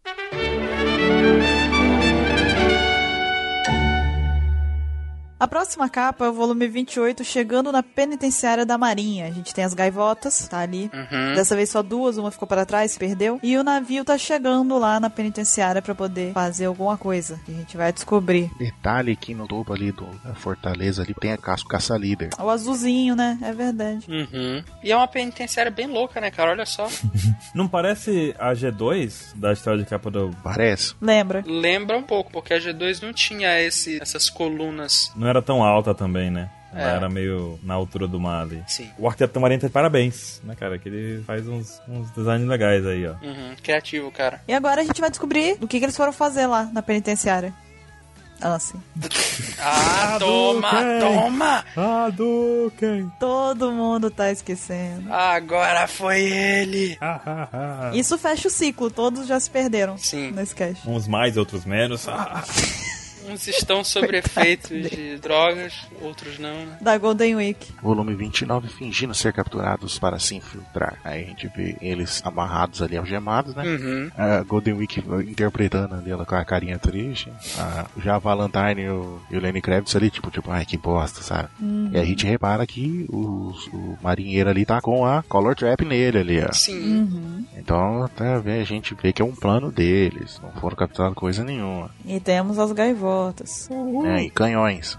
[SPEAKER 4] A próxima capa é o volume 28, chegando na penitenciária da Marinha. A gente tem as gaivotas, tá ali.
[SPEAKER 2] Uhum.
[SPEAKER 4] Dessa vez só duas, uma ficou para trás, se perdeu. E o navio tá chegando lá na penitenciária pra poder fazer alguma coisa. que a gente vai descobrir.
[SPEAKER 1] Detalhe que no topo ali do, da fortaleza ali tem a casco caça-líder.
[SPEAKER 4] O azulzinho, né? É verdade.
[SPEAKER 2] Uhum. E é uma penitenciária bem louca, né, cara? Olha só.
[SPEAKER 3] Não parece a G2 da história de capa do.
[SPEAKER 1] Parece.
[SPEAKER 4] Lembra?
[SPEAKER 2] Lembra um pouco, porque a G2 não tinha esse, essas colunas.
[SPEAKER 3] Não era tão alta também, né? Ela
[SPEAKER 2] É.
[SPEAKER 3] era meio na altura do mar ali.
[SPEAKER 2] Sim.
[SPEAKER 3] O arquiteto Marinho tá de parabéns, né, cara? Que ele faz uns, uns designs legais aí, ó.
[SPEAKER 2] Uhum. Criativo, cara.
[SPEAKER 4] E agora a gente vai descobrir o que, que eles foram fazer lá na penitenciária. Ah, sim.
[SPEAKER 2] Ah, toma,
[SPEAKER 3] Hadouken!
[SPEAKER 2] toma!
[SPEAKER 3] Hadouken!
[SPEAKER 4] Todo mundo tá esquecendo.
[SPEAKER 2] Agora foi ele!
[SPEAKER 3] Ah, ah, ah.
[SPEAKER 4] Isso fecha o ciclo, todos já se perderam.
[SPEAKER 2] Sim.
[SPEAKER 4] Nesse cast.
[SPEAKER 3] Uns mais, outros menos. Ah,
[SPEAKER 2] Uns estão sobre efeitos de drogas, outros não, né?
[SPEAKER 4] Da Golden Week.
[SPEAKER 1] Volume 29, fingindo ser capturados para se infiltrar. Aí a gente vê eles amarrados ali, algemados, né?
[SPEAKER 2] Uhum.
[SPEAKER 1] A Golden Week interpretando ali ela com a carinha triste. A, já a Valentine e o, e o Lenny Kravitz ali, tipo, tipo, ai que bosta, sabe? E a gente repara que os- o marinheiro ali tá com a Color Trap nele ali, ó.
[SPEAKER 2] Sim.
[SPEAKER 1] Então tá, vê- a gente vê que é um plano deles. Não foram capturados coisa nenhuma.
[SPEAKER 4] E temos as gaivotas.
[SPEAKER 1] né? E canhões.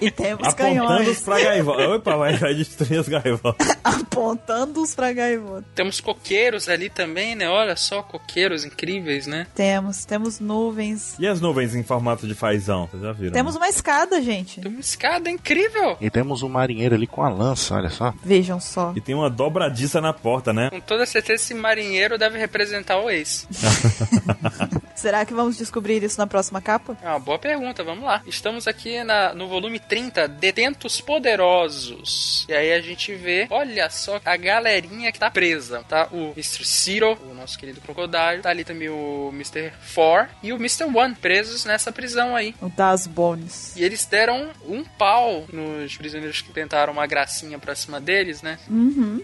[SPEAKER 4] E temos
[SPEAKER 3] apontando
[SPEAKER 4] canhões.
[SPEAKER 3] pra gaivota. Opa, vai, vai destruir as gaivotas.
[SPEAKER 4] Apontando-os pra gaivota.
[SPEAKER 2] Temos coqueiros ali também, né? Olha só, coqueiros incríveis, né?
[SPEAKER 4] Temos, temos nuvens.
[SPEAKER 3] E as nuvens em formato de fazão? Vocês já viram?
[SPEAKER 4] Temos
[SPEAKER 3] né?
[SPEAKER 4] uma escada, gente.
[SPEAKER 2] Tem uma escada é incrível!
[SPEAKER 1] E temos um marinheiro ali com a lança, olha só.
[SPEAKER 4] Vejam só.
[SPEAKER 3] E tem uma dobradiça na porta, né?
[SPEAKER 2] Com toda certeza, esse marinheiro deve representar o ex.
[SPEAKER 4] Será que vamos descobrir isso na próxima capa?
[SPEAKER 2] É uma boa pergunta, vamos lá. Estamos aqui na- no volume 30, Detentos Poderosos. E aí a gente vê, olha só, a galerinha que tá presa, tá? O Mr. Zero, o nosso querido Crocodile, tá ali também o Mr. Four e o Mr. One, presos nessa prisão aí.
[SPEAKER 4] O Das Bones.
[SPEAKER 2] E eles deram um pau nos prisioneiros que tentaram uma gracinha pra cima deles, né?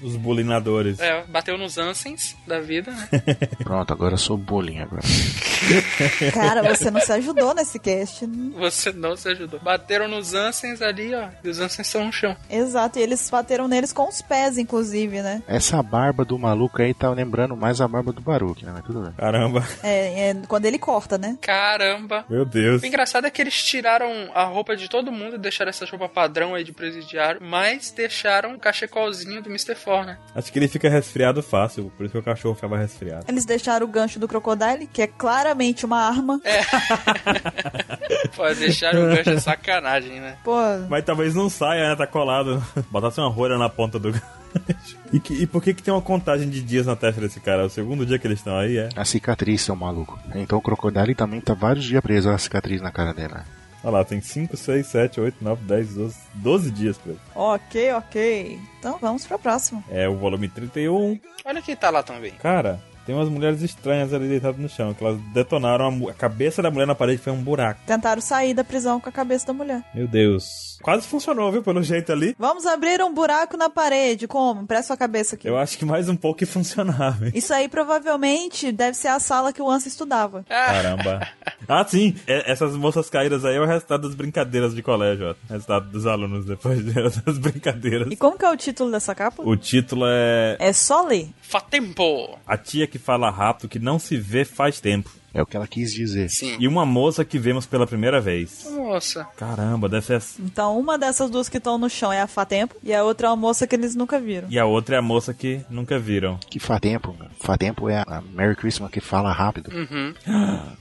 [SPEAKER 3] Os bulinadores.
[SPEAKER 2] É, bateu nos Ansens da vida, né?
[SPEAKER 1] Pronto, agora eu sou bullying agora.
[SPEAKER 4] Cara, você não se ajudou nesse cast.
[SPEAKER 2] Você não se ajudou. Bateram nos Ansens ali, ó. E os Ansens são no chão.
[SPEAKER 4] Exato, e eles bateram neles com os pés, inclusive, né?
[SPEAKER 1] Essa barba do maluco aí tá lembrando mais a barba do Baruque, né? Mas tudo bem.
[SPEAKER 3] Caramba.
[SPEAKER 4] É, é quando ele corta, né?
[SPEAKER 2] Caramba!
[SPEAKER 3] Meu Deus.
[SPEAKER 2] O engraçado é que eles tiraram a roupa de todo mundo, deixaram essa roupa padrão aí de presidiário, mas deixaram o cachecolzinho do Mr. Four, né?
[SPEAKER 3] Acho que ele fica resfriado fácil, por isso que o cachorro ficava resfriado.
[SPEAKER 4] Eles deixaram o gancho do Crocodile, que é claramente uma arma.
[SPEAKER 2] Pô, deixaram o gancho é sacanagem, né?
[SPEAKER 4] Pô,
[SPEAKER 3] Mas talvez não saia, né? Tá colado. Botasse uma rolha na ponta do gancho. E, que- e por que que tem uma contagem de dias na testa desse cara? É O segundo dia que eles estão aí, é?
[SPEAKER 1] A cicatriz, seu maluco. Então o Crocodile também tá vários dias preso a cicatriz na cara dela.
[SPEAKER 3] Olha lá, tem 5, 6, 7, 8, 9, 10, 12, 12 dias pra ele.
[SPEAKER 4] ok, ok. Então vamos pra próxima.
[SPEAKER 3] É o volume 31.
[SPEAKER 2] Olha quem tá lá também.
[SPEAKER 3] Cara, tem umas mulheres estranhas ali deitadas no chão, que elas detonaram a, mu- a cabeça da mulher na parede, foi um buraco.
[SPEAKER 4] Tentaram sair da prisão com a cabeça da mulher.
[SPEAKER 3] Meu Deus. Quase funcionou, viu, pelo jeito ali.
[SPEAKER 4] Vamos abrir um buraco na parede. Como? Presta sua cabeça aqui.
[SPEAKER 3] Eu acho que mais um pouco e funcionava, hein?
[SPEAKER 4] Isso aí provavelmente deve ser a sala que o Ansa estudava.
[SPEAKER 2] Ah,
[SPEAKER 3] Caramba. Ah, sim. É- essas moças caídas aí é o resultado das brincadeiras de colégio, ó. Resultado dos alunos depois de- das brincadeiras.
[SPEAKER 4] E como que é o título dessa capa?
[SPEAKER 3] O título é
[SPEAKER 4] É só ler.
[SPEAKER 2] Ah. Fatempo!
[SPEAKER 3] A tia que fala rápido que não se vê faz tempo.
[SPEAKER 1] É o que ela quis dizer.
[SPEAKER 2] Sim.
[SPEAKER 3] E uma moça que vemos pela primeira vez.
[SPEAKER 2] Nossa,
[SPEAKER 3] Caramba, deve ser assim. essa.
[SPEAKER 4] Então uma dessas duas que estão no chão é a Fatempo e a outra é a moça que eles nunca viram.
[SPEAKER 3] E a outra é a moça que nunca viram.
[SPEAKER 1] Que faz tempo, meu. Faz tempo é a Merry Christmas que fala rápido.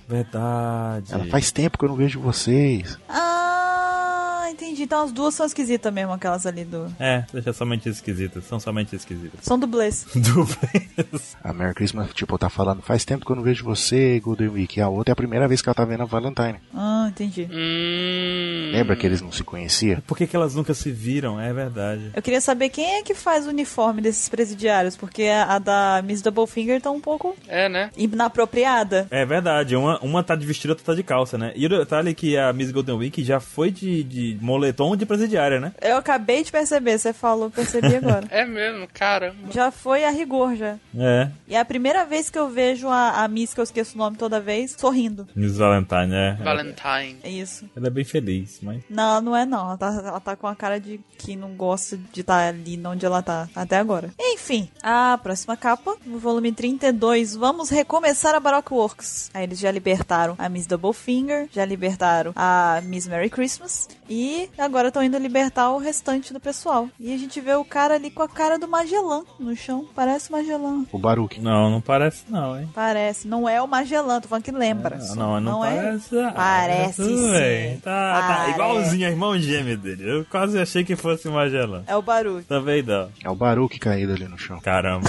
[SPEAKER 3] Verdade.
[SPEAKER 1] Ela faz tempo que eu não vejo vocês.
[SPEAKER 4] Ah, entendi. Então as duas são esquisitas mesmo, aquelas ali do.
[SPEAKER 3] É, deixa somente esquisitas. São somente esquisitas.
[SPEAKER 4] São dublês.
[SPEAKER 3] Duplas.
[SPEAKER 1] A Merry Christmas, tipo, tá falando, faz tempo que eu não vejo você, Golden Week. E a outra é a primeira vez que ela tá vendo a Valentine.
[SPEAKER 4] Ah, entendi.
[SPEAKER 2] Hum.
[SPEAKER 1] Lembra que eles não se conheciam?
[SPEAKER 3] Por que, que elas nunca se viram? É verdade.
[SPEAKER 4] Eu queria saber quem é que faz o uniforme desses presidiários, porque a a da Miss Doublefinger tá um pouco
[SPEAKER 2] É, né?
[SPEAKER 4] inapropriada.
[SPEAKER 3] É verdade, uma, uma tá de vestido, outra tá de calça, né? E o detalhe que a Miss Golden Week já foi de, de moletom de presidiária, né?
[SPEAKER 4] Eu acabei de perceber, você falou, percebi agora.
[SPEAKER 2] É mesmo, caramba.
[SPEAKER 4] já foi a rigor, já.
[SPEAKER 3] É,
[SPEAKER 4] E é a primeira vez que eu vejo a, a Miss, que eu esqueço o nome toda vez, sorrindo.
[SPEAKER 3] Miss Valentine, é.
[SPEAKER 2] Valentine.
[SPEAKER 7] Fine.
[SPEAKER 4] Isso.
[SPEAKER 3] Ela é bem feliz, mas.
[SPEAKER 4] Não, não é não. Ela tá, ela tá com a cara de que não gosta de estar ali onde ela tá até agora. Enfim, a próxima capa, no volume 32, vamos recomeçar a Baroque Works. Aí eles já libertaram a Miss Doublefinger, já libertaram a Miss Merry Christmas e agora estão indo libertar o restante do pessoal. E a gente vê o cara ali com a cara do Magellan no chão. Parece o Magellan.
[SPEAKER 1] O Baruque.
[SPEAKER 3] Não, não parece, não, hein?
[SPEAKER 4] Parece. Não é o Magellan, tô falando que lembra.
[SPEAKER 3] Não,
[SPEAKER 4] só.
[SPEAKER 3] É, não, não parece. Ah,
[SPEAKER 4] é? Parece
[SPEAKER 3] tudo
[SPEAKER 4] sim.
[SPEAKER 3] bem. Tá, tá
[SPEAKER 4] Parece.
[SPEAKER 3] igualzinho, irmão gêmeo dele. Eu quase achei que fosse o Magellan.
[SPEAKER 4] é. É o Baruch.
[SPEAKER 3] Também não.
[SPEAKER 1] É o Baruque caído ali no chão.
[SPEAKER 3] Caramba,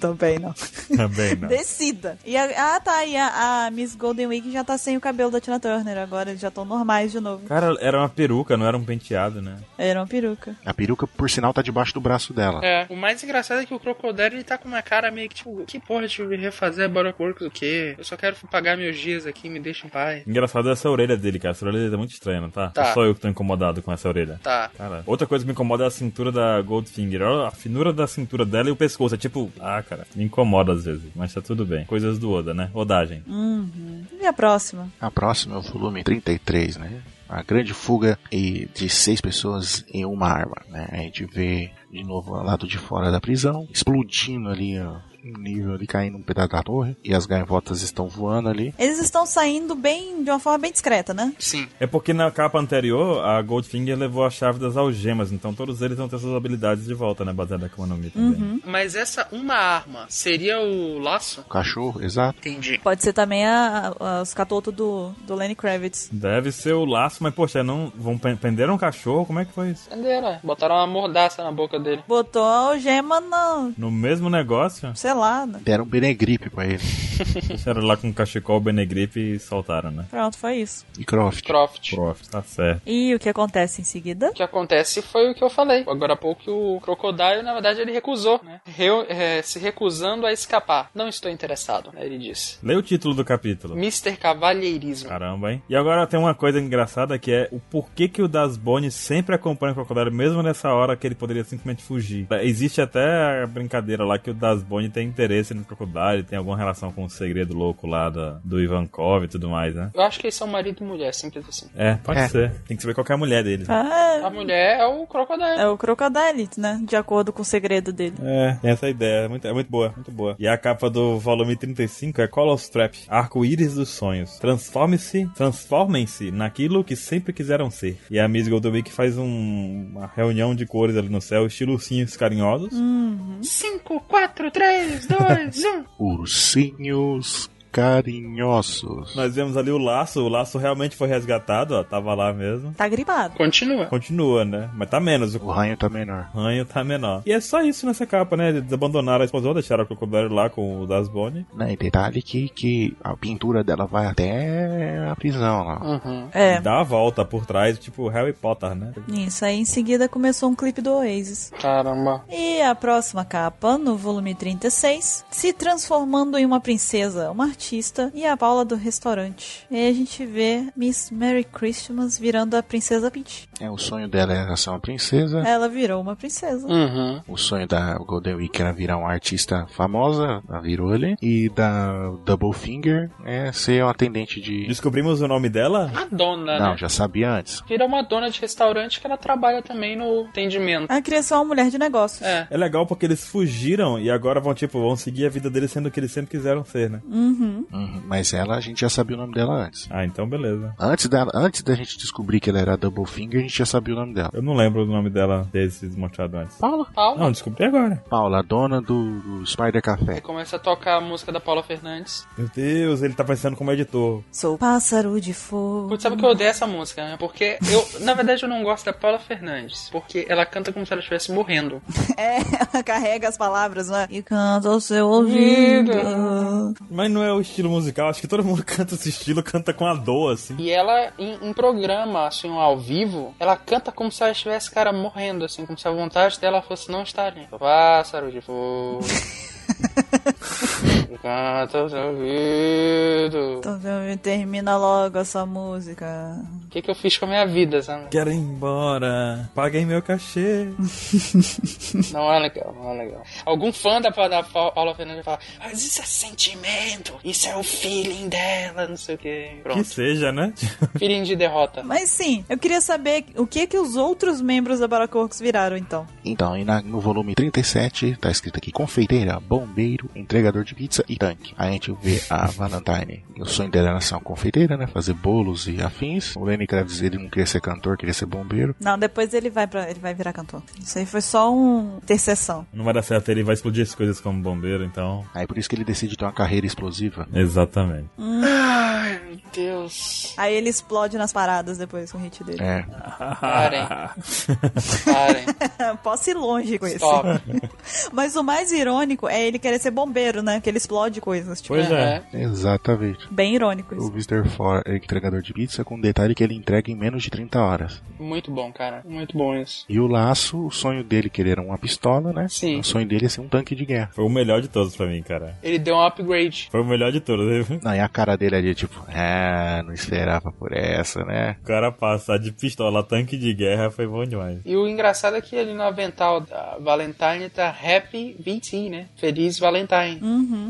[SPEAKER 4] Também não.
[SPEAKER 3] também não.
[SPEAKER 4] Descida. E a, ah, tá. E a, a Miss Golden Week já tá sem o cabelo da Tina Turner agora. Eles já estão normais de novo.
[SPEAKER 3] Cara, era uma peruca, não era um penteado, né?
[SPEAKER 4] Era uma peruca.
[SPEAKER 1] A peruca, por sinal, tá debaixo do braço dela.
[SPEAKER 2] É, o mais engraçado é que o Crocodile ele tá com uma cara meio que tipo, que porra de refazer Baroque Works o quê? Eu só quero pagar meus dias aqui, me deixa em paz.
[SPEAKER 3] Engraçado é essa orelha dele, cara. Essa orelha dele é muito estranha, não tá?
[SPEAKER 2] Tá.
[SPEAKER 3] É só eu que tô incomodado com essa orelha.
[SPEAKER 2] Tá.
[SPEAKER 3] Cara, outra coisa que me incomoda é a cintura da Goldfinger. Olha a finura da cintura dela e o pescoço. É tipo, ah, cara, me incomoda às vezes, mas tá tudo bem. Coisas do Oda, né? Odagem.
[SPEAKER 4] Uhum. E a próxima?
[SPEAKER 1] A próxima é o volume 33, né? A grande fuga e de seis pessoas em uma arma, né? A gente vê de novo lá do de fora da prisão, explodindo ali, ó, um nível ali, caindo um pedaço da torre. E as gaivotas estão voando ali.
[SPEAKER 4] Eles estão saindo bem, de uma forma bem discreta, né?
[SPEAKER 2] Sim.
[SPEAKER 3] É porque na capa anterior, a Goldfinger levou a chave das algemas, então todos eles vão ter suas habilidades de volta, né? Baseada com no Mi também.
[SPEAKER 2] Mas essa uma arma seria o laço?
[SPEAKER 1] O cachorro, exato.
[SPEAKER 2] Entendi.
[SPEAKER 4] Pode ser também a, a- os catotos do, do Lenny Kravitz.
[SPEAKER 3] Deve ser o laço, mas poxa, não. Vão pen- prenderam um cachorro? Como é que foi isso?
[SPEAKER 2] Entenderam, é. Botaram uma mordaça na boca dele.
[SPEAKER 4] Botou a algema na.
[SPEAKER 3] No mesmo negócio?
[SPEAKER 4] sei lá, né?
[SPEAKER 1] Deram um benegripe pra ele.
[SPEAKER 3] Deixaram lá com o cachecol Benegripe e soltaram, né?
[SPEAKER 4] Pronto, foi isso.
[SPEAKER 1] E Croft.
[SPEAKER 2] Croft.
[SPEAKER 3] Prof, tá certo.
[SPEAKER 4] E o que acontece em seguida?
[SPEAKER 2] O que acontece foi o que eu falei. Agora há pouco que o Crocodile, na verdade, ele recusou, né? Reu- é, se recusando a escapar. Não estou interessado, né? ele disse.
[SPEAKER 3] Lê o título do capítulo.
[SPEAKER 2] Mr. Cavalheirismo.
[SPEAKER 3] Caramba, hein? E agora tem uma coisa engraçada que é o porquê que o Dasbone sempre acompanha o Crocodile, mesmo nessa hora que ele poderia simplesmente fugir. É, Existe até a brincadeira lá que o Dasbone tem interesse no Crocodile, tem alguma relação com o segredo louco lá da- do Ivankov e tudo mais, né?
[SPEAKER 2] Eu acho que eles são marido e mulher, simples assim.
[SPEAKER 3] É, pode
[SPEAKER 1] É.
[SPEAKER 3] ser. Tem que saber qual que é a mulher deles. né?
[SPEAKER 4] Ah,
[SPEAKER 2] A mulher é o Crocodile.
[SPEAKER 4] é o Crocodile, né? De acordo com o segredo dele.
[SPEAKER 3] É, tem essa ideia. É muito, é muito boa, muito boa. E a capa do volume 35 é Call of Trap, Arco-Íris dos Sonhos. Transforme-se, transformem-se naquilo que sempre quiseram ser. E a Miss Goldowick faz um- uma reunião de cores ali no céu, estilo ursinhos carinhosos.
[SPEAKER 2] 5, 4, 3, 2, 1.
[SPEAKER 1] Ursinhos carinhosos.
[SPEAKER 3] Nós vemos ali o laço, o laço realmente foi resgatado, ó, tava lá mesmo.
[SPEAKER 4] Tá gripado.
[SPEAKER 2] Continua.
[SPEAKER 3] Continua, né? Mas tá menos, o
[SPEAKER 1] O ranho tá menor.
[SPEAKER 3] ranho tá menor. E é só isso nessa capa, né? Eles abandonaram a explosão, deixaram o Crocodile lá com o Dasbone.
[SPEAKER 1] Né? E detalhe que, que a pintura dela vai até a prisão lá.
[SPEAKER 2] Uhum.
[SPEAKER 4] É.
[SPEAKER 3] Dá a volta por trás, tipo Harry Potter, né?
[SPEAKER 4] Isso, aí em seguida começou um clipe do Oasis.
[SPEAKER 2] Caramba.
[SPEAKER 4] E a próxima capa, no volume 36, se transformando em uma princesa, uma artista, e a Paula do restaurante. E aí a gente vê Miss Merry Christmas virando a princesa Peach.
[SPEAKER 1] É, o sonho dela era ser uma princesa.
[SPEAKER 4] Ela virou uma princesa.
[SPEAKER 2] Uhum.
[SPEAKER 1] O sonho da Golden Week era virar uma artista famosa, ela virou ele. E da Doublefinger é ser uma atendente de.
[SPEAKER 3] Descobrimos o nome dela?
[SPEAKER 2] A dona,
[SPEAKER 1] Não,
[SPEAKER 2] né?
[SPEAKER 1] já sabia antes.
[SPEAKER 2] Vira uma dona de restaurante que ela trabalha também no atendimento.
[SPEAKER 4] A criação é uma mulher de negócios.
[SPEAKER 2] É.
[SPEAKER 3] É legal porque eles fugiram e agora vão, tipo, vão seguir a vida deles sendo o que eles sempre quiseram ser, né?
[SPEAKER 4] Uhum.
[SPEAKER 1] Uhum, Mas ela, a gente já sabia o nome dela antes.
[SPEAKER 3] Ah, então beleza.
[SPEAKER 1] Antes, dela, antes da gente descobrir que ela era a Doublefinger, a gente já sabia o nome dela.
[SPEAKER 3] Eu não lembro o nome dela desse desmanchado antes.
[SPEAKER 1] Paula?
[SPEAKER 2] Paula.
[SPEAKER 3] Não, descobri agora.
[SPEAKER 1] Paula, a dona do, do Spider Café.
[SPEAKER 2] E começa a tocar a música da Paula Fernandes.
[SPEAKER 3] Meu Deus, ele tá pensando como editor.
[SPEAKER 4] Sou pássaro de fogo.
[SPEAKER 2] Putz, sabe que eu odeio essa música, né? Porque eu, na verdade, eu não gosto da Paula Fernandes. Porque ela canta como se ela estivesse morrendo.
[SPEAKER 4] É, ela carrega as palavras, né? E canta ao seu ouvido.
[SPEAKER 3] Mas não é o estilo musical, acho que todo mundo canta esse estilo, canta com a dor, assim.
[SPEAKER 2] E ela, em um programa, assim, ao vivo, ela canta como se ela estivesse, cara, morrendo, assim, como se a vontade dela fosse não estar ali. Pássaro de fogo. Canta ouvido.
[SPEAKER 4] Então, termina logo essa música.
[SPEAKER 2] O que, que eu fiz com a minha vida, sabe?
[SPEAKER 3] Quero ir embora. Paguem meu cachê.
[SPEAKER 2] Não é legal, não é legal. Algum fã da, da Pa- Paula Fernandes vai falar, mas isso é sentimento, isso é o feeling dela, não sei o que.
[SPEAKER 3] Que
[SPEAKER 2] Pronto.
[SPEAKER 3] seja, né?
[SPEAKER 2] Feeling de derrota.
[SPEAKER 4] Mas sim, eu queria saber o que que os outros membros da Baracorcos viraram, então.
[SPEAKER 1] Então, e na- no volume 37, tá escrito aqui confeiteira, bombeiro, entregador de pizza e tanque. Aí a gente vê a Valentine. O sonho dela era ser uma confeiteira, né? Fazer bolos e afins. O Lenny queria dizer que não queria ser cantor, queria ser bombeiro.
[SPEAKER 4] Não, depois ele vai para ele vai virar cantor. Isso aí foi só um interseção.
[SPEAKER 3] Não vai dar certo, ele vai explodir as coisas como bombeiro, então.
[SPEAKER 1] Aí por isso que ele decide ter uma carreira explosiva.
[SPEAKER 3] Exatamente.
[SPEAKER 2] Ai, meu Deus.
[SPEAKER 4] Aí ele explode nas paradas depois com o hit dele.
[SPEAKER 1] É,
[SPEAKER 2] Parem.
[SPEAKER 3] Ah,
[SPEAKER 2] Parem.
[SPEAKER 3] É.
[SPEAKER 4] Posso ir longe com isso.
[SPEAKER 2] Stop.
[SPEAKER 4] Mas o mais irônico é ele querer ser bombeiro, né? Que ele explode coisas. Tipo,
[SPEAKER 3] Pois é.
[SPEAKER 1] exatamente.
[SPEAKER 4] bem irônico
[SPEAKER 1] O
[SPEAKER 4] isso.
[SPEAKER 1] Mr. Ford é entregador de pizza com o detalhe que ele entrega em menos de 30 horas.
[SPEAKER 2] Uhum. Muito bom, cara. Muito bom isso.
[SPEAKER 1] E o laço, o sonho dele que ele era uma pistola, né?
[SPEAKER 2] Sim.
[SPEAKER 1] O sonho dele é ser um tanque de guerra.
[SPEAKER 3] Foi o melhor de todos pra mim, cara.
[SPEAKER 2] Ele deu um upgrade.
[SPEAKER 3] Foi o melhor de todos. viu?
[SPEAKER 1] Não, e a cara dele ali, tipo, ah, não esperava por essa, né?
[SPEAKER 3] O cara passar de pistola a tanque de guerra foi bom demais.
[SPEAKER 2] E o engraçado é que ali no avental da Valentine tá Happy VT, né? Feliz Valentine.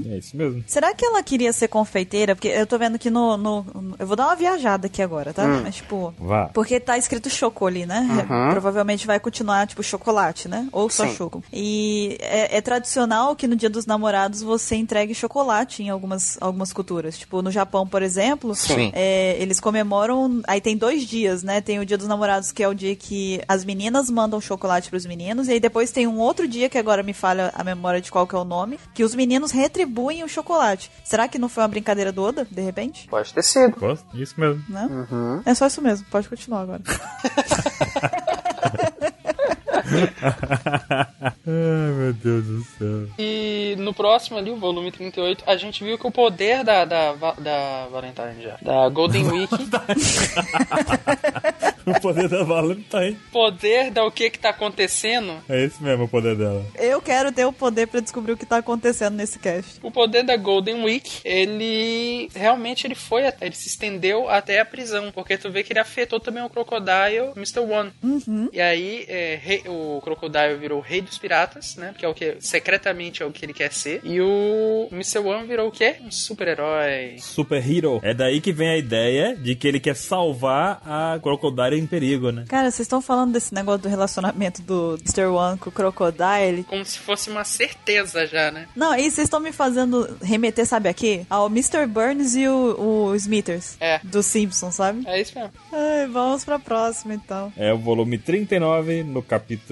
[SPEAKER 3] É isso mesmo.
[SPEAKER 4] Será que ela queria ser confeiteira? Porque eu tô vendo que no. no- eu vou dar uma viajada aqui agora, tá? Mas, tipo.
[SPEAKER 3] Hum. Vá.
[SPEAKER 4] Porque tá escrito choco ali, né? Provavelmente vai continuar, tipo, chocolate, né? Ou só
[SPEAKER 2] Sim.
[SPEAKER 4] choco. E é, é tradicional que no dia dos namorados você entregue chocolate em algumas, algumas culturas. Tipo, no Japão, por exemplo,
[SPEAKER 1] Sim.
[SPEAKER 4] é, eles comemoram. Aí tem dois dias, né? Tem o dia dos namorados, que é o dia que as meninas mandam chocolate pros meninos. E aí depois tem um outro dia, que agora me falha a memória de qual que é o nome, que os meninos retribuem o chocolate. Será que não foi uma brincadeira do Oda, de repente?
[SPEAKER 2] Pode ter sido.
[SPEAKER 3] Gosto? Isso mesmo.
[SPEAKER 4] Né? É só isso mesmo, pode continuar agora.
[SPEAKER 3] Ai, meu Deus do céu.
[SPEAKER 2] E no próximo ali, o volume 38, a gente viu que o poder da, da, Va- da Valentine já, da Golden Week,
[SPEAKER 3] O poder da Valentine.
[SPEAKER 2] poder da o que que tá acontecendo,
[SPEAKER 3] É isso mesmo o poder dela.
[SPEAKER 4] Eu quero ter o poder pra descobrir o que tá acontecendo nesse cast.
[SPEAKER 2] o poder da Golden Week, ele realmente ele foi, até- ele se estendeu até a prisão, porque tu vê que ele afetou também o Crocodile Mr. One. E aí é, rei- o Crocodile virou o rei dos piratas, né, que é o que secretamente é o que ele quer ser, e o Mr. One virou o quê? Um super-herói.
[SPEAKER 3] Super Hero. É daí que vem a ideia de que ele quer salvar a Crocodile em perigo, né?
[SPEAKER 4] Cara, vocês estão falando desse negócio do relacionamento do Mr. One com o Crocodile.
[SPEAKER 2] Como se fosse uma certeza já, né?
[SPEAKER 4] Não, e vocês estão me fazendo remeter, sabe aqui? Ao Mr. Burns e o, o Smithers.
[SPEAKER 2] É.
[SPEAKER 4] Do Simpsons, sabe?
[SPEAKER 2] É isso mesmo.
[SPEAKER 4] Ai, vamos pra próxima, então.
[SPEAKER 3] É o volume 39, no capítulo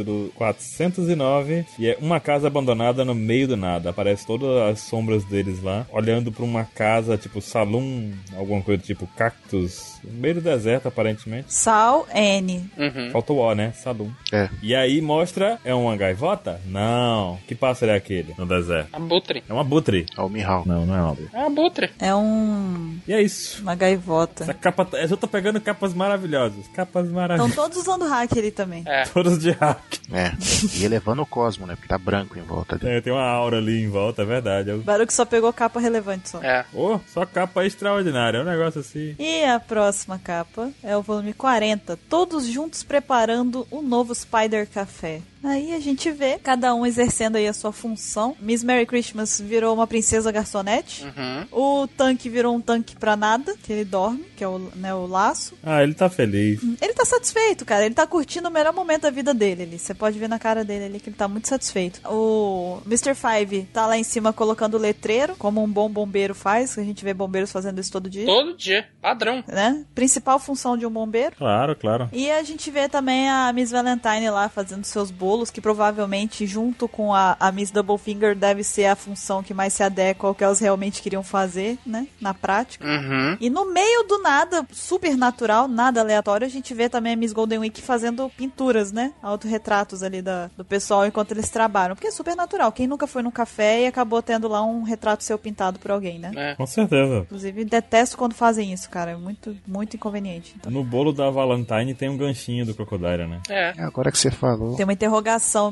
[SPEAKER 3] 409, e é uma casa abandonada no meio do nada. Aparece todas as sombras deles lá, olhando pra uma casa tipo salão, alguma coisa tipo cactus, no meio do deserto aparentemente.
[SPEAKER 4] Sal N.
[SPEAKER 2] Uhum.
[SPEAKER 3] Falta o O, né? Salum.
[SPEAKER 1] É.
[SPEAKER 3] E aí mostra, é uma gaivota? Não. Que pássaro é aquele no deserto?
[SPEAKER 2] Abutre.
[SPEAKER 3] É um abutre.
[SPEAKER 1] É o Mihawk.
[SPEAKER 3] Não, não é um abutre.
[SPEAKER 2] É um abutre.
[SPEAKER 4] É um.
[SPEAKER 3] E é isso.
[SPEAKER 4] Uma gaivota.
[SPEAKER 3] Essa capa, tá- eu tô pegando capas maravilhosas. Capas
[SPEAKER 4] Estão
[SPEAKER 3] maravilhosas.
[SPEAKER 4] todos usando hack ali também.
[SPEAKER 2] É.
[SPEAKER 3] Todas de hack.
[SPEAKER 1] É. E elevando o cosmo, né? Porque tá branco em volta dele.
[SPEAKER 3] É, Tem, tem uma aura ali em volta, é verdade. Eu-
[SPEAKER 4] Baruch só pegou capa relevante só.
[SPEAKER 2] É.
[SPEAKER 3] Oh, só capa extraordinária, é um negócio assim.
[SPEAKER 4] E a próxima capa é o volume 40, todos juntos preparando o novo Spider Café. Aí a gente vê cada um exercendo aí a sua função. Miss Merry Christmas virou uma princesa garçonete.
[SPEAKER 2] Uhum.
[SPEAKER 4] O tanque virou um tanque pra nada, que ele dorme, que é o, né, o laço.
[SPEAKER 3] Ah, ele tá feliz.
[SPEAKER 4] Ele tá satisfeito, cara. Ele tá curtindo o melhor momento da vida dele ali. Você pode ver na cara dele ali que ele tá muito satisfeito. O Mr. Five tá lá em cima colocando o letreiro, como um bom bombeiro faz, que a gente vê bombeiros fazendo isso todo dia.
[SPEAKER 2] Todo dia. Padrão.
[SPEAKER 4] Né? Principal função de um bombeiro.
[SPEAKER 3] Claro, claro.
[SPEAKER 4] E a gente vê também a Miss Valentine lá fazendo seus bolos, que provavelmente, junto com a, a Miss Doublefinger, deve ser a função que mais se adequa ao que elas realmente queriam fazer, né? Na prática.
[SPEAKER 2] Uhum.
[SPEAKER 4] E no meio do nada, super natural, nada aleatório, a gente vê também a Miss Golden Week fazendo pinturas, né? Autorretratos ali da, do pessoal enquanto eles trabalham. Porque é super natural. Quem nunca foi num café e acabou tendo lá um retrato seu pintado por alguém, né?
[SPEAKER 2] É.
[SPEAKER 3] Com certeza.
[SPEAKER 4] Inclusive, detesto quando fazem isso, cara. É muito, muito inconveniente. Então,
[SPEAKER 3] No bolo da Valentine tem um ganchinho do Crocodile, né?
[SPEAKER 2] É.
[SPEAKER 1] É, agora que você falou.
[SPEAKER 4] tem uma interrogação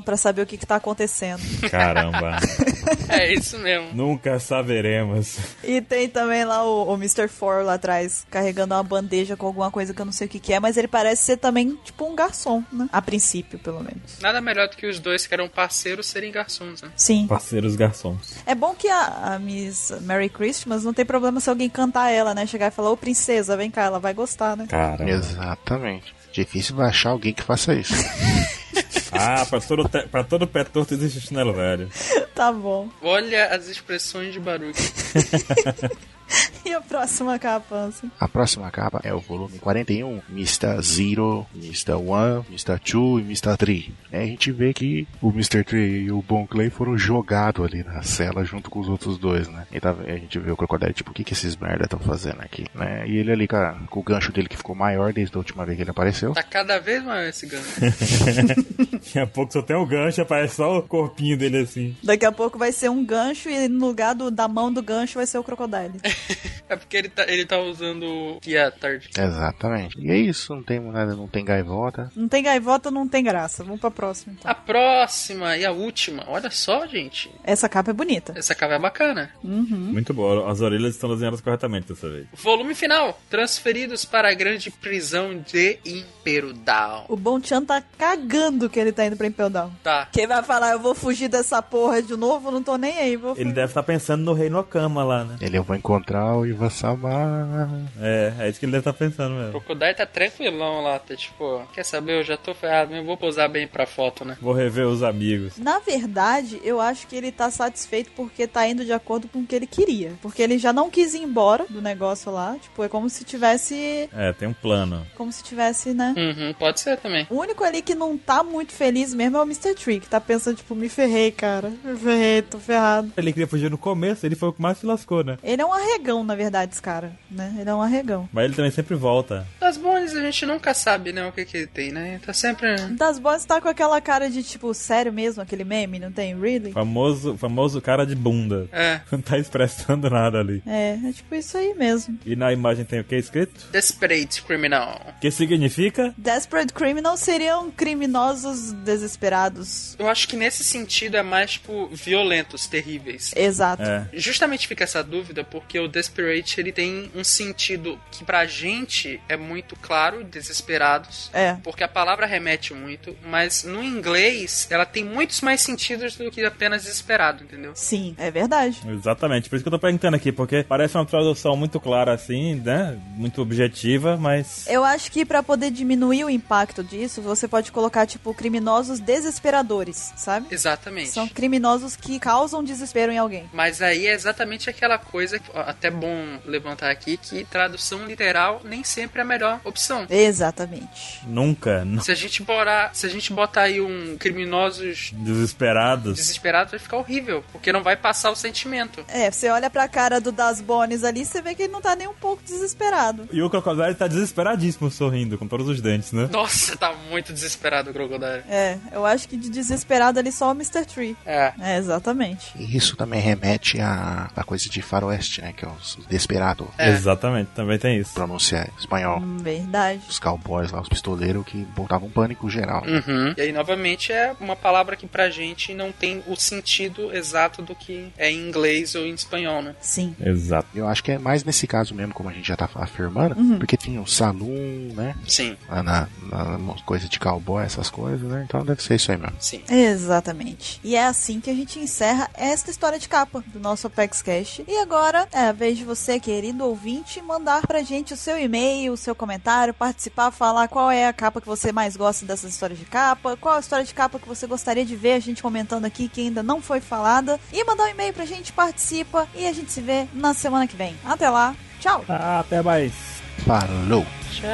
[SPEAKER 4] pra saber o que, que tá acontecendo.
[SPEAKER 3] Caramba.
[SPEAKER 2] É isso mesmo.
[SPEAKER 3] Nunca saberemos.
[SPEAKER 4] E tem também lá o, o Mr. Four lá atrás, carregando uma bandeja com alguma coisa que eu não sei o que, que é, mas ele parece ser também tipo um garçom, né? A princípio, pelo menos.
[SPEAKER 2] Nada melhor do que os dois que eram parceiros serem garçons, né?
[SPEAKER 4] Sim.
[SPEAKER 3] Parceiros garçons.
[SPEAKER 4] É bom que a, a Miss Merry Christmas não tem problema se alguém cantar ela, né? Chegar e falar, ô princesa, vem cá, ela vai gostar, né?
[SPEAKER 3] Caramba.
[SPEAKER 1] Exatamente. Difícil vai achar alguém que faça isso.
[SPEAKER 3] Ah, pra todo, te- pra todo pé torto existe chinelo velho.
[SPEAKER 4] Tá bom.
[SPEAKER 2] Olha as expressões de Baruch.
[SPEAKER 4] E a próxima assim? capança?
[SPEAKER 1] A próxima capa é o volume 41, Mr. Zero, Mr. One, Mr. Two e Mr. Three. É, a gente vê que o Mr. Three e o Bon Clay foram jogados ali na cela junto com os outros dois, né? E tá- a gente vê o Crocodile, tipo, o que, que esses merda estão fazendo aqui, né? E ele ali com, a- com o gancho dele que ficou maior desde a última vez que ele apareceu.
[SPEAKER 2] Tá cada vez maior esse ganho.
[SPEAKER 3] Daqui a pouco só tem o gancho, aparece só o corpinho dele assim.
[SPEAKER 4] Daqui a pouco vai ser um gancho e no lugar do- da mão do gancho vai ser o crocodile.
[SPEAKER 2] É porque ele tá, ele tá usando o que é tarde.
[SPEAKER 1] Exatamente. E é isso, não tem nada, não tem gaivota.
[SPEAKER 4] Não tem gaivota, não tem graça. Vamos pra próxima, então.
[SPEAKER 2] A próxima e a última. Olha só, gente.
[SPEAKER 4] Essa capa é bonita.
[SPEAKER 2] Essa cava é bacana.
[SPEAKER 3] Muito bom. As orelhas estão desenhadas corretamente dessa vez.
[SPEAKER 2] Volume final. Transferidos para a grande prisão de Impero Down.
[SPEAKER 4] O Bon Chan tá cagando que ele tá indo pra Impel Down.
[SPEAKER 2] Tá.
[SPEAKER 4] Quem vai falar, eu vou fugir dessa porra de novo, não tô nem aí, vou
[SPEAKER 3] Ele
[SPEAKER 4] fugir.
[SPEAKER 3] deve estar pensando no Rei Nokama lá, né?
[SPEAKER 1] Ele, eu vou encontrar o Ivan Samar.
[SPEAKER 3] É, é isso que ele deve estar pensando
[SPEAKER 2] O
[SPEAKER 3] mesmo.
[SPEAKER 2] Crocodile tá tranquilão lá, tá tipo, quer saber, eu já tô ferrado, mas eu vou posar bem pra foto, né?
[SPEAKER 3] Vou rever os amigos.
[SPEAKER 4] Na verdade, eu acho que ele tá satisfeito porque tá indo de acordo com o que ele queria. Porque ele já não quis ir embora do negócio lá. Tipo, é como se tivesse.
[SPEAKER 3] É, tem um plano.
[SPEAKER 4] Como se tivesse, né?
[SPEAKER 2] Uhum, pode ser também.
[SPEAKER 4] O único ali que não tá muito feliz mesmo é o Mr. Tree, que tá pensando, tipo, me ferrei, cara. Me ferrei, tô ferrado.
[SPEAKER 3] Ele queria fugir no começo, ele foi o que mais se lascou, né?
[SPEAKER 4] Ele é um arregão, na verdade, esse cara, né? Ele é um arregão.
[SPEAKER 3] Mas ele também sempre volta.
[SPEAKER 2] Das bones a gente nunca sabe, né, o que que ele tem, né? Tá sempre...
[SPEAKER 4] Das Boys tá com aquela cara de, tipo, sério mesmo, aquele meme, não tem? Really?
[SPEAKER 3] Famoso, famoso cara de bunda.
[SPEAKER 2] É,
[SPEAKER 3] Não tá expressando nada ali.
[SPEAKER 4] É, é tipo isso aí mesmo.
[SPEAKER 3] E na imagem tem o que escrito?
[SPEAKER 2] desperate criminal.
[SPEAKER 3] Que significa?
[SPEAKER 4] Desperate Criminals seriam criminosos desesperados.
[SPEAKER 2] Eu acho que nesse sentido é mais, tipo, violentos, terríveis.
[SPEAKER 4] Exato.
[SPEAKER 3] É.
[SPEAKER 2] Justamente fica essa dúvida porque o desperate ele tem um sentido que pra gente é muito claro, desesperados,
[SPEAKER 4] É.
[SPEAKER 2] porque a palavra remete muito, mas no inglês ela tem muitos mais sentidos do que apenas desesperado, entendeu?
[SPEAKER 4] Sim, é verdade.
[SPEAKER 3] Exatamente, por isso que eu tô perguntando aqui, porque parece uma tradução muito clara assim, né? Muito objetiva, mas.
[SPEAKER 4] Eu acho que pra poder diminuir o impacto disso, você pode colocar, tipo, criminosos desesperadores, sabe?
[SPEAKER 2] Exatamente.
[SPEAKER 4] São criminosos que causam desespero em alguém.
[SPEAKER 2] Mas aí é exatamente aquela coisa, que- ó, até bom levantar aqui, que tradução literal nem sempre é a melhor opção.
[SPEAKER 4] Exatamente.
[SPEAKER 3] Nunca. n-
[SPEAKER 2] Se a gente borar, se a gente botar aí um criminosos
[SPEAKER 3] Desesperados.
[SPEAKER 2] desesperados, vai ficar horrível, porque não vai passar o sentimento.
[SPEAKER 4] É, você olha pra cara do Das Bones ali, você vê que ele não tá nem um pouco desesperado.
[SPEAKER 3] E o Crocodile tá desesperadíssimo sorrindo, com todos os dentes, né?
[SPEAKER 2] Nossa, tá muito desesperado o Crocodile.
[SPEAKER 4] É, eu acho que de desesperado ali só o Mr. Tree.
[SPEAKER 2] É.
[SPEAKER 4] É, exatamente.
[SPEAKER 1] E isso também remete à, à coisa de faroeste, né? Que é os desperado.
[SPEAKER 2] É.
[SPEAKER 3] Exatamente, também tem isso.
[SPEAKER 1] Pronunciar espanhol.
[SPEAKER 4] Hum, Verdade.
[SPEAKER 1] os cowboys lá, os pistoleiros que botavam pânico geral.
[SPEAKER 2] Uhum. E aí, novamente, é uma palavra que pra gente não tem o sentido exato do que é em inglês ou em espanhol, né?
[SPEAKER 4] Sim.
[SPEAKER 3] Exato.
[SPEAKER 1] Eu acho que é mais nesse caso mesmo, como a gente já tá afirmando, porque tinha o saloon, né?
[SPEAKER 2] Sim,
[SPEAKER 1] lá Na, na, na coisa de cowboy, essas coisas, né? Então deve ser isso aí mesmo.
[SPEAKER 2] sim.
[SPEAKER 4] Exatamente. E é assim que a gente encerra esta história de capa do nosso Apex Cash. E agora é a vez de você, querido ouvinte, mandar pra gente o seu e-mail, o seu comentário, participar, falar qual é a capa que você mais gosta dessas histórias de capa, qual a história de capa que você gostaria de ver a gente comentando aqui que ainda não foi falada. E mandar um e-mail pra gente, participa e a gente se vê na semana que vem. Até lá, tchau!
[SPEAKER 3] Ah, até mais.
[SPEAKER 1] Falou!
[SPEAKER 2] Tchau!